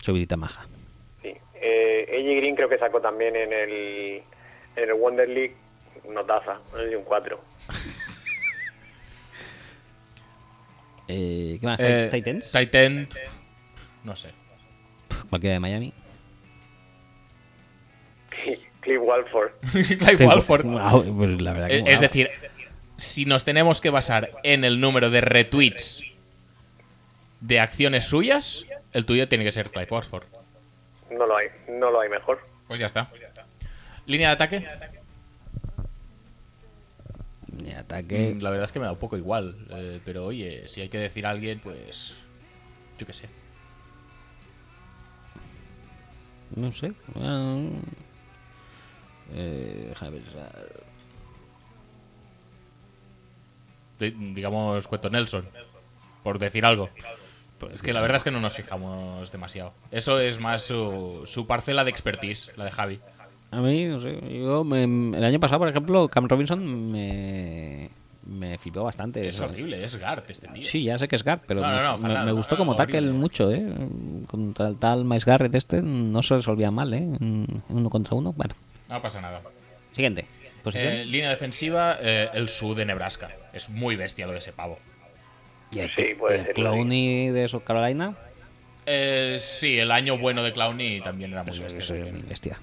[SPEAKER 1] Subidita maja.
[SPEAKER 3] Sí. Eh, AJ Green creo que sacó también en el, en el Wonder League una taza, un 4.
[SPEAKER 1] Eh, ¿Qué más?
[SPEAKER 2] Eh,
[SPEAKER 1] ¿Titans?
[SPEAKER 2] Tight end, No sé.
[SPEAKER 1] Cualquiera de Miami.
[SPEAKER 3] Cliff Walford.
[SPEAKER 2] Clive Walford.
[SPEAKER 1] Wow, pues la verdad que
[SPEAKER 2] Eh, Es
[SPEAKER 1] molaba.
[SPEAKER 2] decir, si nos tenemos que basar en el número de retweets de acciones suyas, el tuyo tiene que ser Clive Walford.
[SPEAKER 3] No lo hay, no lo hay mejor.
[SPEAKER 2] Pues ya está. Línea de ataque.
[SPEAKER 1] Ni ataque.
[SPEAKER 2] Mm, La verdad es que me da un poco igual. eh, pero oye, si hay que decir a alguien, pues. Yo qué sé.
[SPEAKER 1] No sé. bueno, eh, déjame pensar.
[SPEAKER 2] Di- Digamos, Cueto Nelson. Por decir algo. Pero es que la verdad es que no nos fijamos demasiado. Eso es más su, su parcela de expertise, la de Javi.
[SPEAKER 1] A mí, no sé. Yo me- el año pasado, por ejemplo, Cam Robinson me, me flipó bastante.
[SPEAKER 2] Es horrible, es Gart este tío.
[SPEAKER 1] Sí, ya sé que es Garth, pero
[SPEAKER 2] No, no, no,
[SPEAKER 1] me- me-
[SPEAKER 2] fatal,
[SPEAKER 1] me, gustó
[SPEAKER 2] no,
[SPEAKER 1] como tackle
[SPEAKER 2] horrible.
[SPEAKER 1] mucho, ¿eh? Contra el tal Miles Garrett este no se resolvía mal, ¿eh? Un- Uno contra uno. Bueno,
[SPEAKER 2] No pasa nada.
[SPEAKER 1] siguiente. Posición.
[SPEAKER 2] Eh, línea defensiva, eh, el Sud de Nebraska. Es muy bestia lo de ese pavo.
[SPEAKER 1] y el,
[SPEAKER 3] sí, puede
[SPEAKER 1] y el
[SPEAKER 3] ser,
[SPEAKER 1] Clowney de South Carolina.
[SPEAKER 2] Eh, sí, el año bueno de Clowney también era muy
[SPEAKER 1] Eso
[SPEAKER 2] bestia.
[SPEAKER 1] es eh, bestia.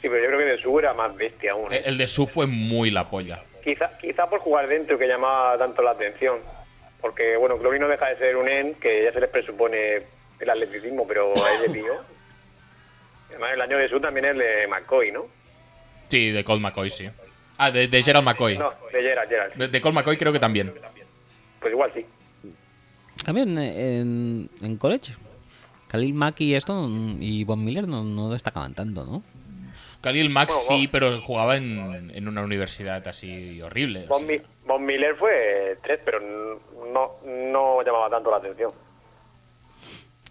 [SPEAKER 3] Sí, pero yo creo que de su era más bestia aún.
[SPEAKER 2] Eh,
[SPEAKER 3] ¿eh?
[SPEAKER 2] El de Su fue muy la polla.
[SPEAKER 3] Quizá, quizá por jugar dentro que llamaba tanto la atención. Porque, bueno, Clovis no deja de ser un end que ya se les presupone el atleticismo, pero a él le pilló. Además, el año de su también es el de McCoy, ¿no?
[SPEAKER 2] Sí, de Colt McCoy, sí. Ah, de, de Gerald McCoy.
[SPEAKER 3] No, de Gerard, Gerard.
[SPEAKER 2] De, de Colt McCoy creo que también.
[SPEAKER 3] Pues igual sí.
[SPEAKER 1] También eh, en, en college Khalil Mack y esto mm, y Von Miller no, no destacaban tanto, ¿no?
[SPEAKER 2] Khalil Mack
[SPEAKER 3] Bueno,
[SPEAKER 2] sí,
[SPEAKER 3] bueno.
[SPEAKER 2] pero jugaba en, en una universidad así horrible.
[SPEAKER 3] Von,
[SPEAKER 2] así.
[SPEAKER 3] Mi- Von Miller fue tres, pero n- no, no llamaba tanto la atención.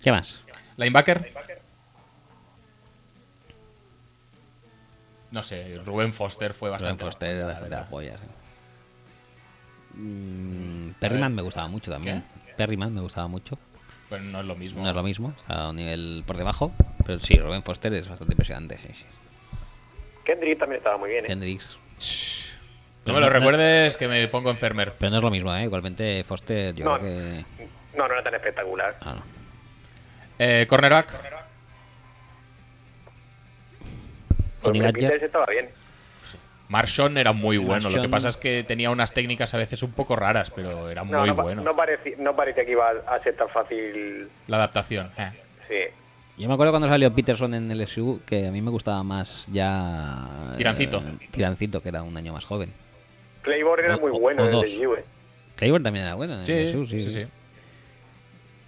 [SPEAKER 1] ¿Qué más?
[SPEAKER 2] ¿Linebacker? No sé, Rubén Foster fue bastante.
[SPEAKER 1] Ryan Foster era
[SPEAKER 2] la
[SPEAKER 1] bastante
[SPEAKER 2] verdad.
[SPEAKER 1] joya, sí. Mm, Perryman me gustaba mucho también. Perryman me gustaba mucho.
[SPEAKER 2] Pero no es lo mismo.
[SPEAKER 1] No es lo mismo, está a un nivel por debajo. Pero sí, Robin Foster es bastante impresionante. Sí, sí.
[SPEAKER 3] Kendrick también estaba muy bien. ¿eh?
[SPEAKER 1] Kendricks.
[SPEAKER 2] No me lo recuerdes que me pongo enfermer.
[SPEAKER 1] Pero no es lo mismo, ¿eh? Igualmente Foster, yo
[SPEAKER 3] No.
[SPEAKER 1] creo que.
[SPEAKER 3] No, no era tan espectacular.
[SPEAKER 1] Ah, no.
[SPEAKER 2] Eh, cornerback.
[SPEAKER 1] Tony
[SPEAKER 3] Porque
[SPEAKER 1] Badger.
[SPEAKER 3] Peters estaba bien.
[SPEAKER 2] Marshon era muy bueno. Lo que
[SPEAKER 1] Marshawn-
[SPEAKER 2] pasa es que tenía unas técnicas a veces un poco raras, pero era
[SPEAKER 3] No,
[SPEAKER 2] muy
[SPEAKER 3] no, pa-
[SPEAKER 2] bueno.
[SPEAKER 3] no parecía, no parecía que iba a ser tan fácil.
[SPEAKER 2] La adaptación. eh.
[SPEAKER 3] Sí.
[SPEAKER 1] Yo me acuerdo cuando salió Peterson en el SU que a mí me gustaba más ya. eh,
[SPEAKER 2] Tirancito.
[SPEAKER 1] tirancito, que era un año más joven.
[SPEAKER 3] Claiborne era
[SPEAKER 1] O-
[SPEAKER 3] muy
[SPEAKER 1] o-
[SPEAKER 3] bueno
[SPEAKER 1] o
[SPEAKER 3] en el
[SPEAKER 1] dos.
[SPEAKER 3] LSU, ¿eh?
[SPEAKER 1] Claiborne también era bueno en
[SPEAKER 2] Sí,
[SPEAKER 1] el LSU, sí,
[SPEAKER 2] sí, sí.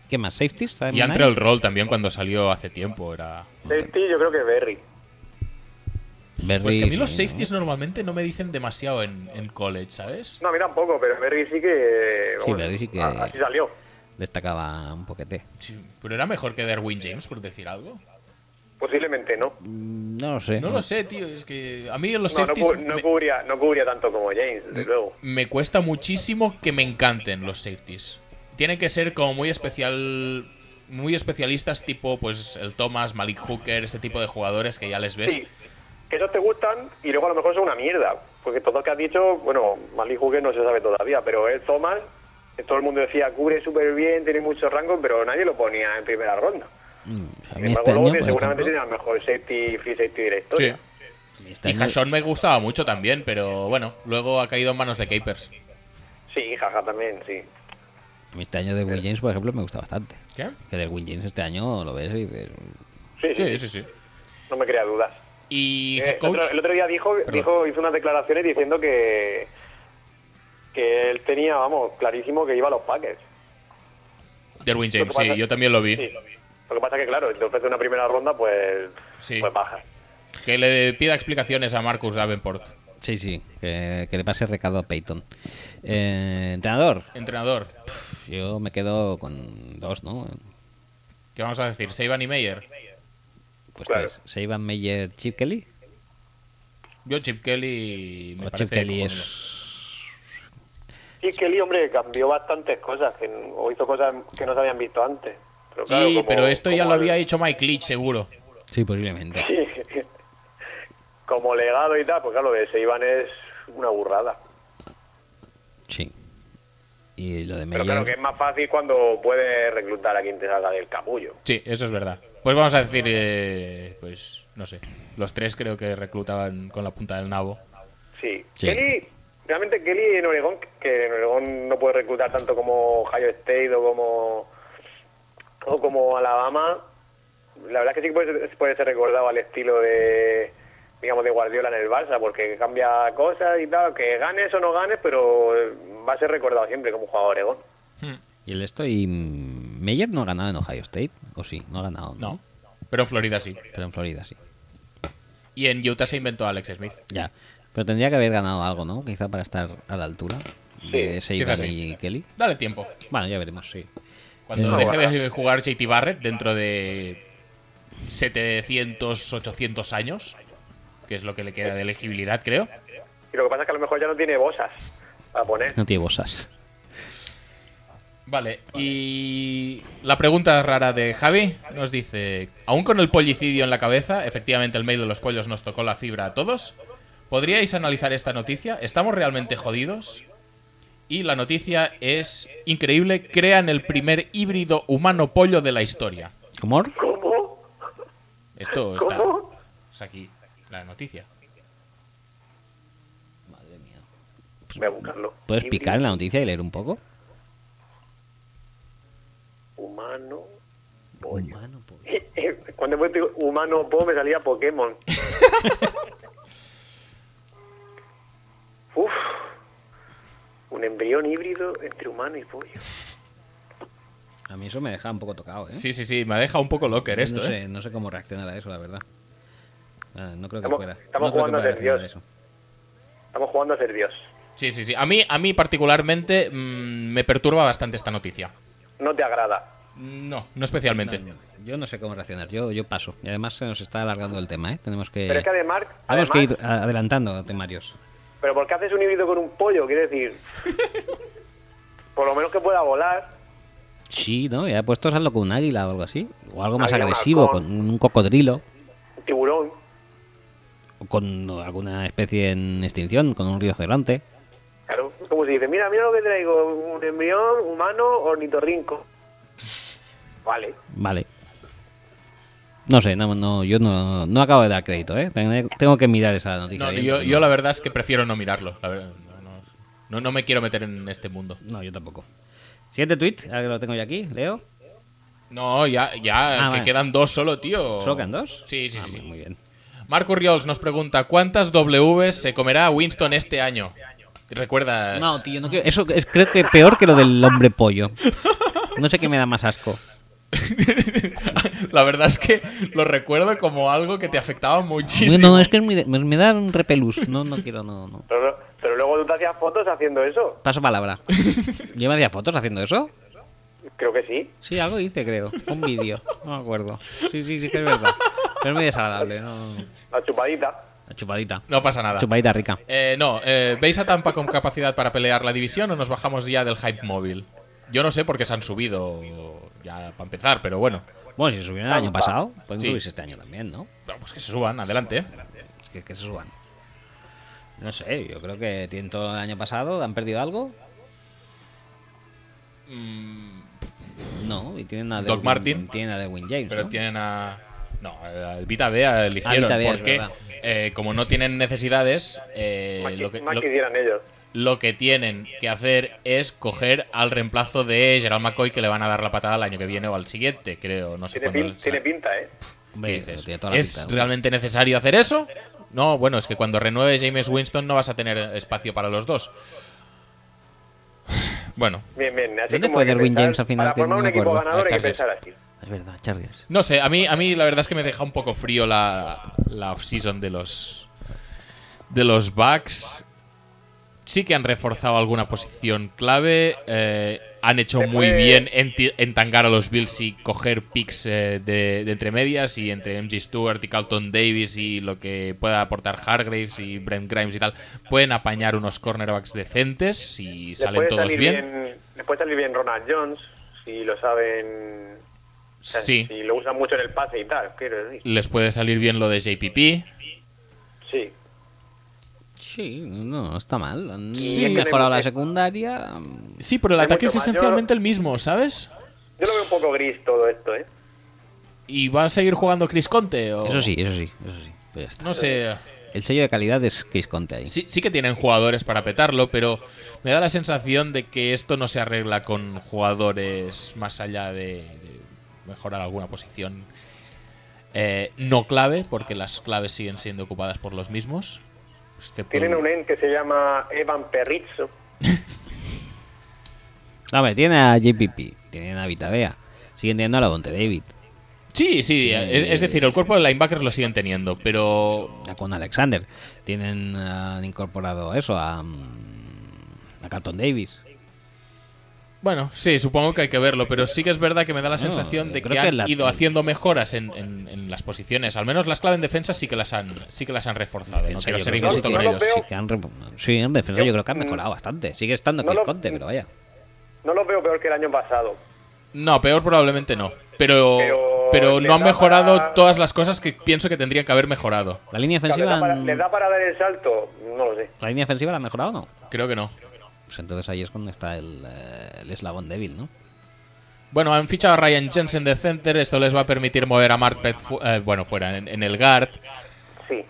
[SPEAKER 1] ¿Qué más? ¿Safeties? ¿Saben
[SPEAKER 2] Y
[SPEAKER 1] más
[SPEAKER 2] entre
[SPEAKER 1] nadie?
[SPEAKER 2] el rol también cuando salió hace tiempo. Era.
[SPEAKER 3] Safety, yo creo que Berry.
[SPEAKER 1] Berry,
[SPEAKER 2] Pues que a mí
[SPEAKER 1] sí,
[SPEAKER 2] los
[SPEAKER 1] ¿no?
[SPEAKER 2] safeties normalmente no me dicen demasiado en, en college, ¿sabes?
[SPEAKER 3] No, a mí tampoco, pero Berry sí que.
[SPEAKER 1] Sí, Berry sí que-
[SPEAKER 3] a- Así salió.
[SPEAKER 1] eh, Destacaba un poquete.
[SPEAKER 2] Sí, Pero era mejor que Derwin James, por decir algo.
[SPEAKER 3] Posiblemente no.
[SPEAKER 1] Mm, No lo sé.
[SPEAKER 2] No lo sé, tío. Es que a mí en los
[SPEAKER 3] No, no,
[SPEAKER 2] safeties
[SPEAKER 3] cu- no
[SPEAKER 2] me,
[SPEAKER 3] cubría, no cubría tanto como James, desde
[SPEAKER 1] Mm,
[SPEAKER 3] luego.
[SPEAKER 2] me cuesta muchísimo que me encanten los safeties. Tienen que ser como muy especial. Muy especialistas, tipo pues el Thomas, Malik Hooker, ese tipo de jugadores que ya les ves.
[SPEAKER 3] Sí, que esos te gustan y luego a lo mejor son una mierda. Porque todo lo que has dicho, bueno, Malik Hooker no se sabe todavía, pero el Thomas, que todo el mundo decía, cubre súper bien, tiene mucho rango, pero nadie lo ponía en primera ronda.
[SPEAKER 1] Mm, o sea, a
[SPEAKER 3] Sin
[SPEAKER 1] mí
[SPEAKER 3] embargo,
[SPEAKER 1] este
[SPEAKER 3] Lowry
[SPEAKER 1] año, por
[SPEAKER 3] Eh, seguramente
[SPEAKER 1] ejemplo,
[SPEAKER 3] tiene el mejor safety, free safety de la
[SPEAKER 2] Sí.
[SPEAKER 3] historia.
[SPEAKER 1] este
[SPEAKER 2] Y
[SPEAKER 1] año-
[SPEAKER 2] Hashon me gustaba mucho también, pero bueno, luego ha caído en manos de Capers.
[SPEAKER 3] Sí, jaja, también, sí.
[SPEAKER 1] a mí este año de Will James, por ejemplo, me gusta bastante.
[SPEAKER 2] ¿Qué?
[SPEAKER 1] Que del Will James este año lo ves y dices,
[SPEAKER 3] Sí, sí,
[SPEAKER 2] Sí,
[SPEAKER 3] sí,
[SPEAKER 2] sí, sí.
[SPEAKER 3] no me crea dudas.
[SPEAKER 2] Y
[SPEAKER 3] Eh,
[SPEAKER 2] head
[SPEAKER 3] el, otro,
[SPEAKER 2] coach.
[SPEAKER 3] el otro día dijo, dijo, hizo unas declaraciones diciendo que, que él tenía, vamos, clarísimo que iba a los Packers.
[SPEAKER 2] Derwin
[SPEAKER 3] Lo
[SPEAKER 2] James,
[SPEAKER 3] que pasa-
[SPEAKER 2] sí, yo también lo vi.
[SPEAKER 3] Sí, lo vi. Lo que pasa es que, claro, te ofrece una primera ronda, pues,
[SPEAKER 2] Sí.
[SPEAKER 3] pues baja.
[SPEAKER 2] Que le pida explicaciones a Marcus Davenport.
[SPEAKER 1] sí, sí, que, que le pase recado a Peyton. Eh, entrenador,
[SPEAKER 2] Entrenador,
[SPEAKER 1] yo me quedo con dos, ¿no?
[SPEAKER 2] ¿qué vamos a decir? ¿Seiban y Meyer?
[SPEAKER 1] Pues
[SPEAKER 3] Claro.
[SPEAKER 1] tres. Se iban Meyer, Chip Kelly.
[SPEAKER 2] Yo, Chip Kelly, me
[SPEAKER 1] O Chip
[SPEAKER 2] parece
[SPEAKER 1] Kelly
[SPEAKER 2] cojonudo.
[SPEAKER 1] es.
[SPEAKER 3] Sí, es que el hombre cambió bastantes cosas, que, n- o hizo cosas que no se habían visto antes. Pero
[SPEAKER 2] Sí,
[SPEAKER 3] claro, como-
[SPEAKER 2] pero esto ya
[SPEAKER 3] como
[SPEAKER 2] lo
[SPEAKER 3] el-
[SPEAKER 2] había hecho Mike Leach, seguro.
[SPEAKER 1] Sí, posiblemente.
[SPEAKER 3] Sí. Como legado y tal, pues claro, lo de Seiban es una burrada.
[SPEAKER 1] Sí. Y lo de
[SPEAKER 3] Pero claro que
[SPEAKER 1] Meyer.
[SPEAKER 3] es más fácil cuando puedes reclutar a quien te salga del capullo.
[SPEAKER 2] Sí, eso es verdad. Pues vamos a decir, eh, pues no sé. Los tres creo que reclutaban con la punta del nabo.
[SPEAKER 3] Sí.
[SPEAKER 1] Sí.
[SPEAKER 3] Kelly, realmente Kelly en Oregón, que en Oregón no puede reclutar tanto como Ohio State o como, o como Alabama, la verdad es que sí que puede ser, puede ser recordado al estilo de digamos de Guardiola en el Barça, porque cambia cosas y tal, que ganes o no ganes, pero va a ser recordado siempre como jugador de Oregón.
[SPEAKER 1] Y el esto. Y mm, Meyer no ha ganado en Ohio State. O sí, no ha ganado.
[SPEAKER 2] No, pero en Florida sí.
[SPEAKER 1] Pero en Florida sí.
[SPEAKER 2] Y en Utah se inventó Alex Smith.
[SPEAKER 1] Ya. Pero tendría que haber ganado algo, ¿no? Quizá para estar a la altura de Seiban
[SPEAKER 2] quizás
[SPEAKER 1] y Kelly.
[SPEAKER 2] Dale tiempo.
[SPEAKER 1] Bueno, ya veremos, sí.
[SPEAKER 2] Cuando
[SPEAKER 1] Eh,
[SPEAKER 2] deje de jugar JT Barrett dentro de 700, 800 años, que es lo que le queda de elegibilidad, creo.
[SPEAKER 3] Y lo que pasa es que a lo mejor ya no tiene bosas a poner.
[SPEAKER 1] No tiene bolsas.
[SPEAKER 2] Vale, y la pregunta rara de Javi nos dice, aún con el pollicidio en la cabeza, efectivamente el mail de los pollos nos tocó la fibra a todos, ¿podríais analizar esta noticia? ¿Estamos realmente jodidos? Y la noticia es increíble, crean el primer híbrido humano pollo de la historia.
[SPEAKER 1] ¿Comor?
[SPEAKER 3] ¿Cómo?
[SPEAKER 2] Esto está
[SPEAKER 3] ¿Cómo?
[SPEAKER 2] es aquí, la noticia.
[SPEAKER 3] Voy a buscarlo.
[SPEAKER 1] ¿Puedes picar en la noticia y leer un poco?
[SPEAKER 3] Humano.
[SPEAKER 1] Humano, pollo.
[SPEAKER 3] Cuando he puesto humano po me salía Pokémon. Uf. Un embrión híbrido entre humano y pollo.
[SPEAKER 1] A mí eso me deja un poco tocado, ¿eh?
[SPEAKER 2] Sí, sí, sí, me ha dejado un poco locker esto,
[SPEAKER 1] no
[SPEAKER 2] ¿eh?
[SPEAKER 1] sé, no sé cómo reaccionar a eso, la verdad. Ah, no creo que
[SPEAKER 3] Estamos-
[SPEAKER 1] pueda.
[SPEAKER 3] estamos
[SPEAKER 1] no creo que pueda
[SPEAKER 3] jugando a ser
[SPEAKER 1] reaccionar
[SPEAKER 3] Dios.
[SPEAKER 1] a eso.
[SPEAKER 3] Estamos jugando a ser Dios.
[SPEAKER 2] Sí, sí, sí. A mí, a mí particularmente mm, me perturba bastante esta noticia.
[SPEAKER 3] No te agrada.
[SPEAKER 2] No, no especialmente.
[SPEAKER 1] No, yo no sé cómo reaccionar, yo, yo paso. Y además se nos está alargando el tema, ¿eh? Tenemos que,
[SPEAKER 3] Pero es que además,
[SPEAKER 1] tenemos
[SPEAKER 3] además
[SPEAKER 1] que ir a- adelantando temarios.
[SPEAKER 3] pero ¿por qué haces un híbrido con un pollo? Quiero decir, por lo menos que pueda volar.
[SPEAKER 1] Sí, ¿no? Ya puesto algo con un águila o algo así. O algo más
[SPEAKER 3] Águila
[SPEAKER 1] agresivo,
[SPEAKER 3] halcón.
[SPEAKER 1] con un cocodrilo.
[SPEAKER 3] un Tiburón.
[SPEAKER 1] O con alguna especie en extinción, con un rinoceronte.
[SPEAKER 3] Claro, como si dice, mira, mira lo que traigo, un embrión humano ornitorrinco. Vale.
[SPEAKER 1] Vale. No sé, no, no, yo no, no acabo de dar crédito, ¿eh? Tengo- Tengo que mirar esa noticia.
[SPEAKER 2] No,
[SPEAKER 1] bien,
[SPEAKER 2] yo,
[SPEAKER 1] porque
[SPEAKER 2] yo
[SPEAKER 1] no-
[SPEAKER 2] la verdad es que prefiero no mirarlo. la verdad. No, no, no- no me quiero meter en este mundo.
[SPEAKER 1] No, yo tampoco. Siguiente tweet, ahora que lo tengo yo aquí, leo.
[SPEAKER 2] No, ya, ya,
[SPEAKER 1] Ah,
[SPEAKER 2] que
[SPEAKER 1] vale.
[SPEAKER 2] quedan dos solo, tío.
[SPEAKER 1] ¿Solo quedan dos?
[SPEAKER 2] Sí, sí,
[SPEAKER 1] Ah,
[SPEAKER 2] sí, sí.
[SPEAKER 1] muy- Muy bien.
[SPEAKER 2] Marco Riols nos pregunta, ¿cuántas W se comerá Winston este año? ¿Recuerdas?
[SPEAKER 1] No, tío, no quiero- eso es creo que peor que lo del hombre pollo. No sé qué me da más asco.
[SPEAKER 2] La verdad es que lo recuerdo como algo que te afectaba muchísimo.
[SPEAKER 1] No, no, es que me, me- me da un repelús. No, no quiero, no, no.
[SPEAKER 3] Pero, pero luego tú te hacías fotos haciendo eso.
[SPEAKER 1] Paso palabra. ¿Yo me hacía fotos haciendo eso?
[SPEAKER 3] Creo que sí.
[SPEAKER 1] Sí, algo hice, creo. Un vídeo. No me acuerdo. Sí, sí, sí, que es verdad. Pero es muy desagradable. No.
[SPEAKER 3] La chupadita.
[SPEAKER 1] La chupadita.
[SPEAKER 2] No pasa nada.
[SPEAKER 1] Chupadita rica.
[SPEAKER 2] Eh, no, eh, ¿veis a Tampa con capacidad para pelear la división o nos bajamos ya del hype móvil? Yo no sé por qué se han subido ya para empezar, pero bueno.
[SPEAKER 1] Bueno, si subieron el año
[SPEAKER 3] Tampa.
[SPEAKER 1] pasado, pueden
[SPEAKER 2] Sí.
[SPEAKER 1] subirse este año también, ¿no?
[SPEAKER 2] No, Pues que se suban, adelante.
[SPEAKER 1] Es que, que se suban. No sé, yo creo que tienen todo el año pasado, ¿han perdido algo? No, y tienen a
[SPEAKER 2] Mm. Doc
[SPEAKER 1] Derwin-
[SPEAKER 2] Martin.
[SPEAKER 1] Tienen a Derwin James.
[SPEAKER 2] Pero
[SPEAKER 1] ¿no?
[SPEAKER 2] tienen a. No, al Vita Bea eligieron.
[SPEAKER 1] Vita Vea, es
[SPEAKER 2] porque
[SPEAKER 1] verdad.
[SPEAKER 2] eh, como no tienen necesidades, eh,
[SPEAKER 3] más, qui-
[SPEAKER 2] lo, que,
[SPEAKER 3] más
[SPEAKER 2] lo-
[SPEAKER 3] quisieran ellos.
[SPEAKER 2] lo que tienen que hacer es coger al reemplazo de Gerald McCoy que le van a dar la patada al año que viene o al siguiente, creo. No sé
[SPEAKER 3] Tiene,
[SPEAKER 2] cuándo
[SPEAKER 3] pin-
[SPEAKER 2] será.
[SPEAKER 3] tiene pinta, ¿eh?
[SPEAKER 1] Hombre,
[SPEAKER 2] ¿Qué
[SPEAKER 1] pero
[SPEAKER 2] dices?
[SPEAKER 1] tiene toda la
[SPEAKER 2] ¿Es
[SPEAKER 1] pinta, ¿no?
[SPEAKER 2] realmente necesario hacer eso? No, bueno, es que cuando renueve James Winston no vas a tener espacio para los dos. Bueno,
[SPEAKER 3] Bien, bien. Así
[SPEAKER 1] ¿Dónde
[SPEAKER 3] como
[SPEAKER 1] fue
[SPEAKER 3] hay que
[SPEAKER 1] Derwin
[SPEAKER 3] pensar-
[SPEAKER 1] James al final
[SPEAKER 3] Para
[SPEAKER 1] que
[SPEAKER 3] formar
[SPEAKER 1] no
[SPEAKER 3] un
[SPEAKER 1] me
[SPEAKER 3] equipo
[SPEAKER 1] acuerdo?
[SPEAKER 3] ganador
[SPEAKER 2] A
[SPEAKER 3] hay que
[SPEAKER 2] Chargers.
[SPEAKER 3] pensar así.
[SPEAKER 1] Es verdad, Chargers.
[SPEAKER 2] no sé, a mí, a mí la verdad es que me deja un poco frío la, la off-season de los, de los Bucks. Sí que han reforzado alguna posición clave. eh, han hecho
[SPEAKER 3] Se
[SPEAKER 2] muy
[SPEAKER 3] fue-
[SPEAKER 2] bien en ti- entangar a los Bills y coger picks eh, de, de entre medias y entre MG Stewart y Carlton Davis y lo que pueda aportar Hargraves y Brent Grimes y tal. Pueden apañar unos cornerbacks decentes si
[SPEAKER 3] Les
[SPEAKER 2] salen
[SPEAKER 3] puede,
[SPEAKER 2] todos
[SPEAKER 3] salir
[SPEAKER 2] bien.
[SPEAKER 3] bien, les puede salir bien Ronald Jones, si lo saben. o sea,
[SPEAKER 2] Sí,
[SPEAKER 3] Si lo usan mucho en el pase y tal, quiero decir.
[SPEAKER 2] les puede salir bien lo de JPP.
[SPEAKER 3] Sí.
[SPEAKER 1] Sí, no, no está mal. Han
[SPEAKER 3] Sí.
[SPEAKER 1] mejorado la secundaria. mm,
[SPEAKER 2] Sí, pero el
[SPEAKER 3] Hay
[SPEAKER 2] ataque es
[SPEAKER 3] mucho mayor.
[SPEAKER 2] esencialmente el mismo, ¿sabes?
[SPEAKER 3] Yo lo veo un poco gris todo esto, ¿eh?
[SPEAKER 2] ¿Y va a seguir jugando Chris Conte? o-
[SPEAKER 1] Eso sí, eso sí, eso sí. Pero ya está.
[SPEAKER 2] No sé.
[SPEAKER 1] El sello de calidad es Chris Conte ahí.
[SPEAKER 2] Sí, sí que tienen jugadores para petarlo, pero me da la sensación de que esto no se arregla con jugadores más allá de, de mejorar alguna posición eh, no clave, porque las claves siguen siendo ocupadas por los mismos. excepto-
[SPEAKER 3] Tienen
[SPEAKER 1] Mm.
[SPEAKER 3] un end que se llama Evan Perrizzo.
[SPEAKER 1] A ver, tiene a JPP, tienen a Vitavea, siguen teniendo a la Bonte David,
[SPEAKER 2] Sí, sí, es, es decir, el cuerpo de linebackers lo siguen teniendo, pero
[SPEAKER 1] a con Alexander, tienen han incorporado eso a mm, a Carlton Davis.
[SPEAKER 2] Bueno, sí, supongo que hay que verlo, pero sí que es verdad que me da la
[SPEAKER 1] No,
[SPEAKER 2] sensación
[SPEAKER 1] yo
[SPEAKER 2] de
[SPEAKER 1] creo
[SPEAKER 2] que
[SPEAKER 1] que
[SPEAKER 2] han
[SPEAKER 1] la-
[SPEAKER 2] ido haciendo mejoras en, en- en las posiciones. Al menos las clave en defensa sí que las han, sí que las han reforzado. ¿eh? no
[SPEAKER 1] Defensa,
[SPEAKER 2] quiero
[SPEAKER 1] yo
[SPEAKER 2] ser
[SPEAKER 1] creo que
[SPEAKER 2] injusto
[SPEAKER 1] sí
[SPEAKER 2] con
[SPEAKER 1] que-
[SPEAKER 2] ellos.
[SPEAKER 1] Sí, que han, re- sí, en defensa
[SPEAKER 3] Yo-
[SPEAKER 1] yo creo que han mejorado bastante. Sigue estando
[SPEAKER 3] No
[SPEAKER 1] Chris
[SPEAKER 3] lo-
[SPEAKER 1] Conte, pero vaya.
[SPEAKER 3] No lo veo peor que el año pasado.
[SPEAKER 2] No, peor probablemente no. Pero,
[SPEAKER 3] Pero
[SPEAKER 2] pero
[SPEAKER 3] le
[SPEAKER 2] no han
[SPEAKER 3] da
[SPEAKER 2] mejorado
[SPEAKER 3] para-
[SPEAKER 2] todas las cosas que pienso que tendrían que haber mejorado.
[SPEAKER 1] La línea
[SPEAKER 3] Claro, ¿les,
[SPEAKER 1] ofensiva,
[SPEAKER 3] da para,
[SPEAKER 1] han-
[SPEAKER 3] les da para dar el salto? No lo sé.
[SPEAKER 1] la línea ofensiva la ha mejorado o no?
[SPEAKER 2] Creo que no.
[SPEAKER 1] Pues entonces ahí es cuando está el, eh, el eslabón débil, ¿no?
[SPEAKER 2] Bueno, han fichado a Ryan Jensen de center. Esto les va a permitir mover a Mark Pet fu- eh, bueno, fuera, en- en el guard.
[SPEAKER 3] Sí.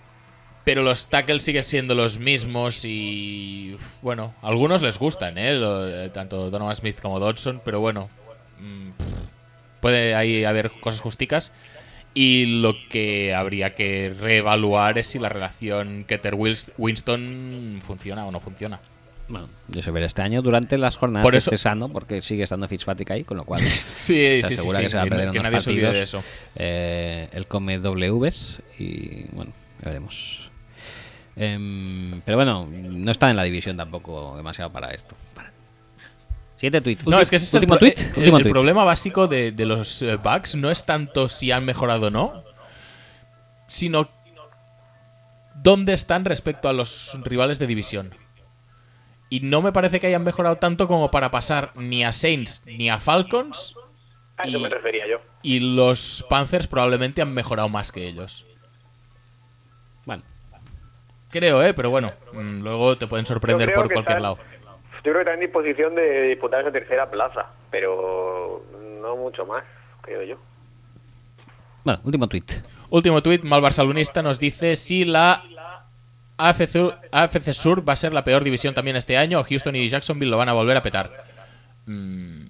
[SPEAKER 2] Pero los tackles siguen siendo los mismos y. uf, Bueno, a algunos les gustan, ¿eh? Lo- eh, tanto Donovan Smith como Dodson, pero bueno. mm, pff, puede ahí haber cosas justicas. Y lo que habría que reevaluar es si la relación Keter Wils- Winston funciona o no funciona.
[SPEAKER 1] Bueno, yo sé ver este año durante las jornadas
[SPEAKER 2] Por
[SPEAKER 1] que
[SPEAKER 2] eso-
[SPEAKER 1] esté sano, porque sigue estando Fitzpatrick ahí, con lo cual
[SPEAKER 2] Sí,
[SPEAKER 1] se
[SPEAKER 2] sí, sí,
[SPEAKER 1] asegura
[SPEAKER 2] sí,
[SPEAKER 1] que se va a
[SPEAKER 2] que
[SPEAKER 1] perder
[SPEAKER 2] no- que
[SPEAKER 1] unos
[SPEAKER 2] nadie se olvide
[SPEAKER 1] partidos.
[SPEAKER 2] de eso.
[SPEAKER 1] Eh, él come Ws y bueno, ya veremos. Em, pero bueno, no está en la división tampoco demasiado para esto. Para- Siguiente tweet.
[SPEAKER 2] No, es que ese es el,
[SPEAKER 1] último
[SPEAKER 2] pro-
[SPEAKER 1] tweet.
[SPEAKER 2] eh,
[SPEAKER 1] último
[SPEAKER 2] el
[SPEAKER 1] tweet.
[SPEAKER 2] problema básico de, de los eh, bugs no es tanto si han mejorado o no, sino dónde están respecto a los rivales de división. Y no me parece que hayan mejorado tanto como para pasar ni a Saints ni a Falcons.
[SPEAKER 3] A eso
[SPEAKER 2] Y-
[SPEAKER 3] me refería yo.
[SPEAKER 2] Y los Panthers probablemente han mejorado más que ellos.
[SPEAKER 1] Bueno,
[SPEAKER 2] Creo, ¿eh? Pero bueno, mm, luego te pueden sorprender
[SPEAKER 3] Yo creo
[SPEAKER 2] por
[SPEAKER 3] que
[SPEAKER 2] cualquier
[SPEAKER 3] están-
[SPEAKER 2] lado.
[SPEAKER 3] Yo creo que están en disposición de disputar esa tercera plaza, pero no mucho más, creo yo.
[SPEAKER 1] bueno, último tweet.
[SPEAKER 2] Último tuit, Mal Barcelonista nos dice si la AFC, Sur- AFC Sur va a ser la peor división también este año o Houston y Jacksonville lo van a volver a petar. Mm,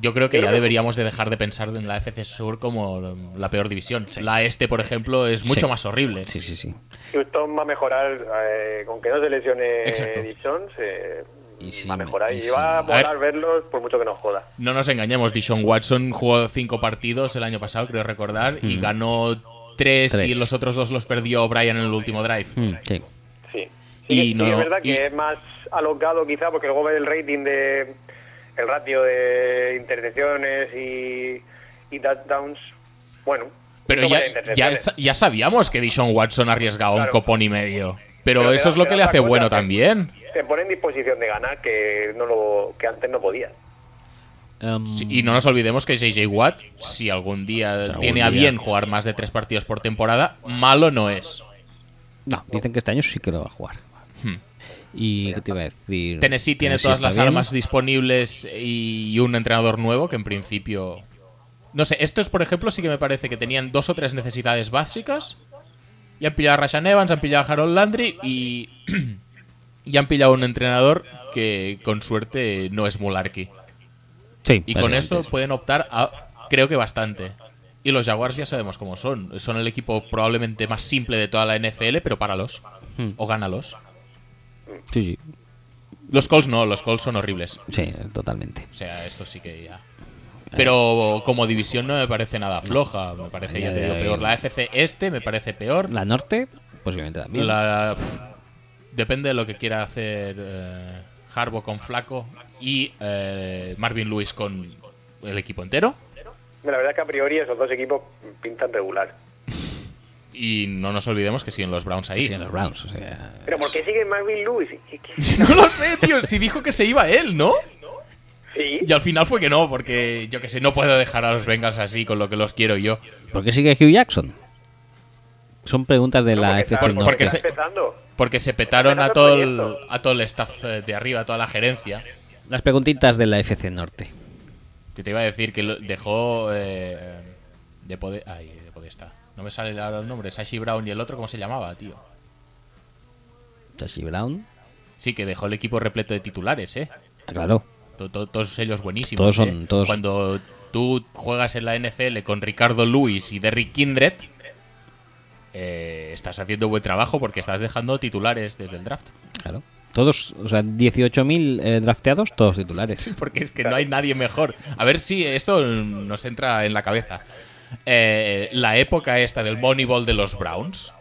[SPEAKER 2] yo creo que ya deberíamos de dejar de pensar en la AFC Sur como la peor división. La Este, por ejemplo, es mucho
[SPEAKER 1] Sí.
[SPEAKER 2] más horrible.
[SPEAKER 1] Sí, sí, sí.
[SPEAKER 3] Houston va a mejorar eh, con que no se lesione
[SPEAKER 2] Exacto.
[SPEAKER 3] Dishon, se
[SPEAKER 1] Y si
[SPEAKER 3] va a
[SPEAKER 1] me-
[SPEAKER 3] mejorar
[SPEAKER 1] y
[SPEAKER 3] y,
[SPEAKER 1] si-
[SPEAKER 3] va a
[SPEAKER 1] A
[SPEAKER 2] ver.
[SPEAKER 3] molar verlos por mucho que nos joda.
[SPEAKER 2] No nos engañemos, Dishon Watson jugó cinco partidos el año pasado, creo recordar, y ganó tres,
[SPEAKER 1] Tres.
[SPEAKER 2] y los otros dos los perdió Brian en el último drive.
[SPEAKER 1] Mm, sí.
[SPEAKER 3] Sí. Sí,
[SPEAKER 2] Y
[SPEAKER 3] que- sí
[SPEAKER 2] no-
[SPEAKER 3] que es verdad que
[SPEAKER 2] y-
[SPEAKER 3] es más alocado quizá porque luego ve el rating de el ratio de intercepciones y, y touchdowns. Bueno,
[SPEAKER 2] Pero
[SPEAKER 3] no
[SPEAKER 2] ya,
[SPEAKER 3] vale
[SPEAKER 2] ya,
[SPEAKER 3] intercepciones.
[SPEAKER 2] sa- ya sabíamos que Dishon Watson arriesgaba un
[SPEAKER 3] Claro.
[SPEAKER 2] copón y medio. Pero,
[SPEAKER 3] Pero
[SPEAKER 2] eso
[SPEAKER 3] te
[SPEAKER 2] es lo que
[SPEAKER 3] da- te
[SPEAKER 2] le
[SPEAKER 3] das
[SPEAKER 2] hace
[SPEAKER 3] cuenta
[SPEAKER 2] bueno
[SPEAKER 3] que-
[SPEAKER 2] también.
[SPEAKER 3] te pone en disposición de ganar que no lo que antes no podía.
[SPEAKER 1] Em,
[SPEAKER 2] Sí, Y no nos olvidemos que JJ Watt, si algún día
[SPEAKER 1] algún
[SPEAKER 2] tiene a
[SPEAKER 1] día.
[SPEAKER 2] bien jugar más de tres partidos por temporada, malo no es.
[SPEAKER 1] No, dicen que este año sí que lo va a jugar.
[SPEAKER 2] Hmm.
[SPEAKER 1] ¿Y qué te iba a decir?
[SPEAKER 2] Tennessee tiene
[SPEAKER 1] Tennessee
[SPEAKER 2] todas
[SPEAKER 1] está
[SPEAKER 2] las
[SPEAKER 1] bien.
[SPEAKER 2] armas disponibles y un entrenador nuevo que en principio... No sé, estos por ejemplo sí que me parece que tenían dos o tres necesidades básicas. Y han pillado a Rashan Evans, han pillado a Harold Landry y... y han pillado a un entrenador que con suerte no es Mularki.
[SPEAKER 1] Sí,
[SPEAKER 2] Y con
[SPEAKER 1] básicamente
[SPEAKER 2] esto
[SPEAKER 1] sí.
[SPEAKER 2] pueden optar a, creo que bastante. Y los Jaguars ya sabemos cómo son. Son el equipo probablemente más simple de toda la NFL, pero páralos.
[SPEAKER 1] Hmm.
[SPEAKER 2] O gánalos.
[SPEAKER 1] Sí, sí.
[SPEAKER 2] Los Colts no, los Colts son horribles.
[SPEAKER 1] Sí, totalmente.
[SPEAKER 2] O sea, esto sí que ya. Eh. Pero como división no me parece nada floja. Me parece, ya te digo, peor. La FC este me parece peor.
[SPEAKER 1] La norte, posiblemente también.
[SPEAKER 2] La- pf, depende de lo que quiera hacer eh, Harbaugh con Flaco y eh, Marvin Lewis con el equipo entero.
[SPEAKER 3] La verdad es que a priori esos dos equipos pintan regular.
[SPEAKER 2] Y no nos olvidemos que siguen los Browns ahí.
[SPEAKER 1] Sí, en los Browns. o sea,
[SPEAKER 3] Pero ¿por qué sigue Marvin Lewis? ¿Qué- qué-
[SPEAKER 2] No lo sé, tío. Si dijo que se iba él, ¿no?
[SPEAKER 3] Sí,
[SPEAKER 2] Y al final fue que no, porque yo que sé, no puedo dejar a los Bengals así con lo que los quiero yo.
[SPEAKER 1] ¿Por qué sigue Hugh Jackson? Son preguntas de la
[SPEAKER 3] porque
[SPEAKER 1] FC
[SPEAKER 3] está-
[SPEAKER 1] Norte.
[SPEAKER 2] porque
[SPEAKER 3] está
[SPEAKER 2] se-
[SPEAKER 3] empezando.
[SPEAKER 2] Porque se petaron a
[SPEAKER 3] Empezando
[SPEAKER 2] todo
[SPEAKER 3] el
[SPEAKER 2] el,
[SPEAKER 3] proyecto.
[SPEAKER 2] a todo el staff eh, de arriba, a toda la gerencia.
[SPEAKER 1] Las preguntitas de la FC Norte.
[SPEAKER 2] Que te iba a decir que lo- dejó eh, de poder. Ay, de poder está. No me sale ahora el nombre. Sashi Brown y el otro, ¿cómo se llamaba, tío?
[SPEAKER 1] Sashi Brown,
[SPEAKER 2] Sí, que dejó el equipo repleto de titulares, ¿eh?
[SPEAKER 1] ah, claro.
[SPEAKER 2] To- to- todos ellos buenísimos.
[SPEAKER 1] Todos son-
[SPEAKER 2] ¿eh?
[SPEAKER 1] todos-
[SPEAKER 2] Cuando tú juegas en la NFL con Ricardo Luis y Derrick Kindred, eh, estás haciendo buen trabajo porque estás dejando titulares desde el draft.
[SPEAKER 1] claro. Todos, o sea, 18.000 eh, drafteados, todos titulares.
[SPEAKER 2] Porque es que no hay nadie mejor. A ver si esto nos entra en la cabeza. Eh, la época esta del Moneyball de los Browns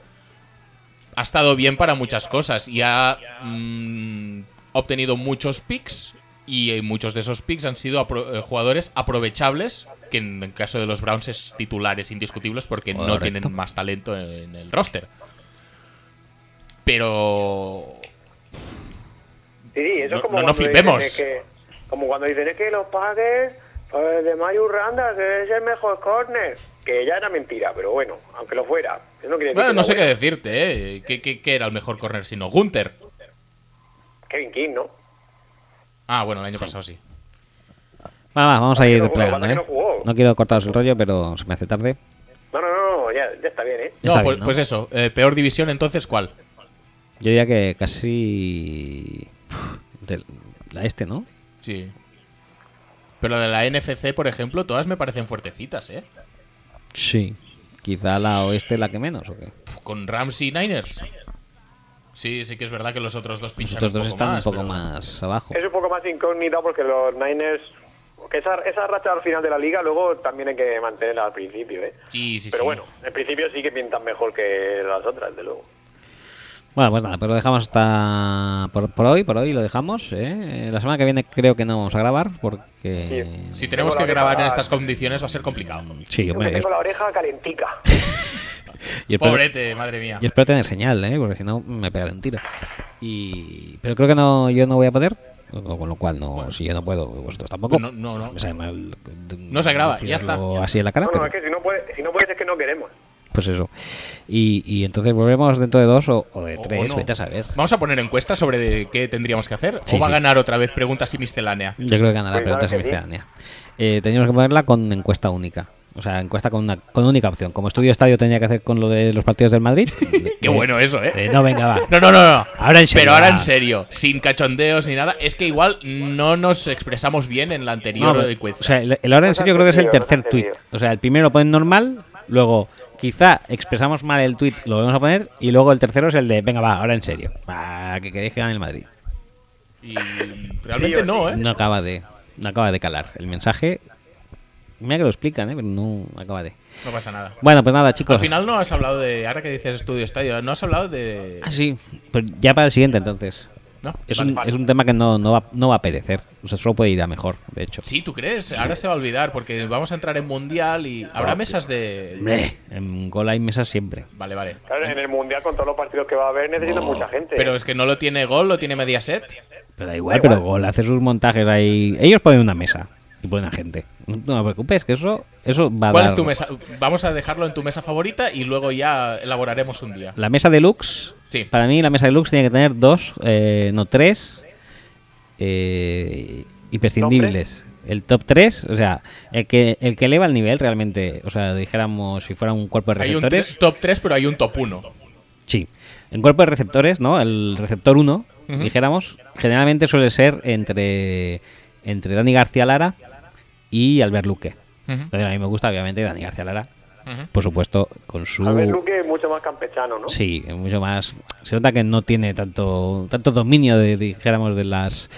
[SPEAKER 2] ha estado bien para muchas cosas y ha mm, obtenido muchos picks y eh, muchos de esos picks han sido apro- eh, jugadores aprovechables que en el caso de los Browns es titulares indiscutibles porque no
[SPEAKER 1] Correcto.
[SPEAKER 2] tienen más talento en el roster. Pero
[SPEAKER 3] Sí, sí, eso
[SPEAKER 2] No-
[SPEAKER 3] es como
[SPEAKER 2] no nos
[SPEAKER 3] cuando
[SPEAKER 2] flipemos.
[SPEAKER 3] dicen es que- como cuando dicen es que los Packers eh, de Mayu Randas es el mejor corner. Que ya era mentira, pero bueno, aunque lo fuera. eso no quiere decir
[SPEAKER 2] bueno,
[SPEAKER 3] que
[SPEAKER 2] no
[SPEAKER 3] sea
[SPEAKER 2] sé qué
[SPEAKER 3] bueno.
[SPEAKER 2] decirte, ¿eh? ¿Qué, qué- qué era el mejor corner sino Gunther?
[SPEAKER 3] Kevin King, ¿no?
[SPEAKER 2] Ah, bueno, el año pasado sí.
[SPEAKER 1] Va, va, vamos a ir
[SPEAKER 3] no jugó,
[SPEAKER 1] plegando,
[SPEAKER 3] pasa que
[SPEAKER 1] ¿eh?
[SPEAKER 3] no jugó.
[SPEAKER 1] No quiero cortaros el rollo, pero se me hace tarde.
[SPEAKER 3] No, no, no, no, ya, ya está bien, ¿eh?
[SPEAKER 1] Ya
[SPEAKER 2] No,
[SPEAKER 1] está
[SPEAKER 2] pues,
[SPEAKER 1] bien, ¿no?
[SPEAKER 2] pues eso, eh, peor división entonces, ¿cuál?
[SPEAKER 1] Yo diría que casi. del- la este, ¿no?
[SPEAKER 2] Sí. Pero la de la NFC, por ejemplo, todas me parecen fuertecitas, ¿eh?
[SPEAKER 1] Sí. Quizá la oeste la que menos, ¿o qué?
[SPEAKER 2] Con Rams y Niners. Sí, sí que es verdad que los otros dos
[SPEAKER 1] Los
[SPEAKER 2] pinchan
[SPEAKER 1] otros dos
[SPEAKER 2] un poco
[SPEAKER 1] están
[SPEAKER 2] más,
[SPEAKER 1] un poco
[SPEAKER 2] pero-
[SPEAKER 1] más abajo.
[SPEAKER 3] Es un poco más incógnita porque los Niners. Que esa, esa racha al final de la liga luego también hay que mantenerla al principio, ¿eh?
[SPEAKER 2] Sí, sí,
[SPEAKER 3] Pero
[SPEAKER 2] sí.
[SPEAKER 3] bueno, en principio sí que pintan mejor que las otras, de luego.
[SPEAKER 1] Bueno, pues nada, pues lo dejamos hasta por, por hoy, por hoy lo dejamos. ¿eh? Eh, La semana que viene creo que no vamos a grabar porque...
[SPEAKER 3] Sí.
[SPEAKER 2] Si tenemos
[SPEAKER 3] Tengo
[SPEAKER 2] que
[SPEAKER 3] la
[SPEAKER 2] grabar en
[SPEAKER 3] oreja-
[SPEAKER 2] estas condiciones va a ser complicado.
[SPEAKER 1] Sí,
[SPEAKER 3] Yo me
[SPEAKER 1] hombre, y
[SPEAKER 3] tengo
[SPEAKER 1] esp-
[SPEAKER 3] la oreja calentica.
[SPEAKER 1] y espero-
[SPEAKER 2] Pobrete, madre mía.
[SPEAKER 1] y espero tener señal, ¿eh? porque si no me pegaré un tiro. Y... Pero creo que no, yo no voy a poder, o- con lo cual, no, si yo no puedo, vosotros tampoco.
[SPEAKER 2] No, no, no.
[SPEAKER 1] Me sabe mal, eh,
[SPEAKER 2] No se graba, ya está.
[SPEAKER 1] decirlo Así en la cara,
[SPEAKER 3] No, no,
[SPEAKER 1] pero-
[SPEAKER 3] es que si no, puede, si no puedes es que no queremos.
[SPEAKER 1] Pues eso. Y, y entonces volvemos dentro de dos o, o de
[SPEAKER 2] O- o
[SPEAKER 1] tres,
[SPEAKER 2] Oh, no.
[SPEAKER 1] vete a saber.
[SPEAKER 2] Vamos a poner encuestas sobre de qué tendríamos que hacer.
[SPEAKER 1] Sí,
[SPEAKER 2] o va
[SPEAKER 1] sí.
[SPEAKER 2] a ganar otra vez preguntas y miscelánea.
[SPEAKER 1] Yo creo que ganará
[SPEAKER 3] Pues
[SPEAKER 1] preguntas en
[SPEAKER 3] claro que sí.
[SPEAKER 1] miscelánea. Eh, teníamos que ponerla con encuesta única. O sea, encuesta con una con única opción. Como estudio estadio tenía que hacer con lo de los partidos del Madrid.
[SPEAKER 2] Qué bueno eso, ¿eh?
[SPEAKER 1] Eh, no, venga, va.
[SPEAKER 2] No, no, no, no.
[SPEAKER 1] Ahora en serio, Ah.
[SPEAKER 2] Pero ahora
[SPEAKER 1] va.
[SPEAKER 2] en serio, sin cachondeos ni nada. Es que igual no nos expresamos bien en la
[SPEAKER 1] No,
[SPEAKER 2] anterior
[SPEAKER 1] pero-
[SPEAKER 2] encuesta.
[SPEAKER 1] o sea, el, el ahora en
[SPEAKER 3] No se
[SPEAKER 1] serio creo que es el
[SPEAKER 3] entendió, no se
[SPEAKER 1] tercer tweet.
[SPEAKER 3] entendió.
[SPEAKER 1] O sea, el primero lo ponen normal, luego quizá expresamos mal el tweet, lo volvemos a poner, y luego el tercero es el de, venga, va, ahora en serio. Va, que queréis que gane el Madrid.
[SPEAKER 2] Y realmente no, ¿eh?
[SPEAKER 1] No acaba de, no acaba de calar. El mensaje, mira que lo explican, ¿eh? pero no acaba de.
[SPEAKER 2] No pasa nada.
[SPEAKER 1] Bueno, pues nada, chicos.
[SPEAKER 2] Al final no has hablado de. Ahora que dices estudio estadio, no has hablado de.
[SPEAKER 1] Ah, sí. Pues ya para el siguiente, entonces.
[SPEAKER 2] No.
[SPEAKER 1] Es,
[SPEAKER 2] Vale.
[SPEAKER 1] un, es un tema que no, no, va, no va a perecer. O sea, solo puede ir a mejor, de hecho.
[SPEAKER 2] Sí, ¿tú crees? Ahora se va a olvidar porque vamos a entrar en mundial y habrá mesas de.
[SPEAKER 1] Hombre, en gol hay mesas siempre.
[SPEAKER 2] Vale, vale.
[SPEAKER 3] Claro, en el mundial con todos los partidos que va a haber necesitan mucha gente.
[SPEAKER 2] Pero es que no lo tiene gol, lo tiene media set.
[SPEAKER 1] Pero da igual, Ah, pero gol hace sus montajes ahí. Ellos ponen una mesa y ponen a gente. No te preocupes, que eso, eso va a
[SPEAKER 2] ¿Cuál
[SPEAKER 1] dar-
[SPEAKER 2] es tu mesa? Vamos a dejarlo en tu mesa favorita y luego ya elaboraremos un día.
[SPEAKER 1] La mesa deluxe.
[SPEAKER 2] Sí.
[SPEAKER 1] Para mí, la mesa deluxe tiene que tener dos, eh, no tres, eh, imprescindibles. El top 3, o sea, el que, el que eleva el nivel realmente, o sea, dijéramos si fuera un cuerpo de
[SPEAKER 2] Hay un tre-
[SPEAKER 1] receptores.
[SPEAKER 2] top 3, pero hay un top 1.
[SPEAKER 1] Sí. En cuerpo de receptores, ¿no? El receptor 1,
[SPEAKER 2] Ujú.
[SPEAKER 1] dijéramos, generalmente suele ser entre, entre Dani García Lara y Albert Luque. Entonces, a mí me gusta, obviamente, Dani García Lara, por supuesto, con su...
[SPEAKER 3] A ver, Luque es mucho más campechano, ¿no?
[SPEAKER 1] Sí, mucho más. Se nota que no tiene tanto tanto dominio, de, dijéramos, de las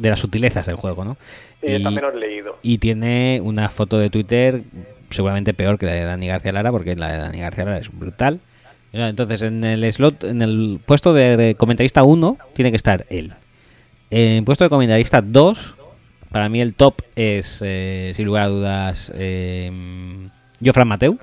[SPEAKER 1] de las sutilezas del juego, ¿no?
[SPEAKER 3] Y está menos leído.
[SPEAKER 1] y tiene una foto de Twitter seguramente peor que la de Dani García Lara, porque la de Dani García Lara es brutal. Entonces, en el slot, en el puesto de de comentarista 1, tiene que estar él. En puesto de comentarista 2, para mí el top es, eh, sin lugar a dudas, eh, Jofran Mateu.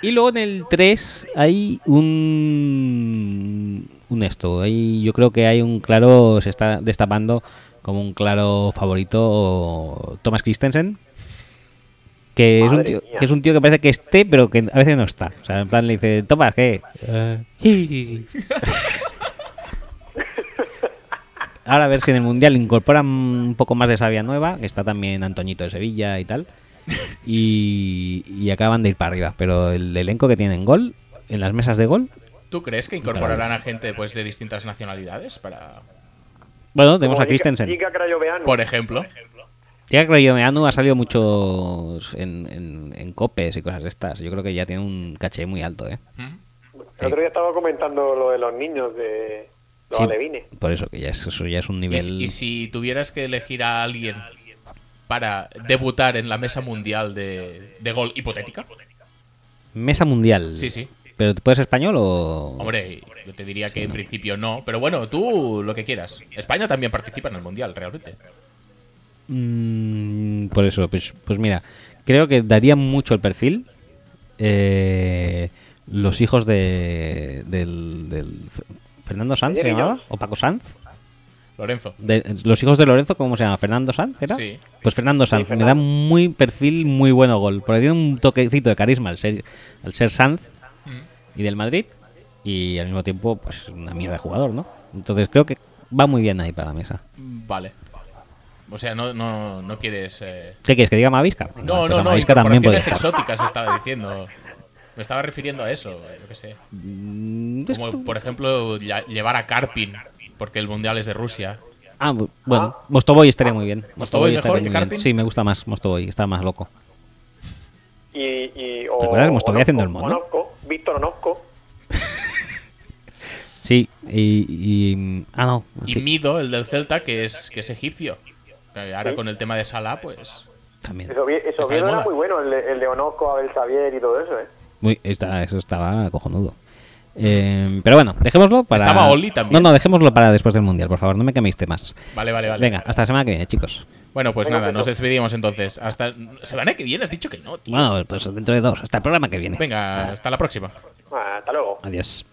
[SPEAKER 1] Y luego en el 3 hay un. Un esto. Hay, yo creo que hay un claro. Se está destapando como un claro favorito Thomas Christensen. Que es, un
[SPEAKER 3] Madre
[SPEAKER 1] tío,
[SPEAKER 3] mía.
[SPEAKER 1] que es un tío que parece que esté, pero que a veces no está. O sea, en plan le dice: Thomas, ¿qué? Eh. Sí, sí, sí. Ahora a ver si en el mundial incorporan un poco más de savia nueva, que está también Antoñito de Sevilla y tal. Y, y acaban de ir para arriba. Pero el elenco que tienen gol, en las mesas de gol,
[SPEAKER 2] ¿Tú crees que incorporarán a gente pues, de distintas nacionalidades? para,
[SPEAKER 1] bueno, tenemos
[SPEAKER 3] Como
[SPEAKER 1] a Christensen.
[SPEAKER 3] Ica- Ica Crayoveanu.
[SPEAKER 2] Por ejemplo.
[SPEAKER 1] Ya creo yo, Meanu ha salido muchos en, en- en copes y cosas de estas. Yo creo que ya tiene un caché muy alto, ¿eh?
[SPEAKER 2] Ujú.
[SPEAKER 3] El otro día estaba comentando lo de los niños de los
[SPEAKER 1] Sí,
[SPEAKER 3] alevines.
[SPEAKER 1] Por eso, que ya es, eso ya es un
[SPEAKER 2] Y, si-
[SPEAKER 1] nivel...
[SPEAKER 2] y si tuvieras que elegir a alguien para debutar en la mesa mundial de, de gol hipotética,
[SPEAKER 1] Mesa mundial.
[SPEAKER 2] Sí, sí.
[SPEAKER 1] ¿Pero tú eres español o...?
[SPEAKER 2] hombre, yo te diría que en principio no, pero bueno, tú lo que quieras. España también participa en el mundial, realmente.
[SPEAKER 1] Mm, por eso, pues, pues mira, creo que daría mucho el perfil eh, los hijos de del, del F- Fernando Sanz, ¿se
[SPEAKER 3] Ayer y
[SPEAKER 1] llamaba?
[SPEAKER 3] yo.
[SPEAKER 1] ¿O Paco Sanz?
[SPEAKER 2] Lorenzo.
[SPEAKER 1] De- los hijos de Lorenzo, ¿cómo se llama? ¿Fernando Sanz era?
[SPEAKER 2] Sí.
[SPEAKER 1] Pues Fernando Sanz, me da muy perfil, muy bueno gol, porque tiene un toquecito de carisma al ser, al ser Sanz y del Madrid, y al mismo tiempo, pues una mierda de jugador, ¿no? Entonces creo que va muy bien ahí para la mesa.
[SPEAKER 2] Vale. O sea, no, no, no quieres. eh,
[SPEAKER 1] ¿Qué quieres? ¿Que diga Mavisca? Venga,
[SPEAKER 2] No,
[SPEAKER 1] pues a
[SPEAKER 2] no, no,
[SPEAKER 1] Mavisca también puede
[SPEAKER 2] incorporaciones
[SPEAKER 1] estar.
[SPEAKER 2] exóticas estaba diciendo. Me estaba refiriendo a eso, yo qué sé.
[SPEAKER 1] Mm, es que
[SPEAKER 2] Como,
[SPEAKER 1] tú-
[SPEAKER 2] por ejemplo, lla- llevar a Karpin, porque el Mundial es de Rusia.
[SPEAKER 1] Ah, bu- bueno, Mostoboy estaría muy bien.
[SPEAKER 2] ¿Mostoboy
[SPEAKER 1] estaría
[SPEAKER 2] mejor que
[SPEAKER 1] muy bien.
[SPEAKER 2] Karpin?
[SPEAKER 1] Sí, me gusta más Mostoboy, está más loco.
[SPEAKER 3] Y, y, o,
[SPEAKER 1] ¿Te acuerdas cómo estuve
[SPEAKER 3] Orozco-
[SPEAKER 1] haciendo el mono?
[SPEAKER 3] Orozco, Víctor Onosco.
[SPEAKER 1] Sí, y, y- Ah, no.
[SPEAKER 2] Y
[SPEAKER 1] sí,
[SPEAKER 2] Mido, el del Celta, que es, que es egipcio. Que Ahora con el tema de Salah, pues.
[SPEAKER 1] también.
[SPEAKER 3] Eso, vi-
[SPEAKER 2] Está
[SPEAKER 3] eso
[SPEAKER 2] de
[SPEAKER 3] Oviedo era
[SPEAKER 2] moda.
[SPEAKER 3] muy bueno, el de, el de Onosco, Abel Xavier y todo eso, ¿eh?
[SPEAKER 1] Uy, esta- eso estaba cojonudo. Eh, pero bueno, dejémoslo para.
[SPEAKER 2] Estaba Oli también.
[SPEAKER 1] No, no, dejémoslo para después del mundial, por favor, no me queméis temas.
[SPEAKER 2] Vale, vale, vale.
[SPEAKER 1] Venga, hasta la semana que viene, chicos.
[SPEAKER 2] Bueno, pues
[SPEAKER 3] Venga,
[SPEAKER 2] nada,
[SPEAKER 3] Pedro.
[SPEAKER 2] nos despedimos entonces. Hasta. Semana que viene has dicho que no, tío.
[SPEAKER 1] Bueno, pues dentro de dos, hasta el programa que viene.
[SPEAKER 2] Venga, hasta la próxima.
[SPEAKER 3] Ah, hasta luego.
[SPEAKER 1] Adiós.